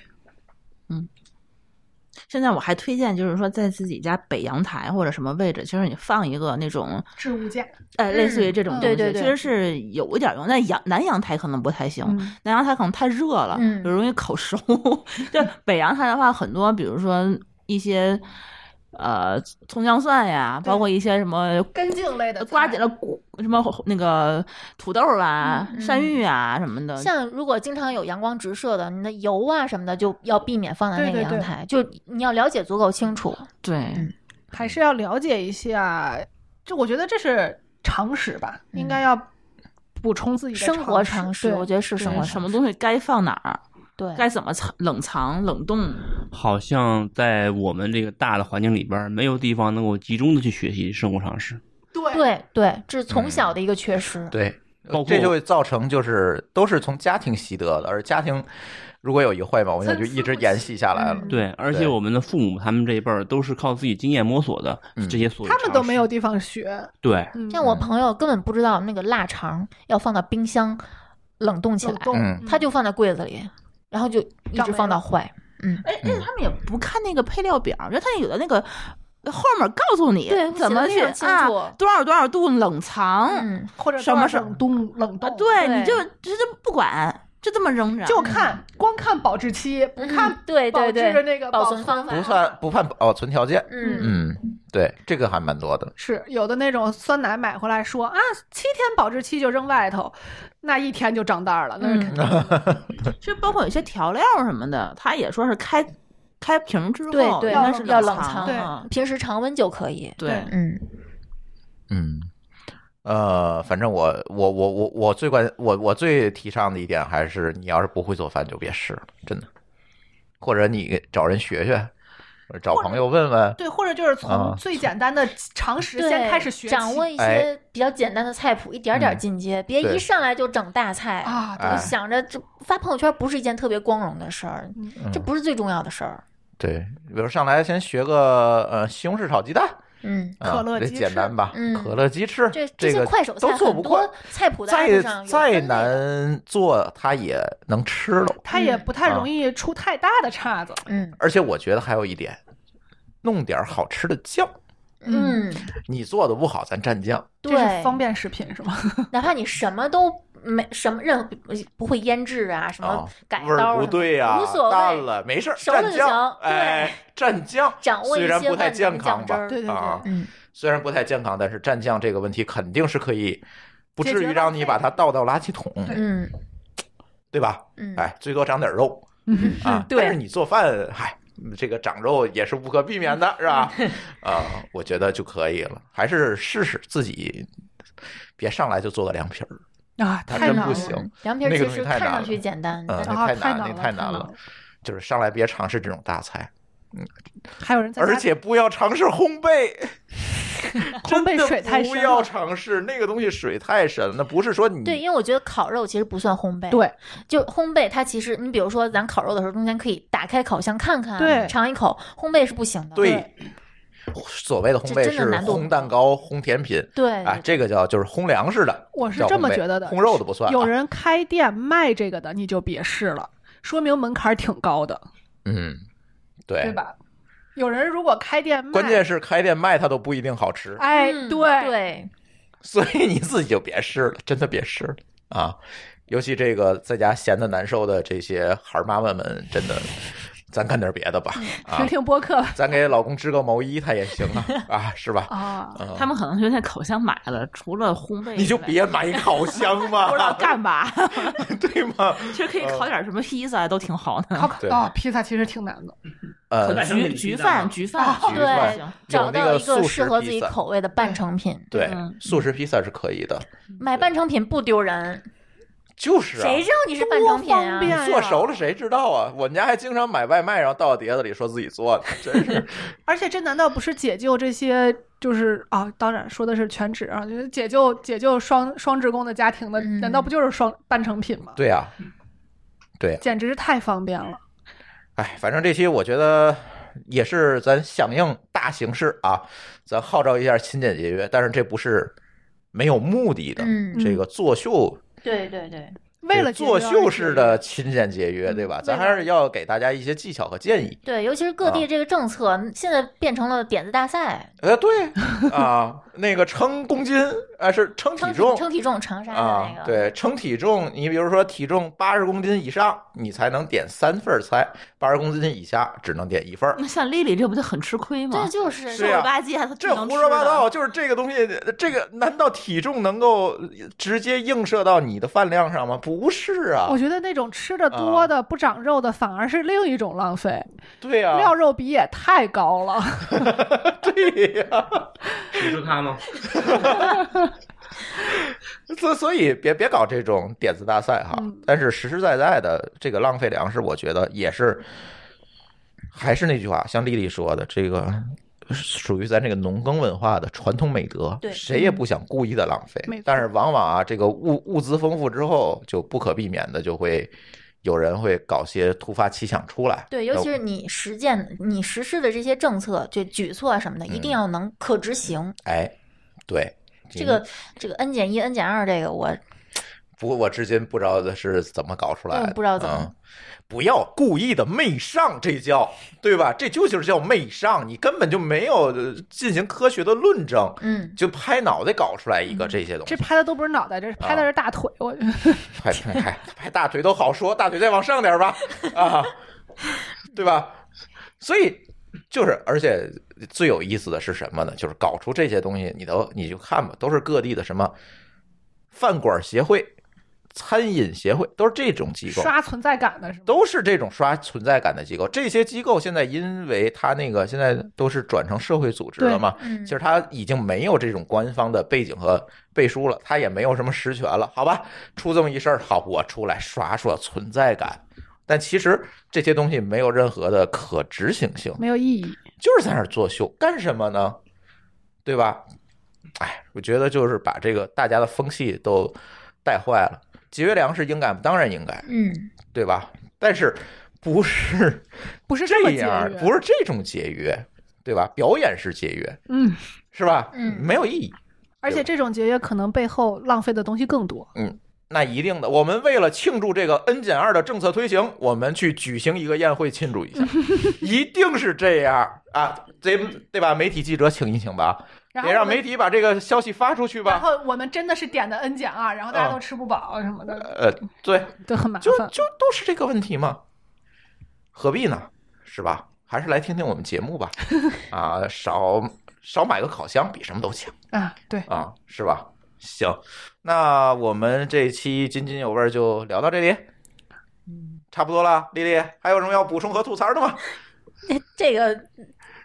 [SPEAKER 4] 现在我还推荐，就是说在自己家北阳台或者什么位置，其实你放一个那种，
[SPEAKER 3] 置物架，
[SPEAKER 4] 呃，类似于这种
[SPEAKER 3] 嗯
[SPEAKER 4] 东西，
[SPEAKER 2] 对对对
[SPEAKER 4] 其实是有一点用。但阳南阳台可能不太行，
[SPEAKER 3] 嗯，
[SPEAKER 4] 南阳台可能太热了，
[SPEAKER 2] 嗯
[SPEAKER 4] 就容易烤熟。 就北阳台的话，很多比如说一些呃葱姜蒜呀，
[SPEAKER 3] 对
[SPEAKER 4] 包括一些什么
[SPEAKER 3] 根茎类
[SPEAKER 2] 呃
[SPEAKER 3] 的
[SPEAKER 4] 瓜
[SPEAKER 3] 菜
[SPEAKER 4] 子的谷什么那个土豆啊、
[SPEAKER 2] 嗯嗯
[SPEAKER 4] 山芋啊什么的，
[SPEAKER 2] 像如果经常有阳光直射的，你的油啊什么的就要避免放在那个
[SPEAKER 3] 对对对
[SPEAKER 2] 阳台，就你要了解足够清楚。
[SPEAKER 4] 对，
[SPEAKER 3] 还是要了解一下，就我觉得这是常识吧，应该要补充自己的
[SPEAKER 2] 生活
[SPEAKER 3] 常
[SPEAKER 2] 常识，我觉
[SPEAKER 3] 得
[SPEAKER 2] 得是生活
[SPEAKER 4] 什
[SPEAKER 2] 常
[SPEAKER 4] 么
[SPEAKER 2] 识。
[SPEAKER 4] 东西该放哪儿，
[SPEAKER 2] 对，
[SPEAKER 4] 该怎么藏、冷藏、冷冻，
[SPEAKER 5] 好像在我们这个大的环境里边儿，没有地方能够集中的去学习生活常识。
[SPEAKER 3] 对
[SPEAKER 2] 对对，
[SPEAKER 4] 嗯
[SPEAKER 2] 这是从小的一个缺失。
[SPEAKER 1] 对
[SPEAKER 5] 包括，
[SPEAKER 1] 这就会造成就是都是从家庭习得的，而家庭如果有一个坏毛病，就一直延续下来了
[SPEAKER 2] 嗯。
[SPEAKER 5] 对，而且
[SPEAKER 1] 对
[SPEAKER 5] 我们的父母他们这一辈儿都是靠自己经验摸索的
[SPEAKER 1] 嗯
[SPEAKER 5] 这些所谓
[SPEAKER 3] 他们都
[SPEAKER 5] 常识
[SPEAKER 3] 没有地方学，
[SPEAKER 5] 对，
[SPEAKER 3] 嗯
[SPEAKER 2] 像我朋友根本不知道那个腊肠要放到冰箱冷冻起
[SPEAKER 3] 冷
[SPEAKER 2] 来，
[SPEAKER 3] 冻，
[SPEAKER 1] 嗯
[SPEAKER 2] 他就放在柜子里，然后就一
[SPEAKER 3] 长
[SPEAKER 2] 直放
[SPEAKER 3] 霉
[SPEAKER 2] 到
[SPEAKER 3] 了
[SPEAKER 2] 坏。
[SPEAKER 4] 哎，而且他们也不看那个配料表，因为他有的那个后面告诉你
[SPEAKER 2] 对
[SPEAKER 4] 怎么去
[SPEAKER 2] 写得非常清楚
[SPEAKER 4] 啊，多少多少度冷藏，
[SPEAKER 2] 嗯，
[SPEAKER 3] 或者
[SPEAKER 4] 什么
[SPEAKER 3] 多少冷冻冷
[SPEAKER 4] 啊
[SPEAKER 3] 冻，，
[SPEAKER 4] 对，
[SPEAKER 2] 对
[SPEAKER 4] 你就直接不管，就这么扔着，
[SPEAKER 3] 就看光看保质期，不看
[SPEAKER 2] 嗯对
[SPEAKER 3] 保
[SPEAKER 2] 对
[SPEAKER 3] 质的
[SPEAKER 2] 对，
[SPEAKER 3] 那个
[SPEAKER 2] 保
[SPEAKER 3] 存
[SPEAKER 2] 存
[SPEAKER 4] 嗯
[SPEAKER 2] 方法
[SPEAKER 1] 不算不判保哦存条件，
[SPEAKER 2] 嗯，
[SPEAKER 1] 嗯，对，这个还蛮多的。
[SPEAKER 3] 是有的那种酸奶买回来说啊，七天保质期就扔外头，那一天就长袋儿了，那是肯定
[SPEAKER 1] 嗯
[SPEAKER 3] 的。
[SPEAKER 4] 其实包括有些调料什么的，他也说是开开瓶之后
[SPEAKER 2] 对对
[SPEAKER 4] 应该是
[SPEAKER 2] 要冷
[SPEAKER 4] 藏
[SPEAKER 2] 藏
[SPEAKER 4] 啊，
[SPEAKER 2] 平时常温就可以。
[SPEAKER 4] 对
[SPEAKER 2] 嗯，
[SPEAKER 1] 嗯，呃，反正我我我我我最关我我最提倡的一点还是，你要是不会做饭就别试了，真的。或者你找人学学，或者找朋友问问，
[SPEAKER 3] 对，或 者就是从
[SPEAKER 1] 啊
[SPEAKER 3] 最简单的常识
[SPEAKER 2] 对，
[SPEAKER 3] 先开始学起，
[SPEAKER 2] 掌握一
[SPEAKER 1] 哎
[SPEAKER 2] 些比较简单的菜谱，一点点
[SPEAKER 1] 嗯
[SPEAKER 2] 进阶，别一
[SPEAKER 1] 对
[SPEAKER 2] 上来就整大菜。
[SPEAKER 3] 啊，
[SPEAKER 2] 我
[SPEAKER 1] 哎
[SPEAKER 3] 对，
[SPEAKER 2] 想着这发朋友圈不是一件特别光荣的事儿，
[SPEAKER 3] 嗯
[SPEAKER 1] 嗯
[SPEAKER 2] 这不是最重要的事儿。
[SPEAKER 1] 对，比如上来先学个呃西红柿炒鸡蛋，
[SPEAKER 2] 嗯，
[SPEAKER 1] 啊
[SPEAKER 3] 可乐
[SPEAKER 1] 这
[SPEAKER 3] 鸡
[SPEAKER 1] 简
[SPEAKER 3] 翅
[SPEAKER 1] 单吧？
[SPEAKER 2] 嗯
[SPEAKER 1] 可乐鸡翅，
[SPEAKER 2] 这
[SPEAKER 1] 这
[SPEAKER 2] 些
[SPEAKER 1] 个
[SPEAKER 2] 快手菜
[SPEAKER 1] 都做
[SPEAKER 2] 很
[SPEAKER 1] 不快
[SPEAKER 2] 多，菜谱的 app 上
[SPEAKER 1] 再再
[SPEAKER 2] 有分类的。
[SPEAKER 1] 难做它也能吃了。
[SPEAKER 3] 它也
[SPEAKER 2] 嗯
[SPEAKER 3] 不太
[SPEAKER 1] 啊
[SPEAKER 3] 容易出太大的岔子。
[SPEAKER 2] 嗯
[SPEAKER 1] 而且我觉得还有一点，弄点好吃的酱，
[SPEAKER 2] 嗯，
[SPEAKER 1] 你做的不好咱蘸酱。
[SPEAKER 3] 这
[SPEAKER 2] 对
[SPEAKER 3] 是，方便食品是吗？
[SPEAKER 2] 哪怕你什么都没什么任何不会腌制啊，什么
[SPEAKER 1] 啊
[SPEAKER 2] 改
[SPEAKER 1] 味
[SPEAKER 2] 刀
[SPEAKER 1] 儿
[SPEAKER 2] 什么
[SPEAKER 1] 不对呀、
[SPEAKER 2] 无所
[SPEAKER 1] 淡
[SPEAKER 2] 谓。
[SPEAKER 1] 了没事儿，
[SPEAKER 2] 熟了
[SPEAKER 1] 蘸
[SPEAKER 2] 就
[SPEAKER 1] 酱
[SPEAKER 2] 行，对
[SPEAKER 1] 哎， 蘸酱，
[SPEAKER 2] 掌握一
[SPEAKER 1] 虽然
[SPEAKER 2] 些
[SPEAKER 1] 不太
[SPEAKER 2] 万能
[SPEAKER 1] 健
[SPEAKER 2] 的
[SPEAKER 1] 康
[SPEAKER 2] 酱汁
[SPEAKER 1] 吧
[SPEAKER 2] 儿，
[SPEAKER 3] 对对
[SPEAKER 1] 啊
[SPEAKER 3] 对，
[SPEAKER 2] 嗯，
[SPEAKER 1] 虽然不太健康，但是蘸酱这个问题肯定是可以，不
[SPEAKER 3] 解
[SPEAKER 1] 至
[SPEAKER 3] 决
[SPEAKER 1] 于
[SPEAKER 3] 浪
[SPEAKER 1] 让你
[SPEAKER 3] 费
[SPEAKER 1] 把它倒到垃圾桶，
[SPEAKER 2] 嗯
[SPEAKER 1] 对吧？
[SPEAKER 2] 嗯，
[SPEAKER 1] 哎，最多长点肉
[SPEAKER 3] 嗯
[SPEAKER 1] 啊，
[SPEAKER 2] 对
[SPEAKER 1] 但是你做饭，嗨。这个长肉也是无可避免的，是吧？
[SPEAKER 2] 嗯
[SPEAKER 1] 啊，我觉得就可以了，还是试试自己，别上来就做个凉皮儿，
[SPEAKER 3] 啊，
[SPEAKER 1] 它
[SPEAKER 3] 太
[SPEAKER 1] 真
[SPEAKER 3] 难
[SPEAKER 1] 不
[SPEAKER 3] 了。
[SPEAKER 1] 行。
[SPEAKER 2] 凉皮儿
[SPEAKER 1] 那个
[SPEAKER 2] 其
[SPEAKER 1] 东西
[SPEAKER 2] 实
[SPEAKER 1] 太
[SPEAKER 2] 看上
[SPEAKER 1] 难
[SPEAKER 2] 去
[SPEAKER 1] 了
[SPEAKER 2] 简单，
[SPEAKER 1] 嗯，
[SPEAKER 2] 但
[SPEAKER 3] 啊
[SPEAKER 1] 那太
[SPEAKER 3] 太
[SPEAKER 1] 难
[SPEAKER 3] 难
[SPEAKER 1] 了，那
[SPEAKER 3] 了
[SPEAKER 1] 太
[SPEAKER 3] 太
[SPEAKER 1] 难
[SPEAKER 3] 难
[SPEAKER 1] 了
[SPEAKER 3] 了。
[SPEAKER 1] 就是上来别尝试这种大菜，
[SPEAKER 3] 还有人在家
[SPEAKER 1] 而且不要尝试烘焙，
[SPEAKER 3] 烘焙
[SPEAKER 1] 真的
[SPEAKER 3] 水太深
[SPEAKER 1] 不
[SPEAKER 3] 了
[SPEAKER 1] 要尝试那个东西，水太深。那不是说你
[SPEAKER 2] 对，因为我觉得烤肉其实不算烘焙，，
[SPEAKER 3] 对
[SPEAKER 2] 就烘焙它其实你比如说咱烤肉的时候，中间可以打开烤箱看看，
[SPEAKER 3] 对
[SPEAKER 2] 尝一口，烘焙是不行的，
[SPEAKER 1] 对，所谓的烘
[SPEAKER 2] 这
[SPEAKER 1] 焙
[SPEAKER 2] 真的
[SPEAKER 1] 是
[SPEAKER 2] 难度很
[SPEAKER 1] 烘蛋糕、烘甜品
[SPEAKER 2] 对
[SPEAKER 1] 啊，这个叫就是烘粮食的，
[SPEAKER 3] 哎我是
[SPEAKER 1] 叫
[SPEAKER 3] 这么
[SPEAKER 1] 烘焙
[SPEAKER 3] 觉得的
[SPEAKER 1] 烘肉的不算啊。
[SPEAKER 3] 有人开店卖这个的，你就别试了，说明门槛儿挺高的，
[SPEAKER 1] 嗯，
[SPEAKER 3] 对
[SPEAKER 1] 对，
[SPEAKER 3] 吧？有人如果开店卖，
[SPEAKER 1] 关键是开店卖它都不一定好吃，
[SPEAKER 3] 哎，
[SPEAKER 2] 嗯
[SPEAKER 3] 对，
[SPEAKER 2] 对，
[SPEAKER 1] 所以你自己就别试了，真的别试了啊！尤其这个在家闲的难受的这些孩儿妈妈们，真的，咱干点别的吧啊
[SPEAKER 3] 听！听播客吧
[SPEAKER 1] 咱给老公织个毛衣，他也行啊啊，是 吧？
[SPEAKER 3] 啊，
[SPEAKER 1] 嗯
[SPEAKER 4] 他们可能觉得那烤箱买了，除了烘焙以外，
[SPEAKER 1] 你就别买烤箱
[SPEAKER 4] 不知道
[SPEAKER 1] 嘛，
[SPEAKER 4] 干嘛，
[SPEAKER 1] 对吗？
[SPEAKER 4] 其实可以
[SPEAKER 1] 嗯
[SPEAKER 4] 烤点什么披萨都挺好的。
[SPEAKER 3] 烤烤
[SPEAKER 1] 对
[SPEAKER 3] 啊，披萨其实挺难的，
[SPEAKER 1] 呃，
[SPEAKER 5] 蛋
[SPEAKER 4] 焗焗饭，焗
[SPEAKER 2] 啊
[SPEAKER 4] 饭，
[SPEAKER 1] 焗饭
[SPEAKER 4] 行
[SPEAKER 2] 找
[SPEAKER 1] 有那
[SPEAKER 2] 到
[SPEAKER 1] 个
[SPEAKER 2] 一个
[SPEAKER 1] 速
[SPEAKER 2] 适
[SPEAKER 1] 食
[SPEAKER 2] 合
[SPEAKER 1] 披
[SPEAKER 2] 自己
[SPEAKER 1] 萨
[SPEAKER 2] 口味的半成品，
[SPEAKER 1] 对
[SPEAKER 4] 嗯，
[SPEAKER 1] 素食披萨是可以的，
[SPEAKER 2] 买半成品不丢人，
[SPEAKER 1] 就是啊
[SPEAKER 2] 谁，知道你是半成品
[SPEAKER 3] 多
[SPEAKER 2] 啊
[SPEAKER 3] 方？便
[SPEAKER 1] 做熟了谁知道啊？我们家还经常买外卖，然后倒到碟子里说自己做的，真是
[SPEAKER 3] 而且这难道不是解救这些？就是啊，当然说的是全职啊，就是解救解救双双职工的家庭的，
[SPEAKER 2] 嗯
[SPEAKER 3] 难道不就是双半成品吗？
[SPEAKER 1] 对啊呀、对呀、
[SPEAKER 3] 简直是太方便了。
[SPEAKER 1] 哎，反正这期我觉得也是咱响应大形势啊，咱号召一下勤俭节约，但是这不是没有目的的，
[SPEAKER 2] 嗯
[SPEAKER 1] 这个作秀，
[SPEAKER 2] 对对对，
[SPEAKER 3] 为了解决
[SPEAKER 1] 作
[SPEAKER 3] 而
[SPEAKER 1] 秀
[SPEAKER 3] 解
[SPEAKER 1] 式
[SPEAKER 3] 决
[SPEAKER 1] 的勤俭节约，对吧？咱还是要给大家一些技巧和建议。
[SPEAKER 2] 对，尤其是
[SPEAKER 1] 啊
[SPEAKER 2] 各地这个政策，现在变成了点子大赛，
[SPEAKER 1] 呃，对啊，那个称公斤啊，是称体
[SPEAKER 2] 称
[SPEAKER 1] 重。
[SPEAKER 2] 称体重长沙的
[SPEAKER 1] 啊
[SPEAKER 2] 那，个，
[SPEAKER 1] 对，称体重，你比如说体重八十公斤以上，你才能点三份儿菜；八十公斤以下只能点一份儿。
[SPEAKER 4] 那像丽丽这不就很吃亏吗
[SPEAKER 2] 这？就是
[SPEAKER 1] 啊是
[SPEAKER 4] 瘦
[SPEAKER 1] 呀
[SPEAKER 4] 了吧唧，
[SPEAKER 2] 啊
[SPEAKER 4] 她
[SPEAKER 1] 这胡说八道，就是这个东西，这个难道体重能够直接映射到你的饭量上吗？不是啊
[SPEAKER 3] 我，觉得那种吃的多的、不长肉的，反而是另一种浪费。
[SPEAKER 1] 对啊呀、
[SPEAKER 3] 料肉比也太高了，
[SPEAKER 1] 对呀、
[SPEAKER 5] 你说他吗？
[SPEAKER 1] 所所以别别搞这种点子大赛哈。
[SPEAKER 3] 嗯
[SPEAKER 1] 但是实实在在的这个浪费粮食，我觉得也是，还是那句话，像丽丽说的，这个属于咱这个农耕文化的传统美德，
[SPEAKER 2] 对
[SPEAKER 1] 谁也不想故意的浪费
[SPEAKER 3] 没错。
[SPEAKER 1] 但是往往啊，这个物物资丰富之后，就不可避免的就会有人会搞些突发奇想出来。
[SPEAKER 2] 对，尤其
[SPEAKER 1] 那
[SPEAKER 2] 是你实践、你实施的这些政策，这举措啊什么的，一
[SPEAKER 1] 嗯
[SPEAKER 2] 定要能可执行。
[SPEAKER 1] 哎，对
[SPEAKER 2] 这个这个 n 减一、n 减二，这个我
[SPEAKER 1] 不过我至今不知道的是怎么搞出来的，
[SPEAKER 2] 嗯不知道怎么
[SPEAKER 1] 嗯不要故意的媚上，这叫对吧？这就就是叫媚上，你根本就没有呃进行科学的论证，
[SPEAKER 2] 嗯，
[SPEAKER 1] 就拍脑袋搞出来一个这些东西
[SPEAKER 3] 这，拍的都不是脑袋，
[SPEAKER 1] 啊
[SPEAKER 3] 这拍的是大腿。我觉得
[SPEAKER 1] 拍拍拍拍大腿都好说，大腿再往上点吧，啊，对吧？所以就是，而且最有意思的是什么呢？就是搞出这些东西，你都你就看吧，都是各地的什么饭馆协会、餐饮协会，都是这种机构。
[SPEAKER 3] 刷存在感的是吗？
[SPEAKER 1] 都是这种刷存在感的机构。这些机构现在因为它那个现在都是转成社会组织了嘛，
[SPEAKER 2] 嗯
[SPEAKER 1] 其实它已经没有这种官方的背景和背书了，它也没有什么实权了，好吧？出这么一事儿，好，我出来刷刷存在感。但其实这些东西没有任何的可执行性，
[SPEAKER 3] 没有意义。
[SPEAKER 1] 就是在那儿作秀，干什么呢？对吧？哎，我觉得就是把这个大家的风气都带坏了。节约粮食应该吗？当然应该，
[SPEAKER 2] 嗯，
[SPEAKER 1] 对吧？但是不是
[SPEAKER 3] 不是
[SPEAKER 1] 这
[SPEAKER 3] 么节
[SPEAKER 1] 样，
[SPEAKER 3] 约，
[SPEAKER 1] 不是这种节约，对吧？表演式节约
[SPEAKER 3] 嗯，
[SPEAKER 1] 是吧？
[SPEAKER 2] 嗯
[SPEAKER 1] 没有意义。
[SPEAKER 3] 而且这种节约可能背后浪费的东西更多。
[SPEAKER 1] 那一定的，我们为了庆祝这个 N 减二的政策推行，我们去举行一个宴会庆祝 一下，一定是这样啊！得得把媒体记者请一请吧，
[SPEAKER 3] 然后
[SPEAKER 1] 得让
[SPEAKER 3] 我们
[SPEAKER 1] 媒体把这个消息发出去
[SPEAKER 3] 然
[SPEAKER 1] 吧。
[SPEAKER 3] 后我们真的是点的 N 减二，然后大家
[SPEAKER 1] 嗯
[SPEAKER 3] 都吃不饱啊什么的，
[SPEAKER 1] 呃，对，
[SPEAKER 3] 都很麻
[SPEAKER 1] 就
[SPEAKER 3] 烦。
[SPEAKER 1] 就都是这个问题嘛，何必呢？是吧？还是来听听我们节目吧。啊，少少买个烤箱比什么都强
[SPEAKER 3] 啊，对，
[SPEAKER 1] 啊，是吧？行，那我们这期津津有味儿就聊到这里，差不多了。丽丽，还有什么要补充和吐槽的吗？
[SPEAKER 2] 这个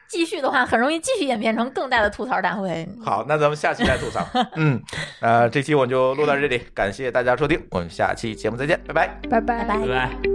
[SPEAKER 2] 继续的话，很容易继续演变成更大的吐槽大会。
[SPEAKER 1] 好，那咱们下期再吐槽。嗯，呃，这期我们就录到这里，感谢大家收听，我们下期节目再见，拜拜。
[SPEAKER 3] 拜拜
[SPEAKER 2] 拜拜
[SPEAKER 5] 对。